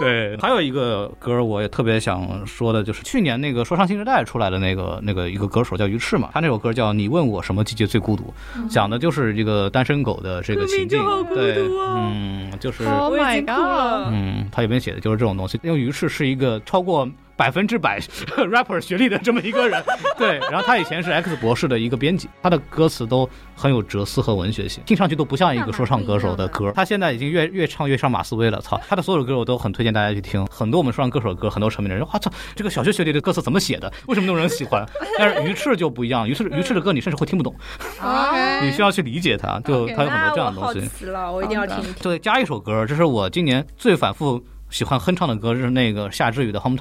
Speaker 3: 对，
Speaker 1: 嗯
Speaker 3: 还有一个歌我也特别想说的，就是去年那个说唱新时代出来的那个那个一个歌手叫鱼翅嘛，他那首歌叫《你问我什么季节最孤独》，讲的就是这个单身狗的这个
Speaker 1: 生
Speaker 3: 情
Speaker 1: 命嗯
Speaker 3: 境
Speaker 1: 就好孤。
Speaker 3: 对
Speaker 1: 独，啊
Speaker 3: 嗯，就是
Speaker 2: ，Oh
Speaker 1: 我已
Speaker 2: my
Speaker 1: 经哭了
Speaker 2: god，
Speaker 3: 嗯，他里面写的就是这种东西。因为于是是一个超过百分之百 rapper 学历的这么一个人， 对。然后他以前是 X 博士的一个编辑，他的歌词都很有哲思和文学性，听上去都不像一个说唱歌手的歌。他现在已经越越唱越上马思威了，操！他的所有的歌我都很推荐大家去听，很多我们说唱歌手的歌，很多成名的人，哇操，这个小学学历的歌词怎么写的？ 为什么那么多人喜欢？但是于赤就不一样，于赤于赤的歌你甚至会听不懂，
Speaker 1: 嗯
Speaker 2: 嗯
Speaker 3: 你需要去理解他，就
Speaker 2: OK
Speaker 3: 他有
Speaker 4: 啊
Speaker 3: 很
Speaker 1: 那我
Speaker 3: 多这
Speaker 1: 好
Speaker 3: 样的东
Speaker 4: 哎
Speaker 3: 西。
Speaker 1: 奇了，我一定要听一听。
Speaker 3: 对，加一首歌，这是我今年最反复喜欢哼唱的歌，是那个夏之雨的《Hometown》。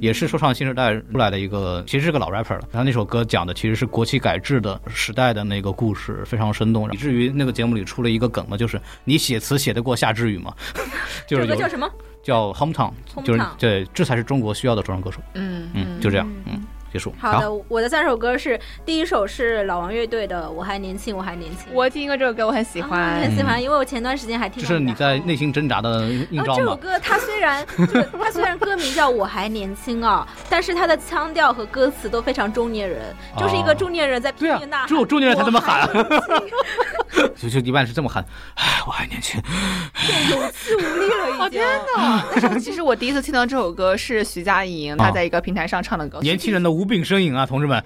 Speaker 3: 也是说唱新时代出来的一个，其实是个老 rapper 了。然后那首歌讲的其实是国企改制的时代的那个故事，非常生动。以至于那个节目里出了一个梗嘛，就是你写词写得过夏之雨吗？ 就是
Speaker 1: 这
Speaker 3: 有
Speaker 1: 个叫什么？
Speaker 3: 叫 hometown，就是
Speaker 1: Hometown
Speaker 3: 对，这才是中国需要的说唱歌手。
Speaker 2: 嗯
Speaker 3: 嗯，就这样，嗯，结束。
Speaker 1: 好的，我的三首歌是第一首是老王乐队的《我还年轻，我还年轻》，
Speaker 2: 我听过这首歌，我很喜
Speaker 1: 啊
Speaker 2: 欢
Speaker 1: 很。喜欢，因为我前段时间还听
Speaker 3: 这
Speaker 1: 到
Speaker 3: 是
Speaker 1: 的
Speaker 3: 你在内心挣扎的映
Speaker 1: 啊，
Speaker 3: 照
Speaker 1: 这首
Speaker 3: 吗？
Speaker 1: 歌它虽然 就是它虽然歌名叫我还年轻啊，但是它的腔调和歌词都非常中年人，就是一个
Speaker 3: 哦
Speaker 1: 中年人在拼
Speaker 3: 对啊
Speaker 1: 命呐喊。
Speaker 3: 只有中年人才这么喊
Speaker 1: 我还年轻
Speaker 3: 就就一般是这么喊，哎，我还年轻。
Speaker 1: 有气无力了已经。
Speaker 2: 哪！但是其实我第一次听到这首歌是徐佳莹，她在一个平台上唱的歌。
Speaker 3: 哦年轻人的无病呻吟啊，同志们。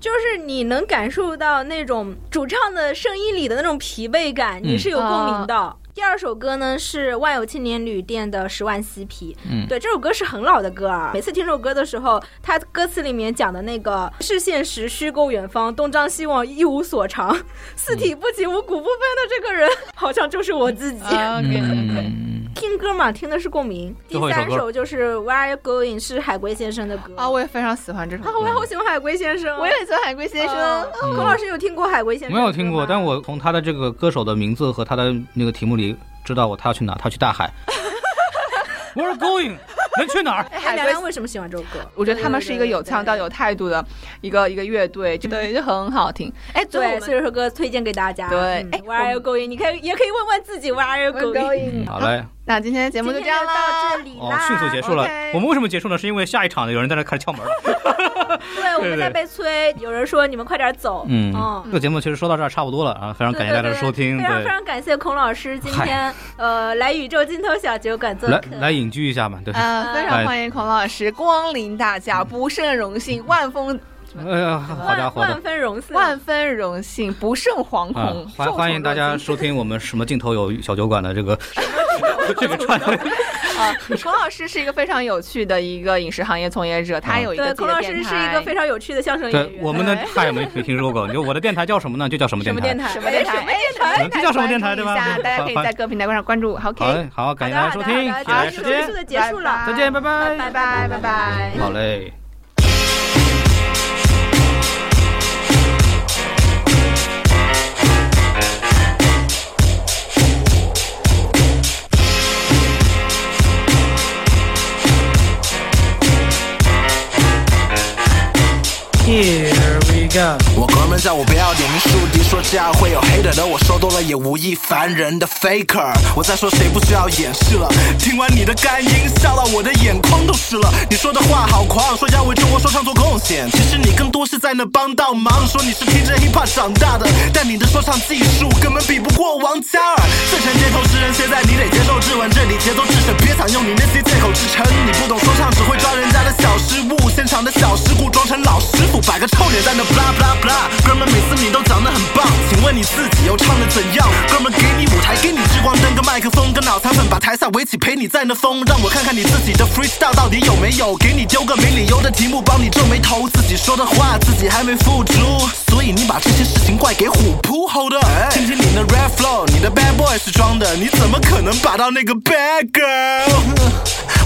Speaker 1: 就是你能感受到那种主唱的声音里的那种疲惫感，你是有共鸣的。第二首歌呢是万有青年旅店的《十万嬉皮》，
Speaker 3: 嗯
Speaker 1: 对，这首歌是很老的歌啊。每次听这首歌的时候，它歌词里面讲的那个是现实，虚构远方，东张西望，一无所长，四体不勤，五谷不分的这个人， 好像就是我自己。
Speaker 2: 啊，OK，
Speaker 3: 嗯
Speaker 1: 听歌嘛，听的是共鸣。第
Speaker 3: 最后一首
Speaker 1: 三
Speaker 3: 歌
Speaker 1: 首就是《Where Are You Going》，是海龟先生的歌。
Speaker 2: 啊，我也非常喜欢这首
Speaker 1: 啊
Speaker 2: 歌。
Speaker 1: 我也好喜欢海龟先生，
Speaker 2: 我也啊很喜欢海龟先生
Speaker 1: 嗯。孔老师有听过海龟先生？
Speaker 3: 没有听过，但我从他的这个歌手的名字和他的那个题目里知道我他要去哪，他去大海。We're going，能去哪儿？
Speaker 4: 哎
Speaker 1: 海凉凉为什么喜欢这首歌？
Speaker 2: 哎我觉得他们是一个有腔调、有态度的一个一个乐队，就对，就很好听。哎，最后
Speaker 1: 对，
Speaker 2: 我
Speaker 1: 所以
Speaker 2: 们
Speaker 1: 这首歌推荐给大家。
Speaker 2: 对
Speaker 1: 嗯
Speaker 2: 哎
Speaker 1: Where are you going？你可以也可以问问自己 Where are you going？
Speaker 3: 嗯好嘞，
Speaker 2: 那今天的节
Speaker 1: 节
Speaker 2: 目
Speaker 1: 目
Speaker 2: 就
Speaker 1: 就
Speaker 2: 这
Speaker 1: 这
Speaker 2: 样
Speaker 1: 样
Speaker 2: 啦
Speaker 1: 到这。里
Speaker 3: 哦
Speaker 1: 啦，，
Speaker 3: 迅速结束了
Speaker 2: OK。
Speaker 3: 我们为什么结束呢？是因为下一场有人在那开始敲门了。
Speaker 1: 对，我们在被催，有人说你们快点走。
Speaker 3: 嗯，这个节目其实说到这儿差不多了啊，非常
Speaker 1: 对
Speaker 3: 感谢大家
Speaker 1: 对
Speaker 3: 的
Speaker 1: 对
Speaker 3: 收听。
Speaker 1: 非常非
Speaker 3: 对，
Speaker 1: 常感谢孔老师今天呃来宇宙尽头小酒馆做
Speaker 3: 来
Speaker 1: 客。
Speaker 3: 来隐居一下嘛， 对。
Speaker 2: 嗯，非常欢迎孔老师光临大家，不胜 荣幸，万分
Speaker 3: 哎呀，好家
Speaker 1: 万
Speaker 3: 伙的
Speaker 1: 万。分荣幸，
Speaker 2: 万分荣幸，不胜惶恐
Speaker 3: 嗯，。欢欢迎大家收听我们什么镜头有小酒馆的这个这个串联。
Speaker 2: 啊！孔老师是一个非常有趣的一个饮食行业从业者，他有一个
Speaker 1: 对，
Speaker 2: 自己
Speaker 1: 孔
Speaker 2: 的
Speaker 1: 老
Speaker 2: 电
Speaker 1: 师是
Speaker 2: 台
Speaker 1: 一个非常有趣的相声演
Speaker 3: 对
Speaker 1: 员。
Speaker 3: 我们 的嗨没没听说过，就我的电台叫什么呢？就叫什么
Speaker 1: 什
Speaker 3: 电
Speaker 1: 么
Speaker 3: 台
Speaker 1: 电？台？
Speaker 2: 什么电
Speaker 1: 哎
Speaker 2: 台？
Speaker 1: 什么电台？
Speaker 2: 台
Speaker 3: 这叫什么电台对吧
Speaker 2: 大家可以
Speaker 3: 好
Speaker 2: 在各平台上关注。
Speaker 3: 好
Speaker 2: OK，
Speaker 3: 嘞，好，感谢大家收
Speaker 1: 好的
Speaker 3: 听，
Speaker 1: 好的
Speaker 3: 谢谢
Speaker 1: 好的
Speaker 3: 时
Speaker 1: 结
Speaker 3: 间
Speaker 1: 束。的结束了，
Speaker 3: 再见拜拜
Speaker 1: 拜
Speaker 2: 拜
Speaker 1: 拜
Speaker 2: 拜
Speaker 1: 拜
Speaker 2: 拜
Speaker 1: 拜。
Speaker 3: 好嘞。
Speaker 5: Here we go.
Speaker 6: 我哥们叫我不要脸，明树敌说这样会有黑的，而我收多了也无一凡人的 faker。我在说谁不需要掩饰了？听完你的干音，笑到我的眼眶都湿了。你说的话好狂，说要为中国说唱做贡献，其实你更多是在那帮倒忙。说你是听着 hiphop 长大的，但你的说唱技术根本比不过王嘉尔。在成街头诗人，现在你得接受质问。这里节奏制胜，别想用你那些借口支撑。你不懂说唱，只会抓人家的小失误，现场的小事故装成老师傅，摆个臭脸在那 blah blah blah。哥们，每次你都讲得很棒，请问你自己又唱得怎样？哥们，给你舞台，给你聚光灯跟麦克风，跟脑残粉把台下围起，陪你在那疯，让我看看你自己的 freestyle 到底有没有。给你丢个没理由的题目，帮你皱眉头，自己说的话自己还没付出，所以你把这些事情怪给虎扑。Hold up，听听你的 rap flow，你的 bad boy 是装的，你怎么可能把到那个 bad girl？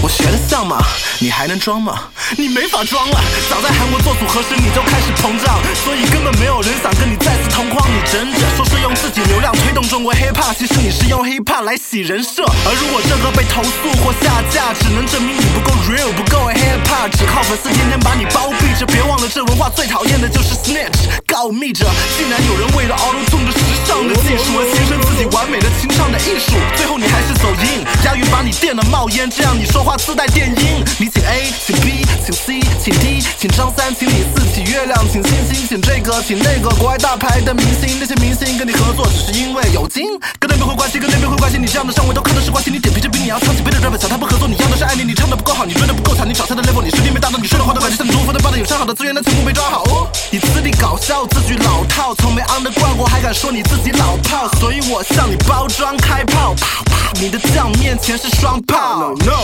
Speaker 6: 我学的像吗？你还能装吗？你没法装了。早在韩国做组合时你就开始膨胀，所以根本没有人想跟你再次同框。你整整说是用自己流量推动中国 hip hop，其实你是用 hip hop 来洗人设。而如果这个被投诉或下架，只能证明你不够 real，不够 hip hop，只靠粉丝天天把你包庇着。别忘了，这文化最讨厌的就是 snitch，告密者。竟然有人为了 auto tune 的时尚的技术而牺牲自己完美的清唱的艺术，最后你还是走音，押韵把你电了冒烟，这样你说话自带电音。你请 A，请 B，请 C，请 D，请张三，请李四，请月亮，请星星，请这个，请那个。国外大牌的明星，那些明星跟你合作只是因为有金，跟那边会关系，跟那边会关系。你这样的上位都看的是关系，你点评这比你要差几倍的 rapper，想他不合作，你要的是爱你，你唱的不够好，你追的不够强，你找他的 level，你实力没达到，你说的话都感觉像你中风的，霸的有上好的资源，但全部没抓好。哦，你资历搞笑，自己老套，从没 underground 过，还敢说你自己老炮，所以我向你包装开炮，啪啪，你的酱面前是双炮。No no，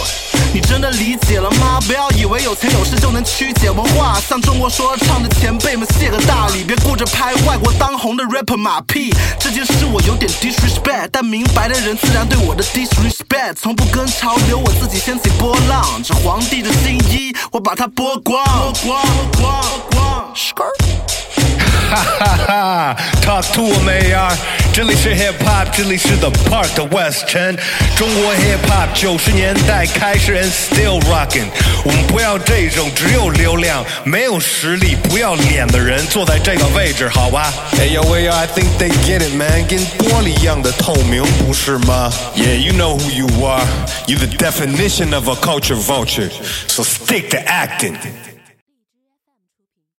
Speaker 6: 你真的理解了吗？不要以为有钱有势就能曲解文化，向中国说唱的前辈们谢个大礼，别顾着拍外国当红的 rapper 马屁。这件事我有点 disrespect，但明白的人自然对我的 disrespect，从不跟潮流，我自己掀起波浪。这皇帝的新衣，我把它剥光。剥光剥光剥光
Speaker 7: 哈哈，Talk to 我妹儿，这里是 Hip Hop，这里是 The Park 的 West 城，中国 Hip Hop 九十年代开始 and still rocking。我们不要这种只有流量没有实力不要脸的人坐在这个位置，好吧？Hey yo hey yo，I think they get it man，跟玻璃一样的透明，不是吗？Yeah，you know who you are，you the definition of a culture vulture，so stick to acting。